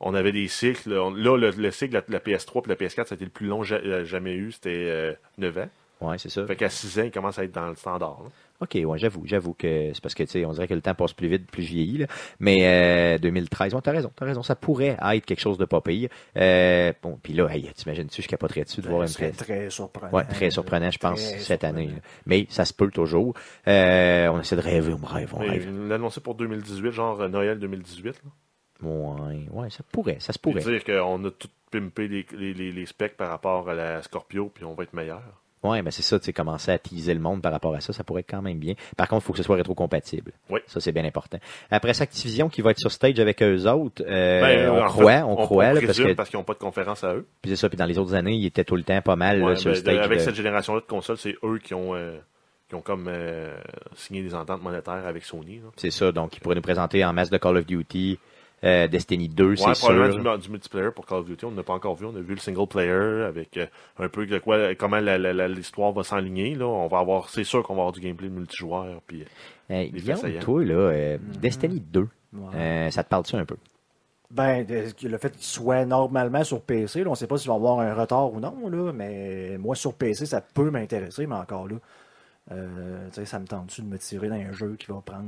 Speaker 3: On avait des cycles. On- là, le, le cycle de la PS3 et la PS4, ça a été le plus long que j'ai jamais eu. C'était 9 ans.
Speaker 1: Ouais, c'est ça.
Speaker 3: Fait qu'à 6 ans, il commence à être dans le standard. là.
Speaker 1: OK, ouais, j'avoue, j'avoue que c'est parce que, tu sais, on dirait que le temps passe plus vite, plus je vieillis, là. Mais euh, 2013, ouais, t'as raison, t'as raison, ça pourrait être quelque chose de pas pire. Euh, bon, puis là, hey, t'imagines-tu, je capoterais dessus de voir
Speaker 2: Ce
Speaker 1: une
Speaker 2: serait
Speaker 1: presse.
Speaker 2: très surprenant.
Speaker 1: Ouais, très surprenant, je pense,
Speaker 2: Très
Speaker 1: cette
Speaker 2: surprenant.
Speaker 1: année. là. Mais ça se peut toujours. Euh, on essaie de rêver, on rêve, on
Speaker 3: Mais
Speaker 1: rêve.
Speaker 3: ils l'annoncer pour 2018, genre euh, Noël 2018. là.
Speaker 1: Ouais, ouais, ça pourrait, ça se
Speaker 3: Puis
Speaker 1: pourrait.
Speaker 3: dire qu'on a tout pimpé les, les- les- les specs par rapport à la Scorpio, puis on va être meilleur.
Speaker 1: Ouais, mais c'est ça, tu sais, commencer à teaser le monde par rapport à ça, ça pourrait être quand même bien. Par contre, il faut que ce soit rétrocompatible.
Speaker 3: Oui.
Speaker 1: Ça, c'est bien important. Après ça, Activision qui va être sur stage avec eux autres, euh,
Speaker 3: Ben,
Speaker 1: on,
Speaker 3: en
Speaker 1: croit,
Speaker 3: fait,
Speaker 1: on croit, là, parce
Speaker 3: présume
Speaker 1: que
Speaker 3: parce qu'ils n'ont pas de conférence à eux.
Speaker 1: Puis c'est ça, puis dans les autres années, il était tout le temps pas mal là,
Speaker 3: Ouais,
Speaker 1: sur
Speaker 3: ben,
Speaker 1: le
Speaker 3: de-
Speaker 1: stage.
Speaker 3: avec
Speaker 1: de-
Speaker 3: cette génération-là de consoles, c'est eux qui ont, euh, qui ont comme euh, signé des ententes monétaires avec Sony. là.
Speaker 1: C'est ça, donc il pourrait nous présenter en masse de Call of Duty, euh, Destiny 2,
Speaker 3: Ouais,
Speaker 1: c'est
Speaker 3: probablement
Speaker 1: sûr.
Speaker 3: du, du multiplayer pour Call of Duty, on n'a pas encore vu. On a vu le single player avec euh, un peu de quoi, comment la- la- la- l'histoire va s'enligner. là. On va avoir, c'est sûr qu'on va avoir du gameplay multijoueur. Puis
Speaker 1: Hey,
Speaker 3: des
Speaker 1: Guillaume,
Speaker 3: assaillants.
Speaker 1: toi, là, euh, Destiny 2,
Speaker 2: Ouais.
Speaker 1: euh, ça te parle-tu un peu?
Speaker 2: Ben, de- que le fait qu'il soit normalement sur PC, là, on ne sait pas s'il va avoir un retard ou non, là, mais moi, sur PC, ça peut m'intéresser, mais encore là, euh, tu sais, ça me tente-tu de me tirer dans un jeu qui va prendre,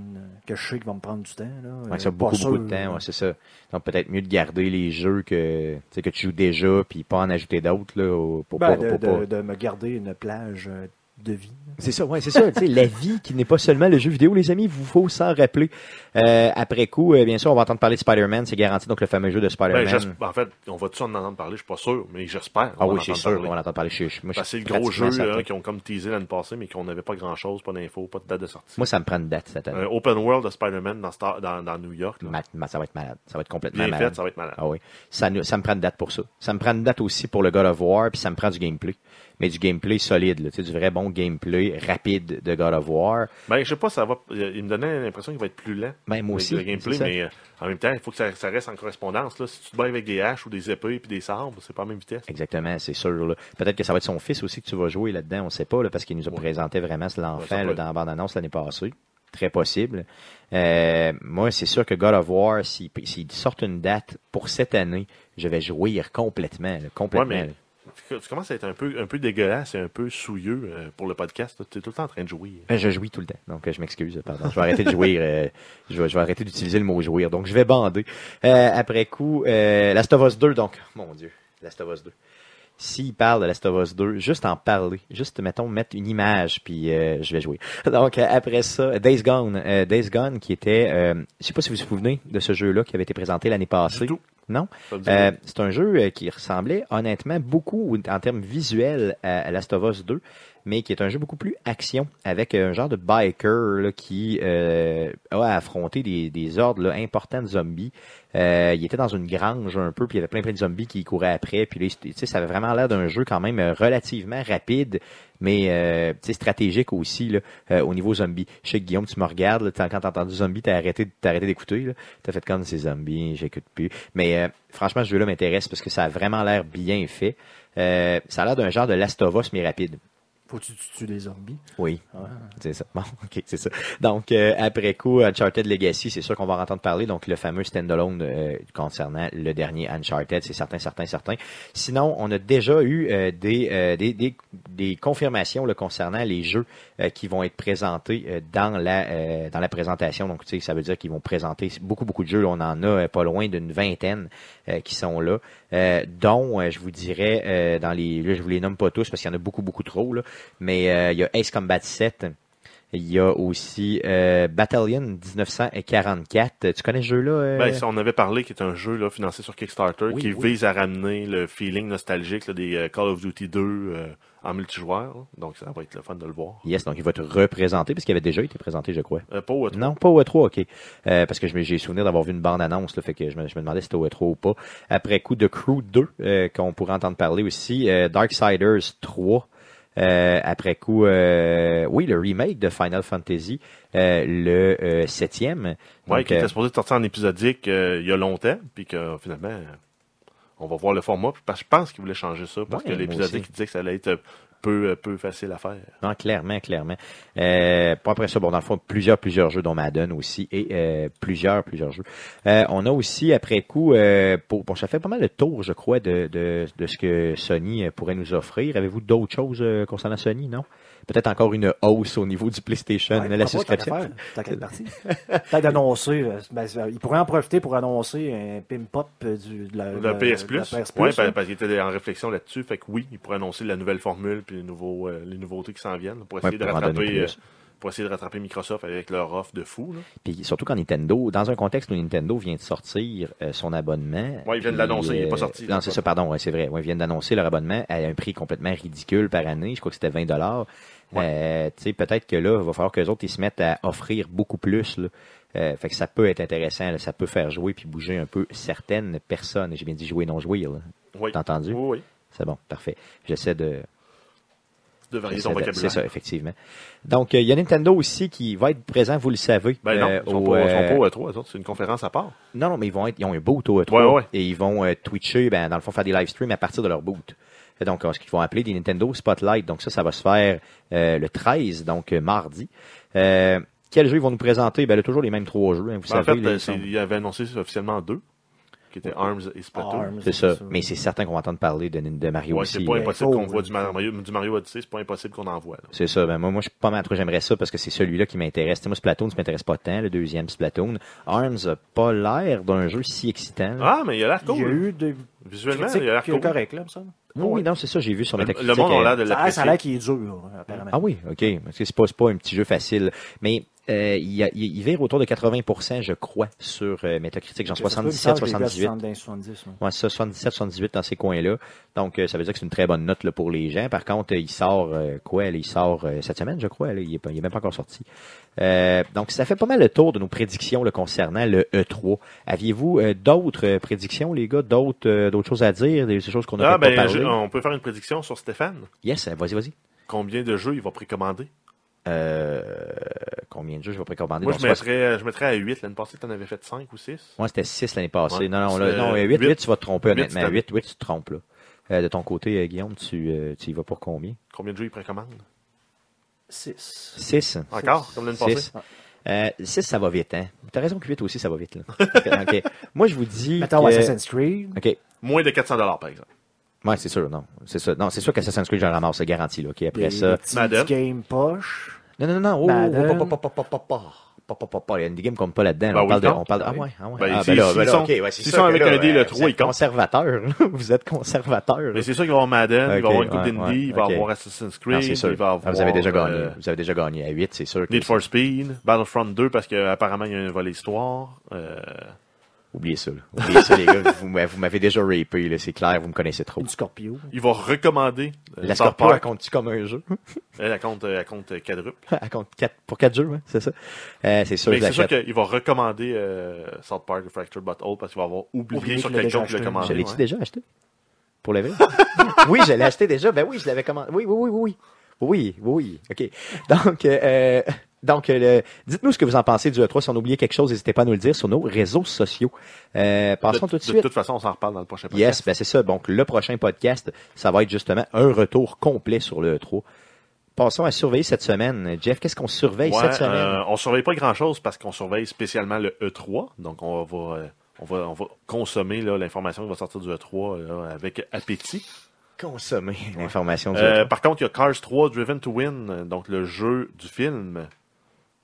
Speaker 2: que je sais qu'il va me prendre du temps. Là,
Speaker 1: Ouais, ça
Speaker 2: Euh,
Speaker 1: a beaucoup,
Speaker 2: pas
Speaker 1: beaucoup
Speaker 2: sûr,
Speaker 1: de temps,
Speaker 2: là.
Speaker 1: ouais, c'est ça. Donc peut-être mieux de garder les jeux que, tu sais, que tu joues déjà, puis pas en ajouter d'autres, là, au- pour pas...
Speaker 2: Ben, de,
Speaker 1: pour pas-
Speaker 2: de- de me garder une plage euh, de vie. là.
Speaker 1: C'est ça, ouais, c'est ça. tu sais, la vie qui n'est pas seulement le jeu vidéo, les amis, vous faut s'en rappeler. Euh, après coup, euh, bien sûr, on va entendre parler de Spider-Man, c'est garanti, donc le fameux jeu de
Speaker 3: Ben,
Speaker 1: Spider-Man.
Speaker 3: j'esp- en fait, on va tous en entendre parler, je suis pas sûr, mais j'espère.
Speaker 1: Ah
Speaker 3: qu'on
Speaker 1: oui,
Speaker 3: en
Speaker 1: c'est
Speaker 3: entende
Speaker 1: sûr,
Speaker 3: parler.
Speaker 1: on va en entendre parler chez moi. je
Speaker 3: Parce que c'est
Speaker 1: suis
Speaker 3: le gros jeu
Speaker 1: pratiquement certain.
Speaker 3: là, qui ont comme teasé l'année passée, mais qu'on n'avait pas grand chose, pas d'infos, pas de date de sortie.
Speaker 1: Moi, ça me prend une date cette année.
Speaker 3: Un open world de Spider-Man dans, Star- dans, dans New York. là.
Speaker 1: Ma- ma- ça va être malade. Ça va être complètement
Speaker 3: Bien
Speaker 1: malade.
Speaker 3: fait, ça va être malade.
Speaker 1: Ah oui. Ça, nous- ça me prend une date pour ça. Ça me prend une date aussi pour le God of War, puis ça me prend du gameplay. Mais du gameplay solide, là, tu sais, du vrai bon gameplay rapide de God of War.
Speaker 3: Ben, je sais pas, ça va. euh, Il me donnait l'impression qu'il va être plus lent.
Speaker 1: Ben, moi
Speaker 3: avec
Speaker 1: aussi,
Speaker 3: Le gameplay,
Speaker 1: c'est ça.
Speaker 3: mais euh, en même temps, il faut que ça, ça reste en correspondance. Là. Si tu te bats avec des haches ou des épées et des sabres, c'est pas la même vitesse.
Speaker 1: Exactement, c'est sûr. là. Peut-être que ça va être son fils aussi que tu vas jouer là-dedans, on sait pas, là, parce qu'il nous a présenté vraiment ce-
Speaker 3: Ouais,
Speaker 1: l'enfant
Speaker 3: ça
Speaker 1: là,
Speaker 3: peut être.
Speaker 1: dans la bande-annonce l'année passée. Très possible. Euh, moi, c'est sûr que God of War, s'il s'il sort une date pour cette année, je vais jouir complètement. là,
Speaker 3: Ouais,
Speaker 1: complètement.
Speaker 3: mais
Speaker 1: là.
Speaker 3: tu tu commences à être un peu, un peu dégueulasse et un peu souilleux euh, pour le podcast. Tu es tout le temps en train de jouer. hein.
Speaker 1: Euh, Je jouis tout le temps, donc euh, je m'excuse, pardon. Je vais arrêter de jouir, euh, je, vais, je vais arrêter d'utiliser le mot jouir, donc je vais bander. Euh, après coup, euh, Last of Us 2, donc, mon Dieu, Last of Us 2. S'il parle de Last of Us 2, juste en parler, juste, mettons, mettre une image, puis euh, je vais jouer. Donc, euh, après ça, Days Gone, euh, Days Gone qui était, euh, je sais pas si vous vous souvenez de ce jeu-là qui avait été présenté l'année passée.
Speaker 3: tout.
Speaker 1: Non?
Speaker 3: Ça me dit-
Speaker 1: Euh, c'est un jeu euh, qui ressemblait honnêtement beaucoup en termes visuels à à Last of Us 2, mais qui est un jeu beaucoup plus action, avec euh, un genre de biker là, qui euh, a à affronter des, des ordres là, importants de zombies. Euh, il était dans une grange un peu, puis il y avait plein plein de zombies qui couraient après, puis là, c'était- tu sais, ça avait vraiment l'air d'un jeu quand même euh, relativement rapide, mais euh, tu sais, stratégique aussi là, euh, au niveau zombie. Je sais que Guillaume, tu me regardes, là, t'as- quand t'as entendu zombie, t'as arrêté, de- t'as arrêté d'écouter, là. t'as fait comme ces zombies, j'écoute plus. Mais euh, franchement, ce jeu-là m'intéresse parce que ça a vraiment l'air bien fait. Euh, ça a l'air d'un genre de Last of Us, mais rapide.
Speaker 2: Faut que tu tu tues des zombies.
Speaker 1: Oui.
Speaker 2: Ah.
Speaker 1: C'est ça. Bon, OK, c'est ça. Donc, euh, après coup, Uncharted Legacy, c'est sûr qu'on va en entendre parler. Donc, le fameux standalone euh, concernant le dernier Uncharted, c'est certain, certain, certain. Sinon, on a déjà eu euh, des, euh, des, des, des confirmations là, concernant les jeux euh, qui vont être présentés euh, dans, la, euh, dans la présentation. Donc, tu sais, ça veut dire qu'ils vont présenter beaucoup, beaucoup de jeux. Là, on en a euh, pas loin d'une vingtaine euh, qui sont là, euh, dont, euh, je vous dirais, euh, dans les... Là, je vous les nomme pas tous parce qu'il y en a beaucoup, beaucoup trop, là. Mais euh, il y a Ace Combat 7. Il y a aussi euh, Battalion 1944. Tu connais ce jeu-là? euh?
Speaker 3: Ben, ça, on avait parlé qui est un jeu là, financé sur Kickstarter
Speaker 1: Oui,
Speaker 3: qui
Speaker 1: oui.
Speaker 3: vise à ramener le feeling nostalgique là, des euh, Call of Duty 2 euh, en multijoueur. là. Donc ça va être le fun de le voir.
Speaker 1: Yes, donc il va te représenter, parce qu'il avait déjà été présenté, je crois.
Speaker 3: Euh, pas au-
Speaker 1: Non, pas au E3, OK. Euh, parce que je me- j'ai souvenir d'avoir vu une bande-annonce, là, fait que je me, je me demandais si c'était au E3 ou pas. Après coup, de Crew 2, euh, qu'on pourrait entendre parler aussi. Euh, Darksiders 3. Euh, après coup, euh, oui, le remake de Final Fantasy, euh, le euh, septième.
Speaker 3: Ouais,
Speaker 1: Donc,
Speaker 3: qui
Speaker 1: euh,
Speaker 3: était supposé sortir en épisodique euh, il y a longtemps, puis que euh, finalement, euh, on va voir le format. Puis, parce que je pense qu'ils voulaient changer ça, parce
Speaker 1: Ouais,
Speaker 3: que
Speaker 1: moi
Speaker 3: l'épisodique,
Speaker 1: aussi.
Speaker 3: il disait que ça allait être euh, peu, euh, peu facile à faire.
Speaker 1: Non, clairement, clairement. Euh, puis après ça, bon, dans le fond, plusieurs, plusieurs jeux, dont Madden aussi, et euh, plusieurs, plusieurs jeux. Euh, on a aussi, après coup, euh, pour, bon, ça fait pas mal le tour, je crois, de, de, de ce que Sony euh, pourrait nous offrir. Avez-vous d'autres choses euh, concernant Sony, non? Peut-être encore une hausse au niveau du PlayStation,
Speaker 2: Ouais,
Speaker 1: la
Speaker 2: pourquoi pas,
Speaker 1: souscription.
Speaker 2: tant qu'à faire, Tant qu'à être parti. Peut-être d'annoncer. euh, ben, c'est- il pourrait en profiter pour annoncer un pim-pop du, de
Speaker 1: Euh,
Speaker 2: la, de
Speaker 3: Le
Speaker 2: la-
Speaker 3: PS
Speaker 2: de la
Speaker 3: Plus,
Speaker 2: PS
Speaker 3: ouais, ben,
Speaker 2: là.
Speaker 1: hein.
Speaker 3: parce, parce qu'il était en réflexion là-dessus. Fait que oui, il pourrait annoncer la nouvelle formule, puis les, nouveaux, euh, les nouveautés qui s'en viennent, pour essayer,
Speaker 1: Ouais,
Speaker 3: de,
Speaker 1: pour en donner
Speaker 3: rattraper, euh,
Speaker 1: plus.
Speaker 3: pour essayer de rattraper Microsoft avec leur offre de fou. Là.
Speaker 1: Puis surtout quand Nintendo, dans un contexte où Nintendo vient de sortir euh, son abonnement.
Speaker 3: Ouais, ils viennent
Speaker 1: puis,
Speaker 3: de l'annoncer, il est pas sorti,
Speaker 1: Non,
Speaker 3: là,
Speaker 1: c'est
Speaker 3: quoi.
Speaker 1: ça, pardon, ouais, c'est vrai. Ouais, ils viennent d'annoncer leur abonnement à un prix complètement ridicule par année. Je crois que c'était 20 dollars. Euh, tu sais, peut-être que là, il va falloir que les autres ils se mettent à offrir beaucoup plus. là. Euh, fait que ça peut être intéressant, là, ça peut faire jouer puis bouger un peu certaines personnes. J'ai bien dit jouer, non jouer. là.
Speaker 3: Oui. Oh.
Speaker 1: T'as entendu?
Speaker 3: Oui, oui.
Speaker 1: C'est bon, parfait. J'essaie de
Speaker 3: De varier son
Speaker 1: c'est ça, C'est
Speaker 3: vocabulaire.
Speaker 1: ça, effectivement. Donc, euh, il y a Nintendo aussi qui va être présent, vous le savez.
Speaker 3: Ben non,
Speaker 1: euh,
Speaker 3: ils sont,
Speaker 1: au,
Speaker 3: pas, ils sont
Speaker 1: euh,
Speaker 3: pas à trois, eux autres, c'est une conférence à part.
Speaker 1: non, non, mais ils vont être, ils ont un boot au E3
Speaker 3: Ouais, ouais.
Speaker 1: et ils vont euh, twitcher, ben, dans le fond, faire des live streams à partir de leur boot. Et Donc, euh, ce qu'ils vont appeler des Nintendo Spotlight. Donc, ça, ça va se faire euh, le 13, donc euh, mardi. Euh, quels jeux ils vont nous présenter? Ben, là, toujours les mêmes trois jeux, hein, vous
Speaker 3: en
Speaker 1: savez.
Speaker 3: fait,
Speaker 1: là,
Speaker 3: euh,
Speaker 1: ils sont-
Speaker 3: c'est- il avait annoncé officiellement deux, qui étaient Arms et Splatoon.
Speaker 2: Arms,
Speaker 1: c'est ça. Mais c'est certain qu'on va entendre parler de, de Mario
Speaker 3: Ouais,
Speaker 1: aussi.
Speaker 3: c'est pas
Speaker 1: là.
Speaker 3: impossible qu'on
Speaker 2: Oh,
Speaker 3: voit
Speaker 2: oui.
Speaker 3: du Mario, du Mario Odyssey, c'est pas impossible qu'on en voit. là.
Speaker 1: C'est ça. Ben moi, moi, je suis pas mal trop. J'aimerais ça parce que c'est celui-là qui m'intéresse. Tu sais, Moi, Splatoon, ça m'intéresse pas tant. Le deuxième Splatoon, Arms a pas l'air d'un jeu si excitant. là.
Speaker 3: Ah, mais il a l'air
Speaker 2: Euh, Il y a
Speaker 3: cool.
Speaker 2: eu des
Speaker 3: Visuellement,
Speaker 2: critiques
Speaker 3: il a l'air
Speaker 2: qui
Speaker 3: cool.
Speaker 2: est correct, là, me semble.
Speaker 1: Ah oui, oui, non, c'est ça. J'ai vu sur
Speaker 3: Le,
Speaker 1: Metacritic. euh,
Speaker 3: le monde a l'air de
Speaker 2: Ça a l'air- ça a l'air
Speaker 3: l'apprécier.
Speaker 2: qu'il est dur, là, apparemment.
Speaker 1: Ah oui, ok. Parce que c'est pas, c'est pas un petit jeu facile, mais euh, il, y a- il- il vire autour de 80%, je crois, sur euh, Metacritic, genre
Speaker 2: Ça se peut, il me
Speaker 1: 77,
Speaker 2: semble que j'ai vu à
Speaker 1: 78.
Speaker 2: 70, 70, ouais.
Speaker 1: Ouais, c'est ça, 77, 78 dans ces coins-là. Donc, euh, ça veut dire que c'est une très bonne note là, pour les gens. Par contre, euh, il sort euh, quoi? là? Il sort euh, cette semaine, je crois. là. Il n'est même pas encore sorti. Euh, donc, ça fait pas mal le tour de nos prédictions là, concernant le E3. Aviez-vous euh, d'autres euh, prédictions, les gars? D'autres euh, d'autres choses à dire? Des des choses qu'on n'a
Speaker 3: Ah,
Speaker 1: peut-être pas
Speaker 3: ben,
Speaker 1: parlé?
Speaker 3: je- on peut faire une prédiction sur Stéphane.
Speaker 1: Yes, euh, vas-y, vas-y.
Speaker 3: Combien de jeux il va précommander?
Speaker 1: Euh, combien de jeux je vais précommander?
Speaker 3: Moi,
Speaker 1: Donc,
Speaker 3: je mettrais, je mettrais à 8. L'année passée, t'en avais fait 5 ou 6.
Speaker 1: Moi, c'était 6 l'année passée.
Speaker 3: Ouais.
Speaker 1: non, non, là,
Speaker 3: C'est,
Speaker 1: non
Speaker 3: euh,
Speaker 1: 8, 8,
Speaker 3: huit.
Speaker 1: tu vas te tromper,
Speaker 3: Huit,
Speaker 1: honnêtement.
Speaker 3: c'est-
Speaker 1: 8, 8, tu te trompes, là. Euh, de ton côté, euh, Guillaume, tu, euh, tu y vas pour combien?
Speaker 3: Combien de jeux il précommande?
Speaker 2: Six.
Speaker 1: 6?
Speaker 3: Encore, comme l'année passée?
Speaker 1: 6. Euh, 6, ça va vite, hein. T'as raison que 8 aussi, ça va vite, là. OK. Moi, je vous dis.
Speaker 2: Mettons
Speaker 1: que-
Speaker 2: Assassin's Creed.
Speaker 1: OK.
Speaker 3: Moins de 400 dollars, par exemple.
Speaker 1: Ouais, c'est sûr, non. C'est ça. Non, c'est sûr qu'Assassin's Creed, j'en ramasse, c'est garanti, là. OK, après
Speaker 2: des-
Speaker 1: ça.
Speaker 2: des petits
Speaker 3: Madden.
Speaker 2: Game poche.
Speaker 1: Non, non, non, non. Oh,
Speaker 2: Madden.
Speaker 1: oh, oh, oh, oh, oh, oh, oh, oh, oh, oh, oh, oh, Il y a une game qu'on compte pas là-dedans.
Speaker 3: Ben
Speaker 1: on
Speaker 3: oui,
Speaker 1: parle de,
Speaker 3: donc.
Speaker 1: on parle, ah
Speaker 3: Ben
Speaker 1: ouais,
Speaker 3: oui.
Speaker 1: ah ouais.
Speaker 3: Ben,
Speaker 1: ah,
Speaker 3: s'ils- s'ils sont-
Speaker 1: OK, ouais, c'est
Speaker 3: s'ils
Speaker 1: sûr
Speaker 3: sont
Speaker 1: que
Speaker 3: avec
Speaker 1: là,
Speaker 3: un dé, le
Speaker 1: euh,
Speaker 3: trois,
Speaker 1: vous êtes
Speaker 3: ils comptent.
Speaker 1: conservateur, là. Vous êtes conservateur, là.
Speaker 3: Mais c'est sûr qu'il va y avoir Madden, il va y avoir une
Speaker 1: Ok,
Speaker 3: coupe
Speaker 1: ouais,
Speaker 3: d'Indie,
Speaker 1: ouais,
Speaker 3: il va y
Speaker 1: ok.
Speaker 3: avoir Assassin's
Speaker 1: Non,
Speaker 3: Creed,
Speaker 1: c'est sûr.
Speaker 3: il va y
Speaker 1: Ah,
Speaker 3: avoir.
Speaker 1: vous avez déjà gagné.
Speaker 3: euh,
Speaker 1: Vous avez déjà gagné à 8, c'est sûr. que-
Speaker 3: Need for Speed, Battlefront 2, parce qu'apparemment, il y a un volet histoire. euh,
Speaker 1: Oubliez ça, là. Oubliez ça, les gars. Vous, m'a- vous m'avez déjà rapé, là. C'est clair, vous me connaissez trop.
Speaker 2: Du Scorpio.
Speaker 3: il va recommander. euh,
Speaker 1: La
Speaker 3: South
Speaker 1: Scorpio, elle
Speaker 3: Park.
Speaker 1: compte-tu comme un jeu?
Speaker 3: Elle, elle compte, elle compte euh, quadruple.
Speaker 1: Elle compte quatre, pour 4 jeux, hein, c'est ça? Euh, c'est sûr,
Speaker 3: Mais
Speaker 1: je
Speaker 3: c'est sûr
Speaker 1: l'achète.
Speaker 3: qu'il va recommander euh, South Park The Fractured But Old parce qu'il va avoir oublié,
Speaker 2: Oublié
Speaker 3: sur
Speaker 2: qu'il l'a
Speaker 3: quelqu'un
Speaker 2: déjà
Speaker 3: qui l'a
Speaker 2: acheté.
Speaker 1: Je
Speaker 3: commandé.
Speaker 1: l'ai-tu
Speaker 3: ouais.
Speaker 1: déjà acheté? Pour le vrai? oui, je l'ai acheté déjà. Ben oui, je l'avais commandé. Oui, oui, oui, oui. Oui, oui, oui. OK. Donc, euh, euh, donc euh, le- dites-nous ce que vous en pensez du E3. Si on a oublié quelque chose, n'hésitez pas à nous le dire sur nos réseaux sociaux. Euh,
Speaker 3: De,
Speaker 1: passons tout de
Speaker 3: de
Speaker 1: suite.
Speaker 3: toute façon, on s'en reparle dans le prochain podcast.
Speaker 1: Yes, ben c'est ça. Donc, le prochain podcast, ça va être justement un retour complet sur le E3. Passons à surveiller cette semaine. Jeff, qu'est-ce qu'on surveille
Speaker 3: Ouais,
Speaker 1: ben, cette semaine?
Speaker 3: euh, on surveille pas grand-chose parce qu'on surveille spécialement le E3. Donc, on va, euh, on va, on va consommer là, l'information qui va sortir du E3 là, avec appétit.
Speaker 1: Consommer l'information du
Speaker 3: Euh,
Speaker 1: retour.
Speaker 3: par contre, il y a Cars 3 Driven to Win, euh, donc le jeu du film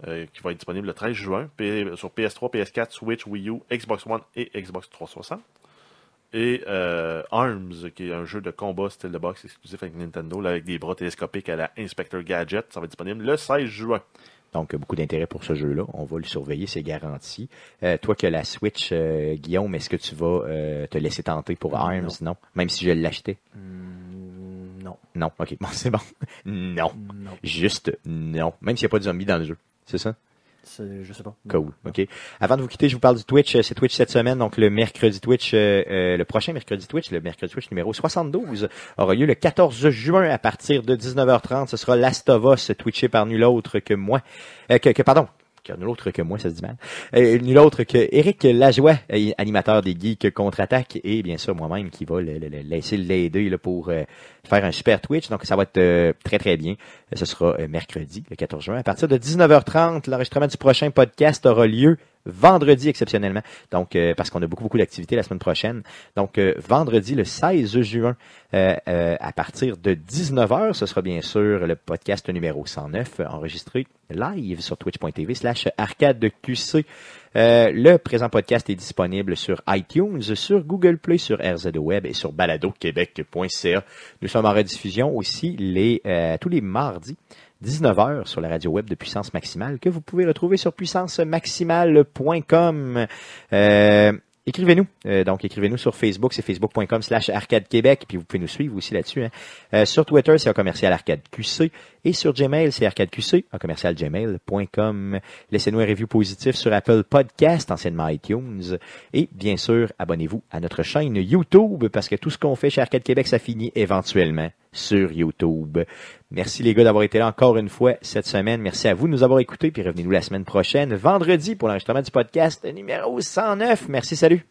Speaker 3: euh, qui va être disponible le 13 juin P- sur PS3, PS4, Switch, Wii U, Xbox One et Xbox 360. Et euh, Arms, qui est un jeu de combat style de boxe exclusif avec Nintendo, là, avec des bras télescopiques à la Inspector Gadget. Ça va être disponible le 16 juin.
Speaker 1: Donc, beaucoup d'intérêt pour ce jeu-là. On va le surveiller, c'est garanti. Euh, toi que la Switch, euh, Guillaume, est-ce que tu vas euh, te laisser tenter pour Arms? Non. Même si je l'achetais?
Speaker 2: Hmm, non,
Speaker 1: Non. OK, bon, c'est bon. non.
Speaker 2: non.
Speaker 1: Juste non. Même s'il n'y a pas de zombies dans le jeu. C'est ça?
Speaker 2: C'est- Je sais pas.
Speaker 1: Cool. OK. Avant de vous quitter, je vous parle du Twitch. Euh, C'est Twitch cette semaine. Donc, le mercredi Twitch, euh, euh, le prochain mercredi Twitch, le mercredi Twitch numéro 72, aura lieu le 14 juin à partir de 19h30. Ce sera Last of Us, twitché par nul autre que moi. Euh, que, que, pardon. que Nul autre que moi, ça se dit mal. Euh, nul autre que Eric Lajoie, euh, animateur des Geeks Contre-Attaque, et bien sûr moi-même qui va le- le- le- laisser l'aider là, pour euh, faire un super Twitch. Donc ça va être euh, très très bien. Ce sera euh, mercredi, le 14 juin. À partir de 19h30, l'enregistrement du prochain podcast aura lieu vendredi exceptionnellement. Donc, euh, parce qu'on a beaucoup, beaucoup d'activités la semaine prochaine. Donc, euh, vendredi, le 16 juin, euh, euh, à partir de 19h, ce sera bien sûr le podcast numéro 109, euh, enregistré live sur twitch.tv slash arcadeqc. Euh, le présent podcast est disponible sur iTunes, sur Google Play, sur RZO Web et sur baladoquebec.ca. Nous sommes en rediffusion aussi les, euh, tous les mardis 19h sur la radio web de Puissance Maximale que vous pouvez retrouver sur puissancemaximale.com. Euh, Écrivez-nous. Euh, donc, écrivez-nous sur Facebook, c'est facebook.com slash arcade Québec, puis vous pouvez nous suivre aussi là-dessus. hein. Euh, sur Twitter, c'est un commercial arcade QC, et sur Gmail, c'est arcadeqc, un commercial gmail.com. Laissez-nous un review positif sur Apple Podcast, anciennement iTunes, et bien sûr, abonnez-vous à notre chaîne YouTube, parce que tout ce qu'on fait chez Arcade Québec, ça finit éventuellement sur YouTube. Merci les gars d'avoir été là encore une fois cette semaine. Merci à vous de nous avoir écoutés. Puis revenez-nous la semaine prochaine, vendredi, pour l'enregistrement du podcast numéro 109. Merci, salut.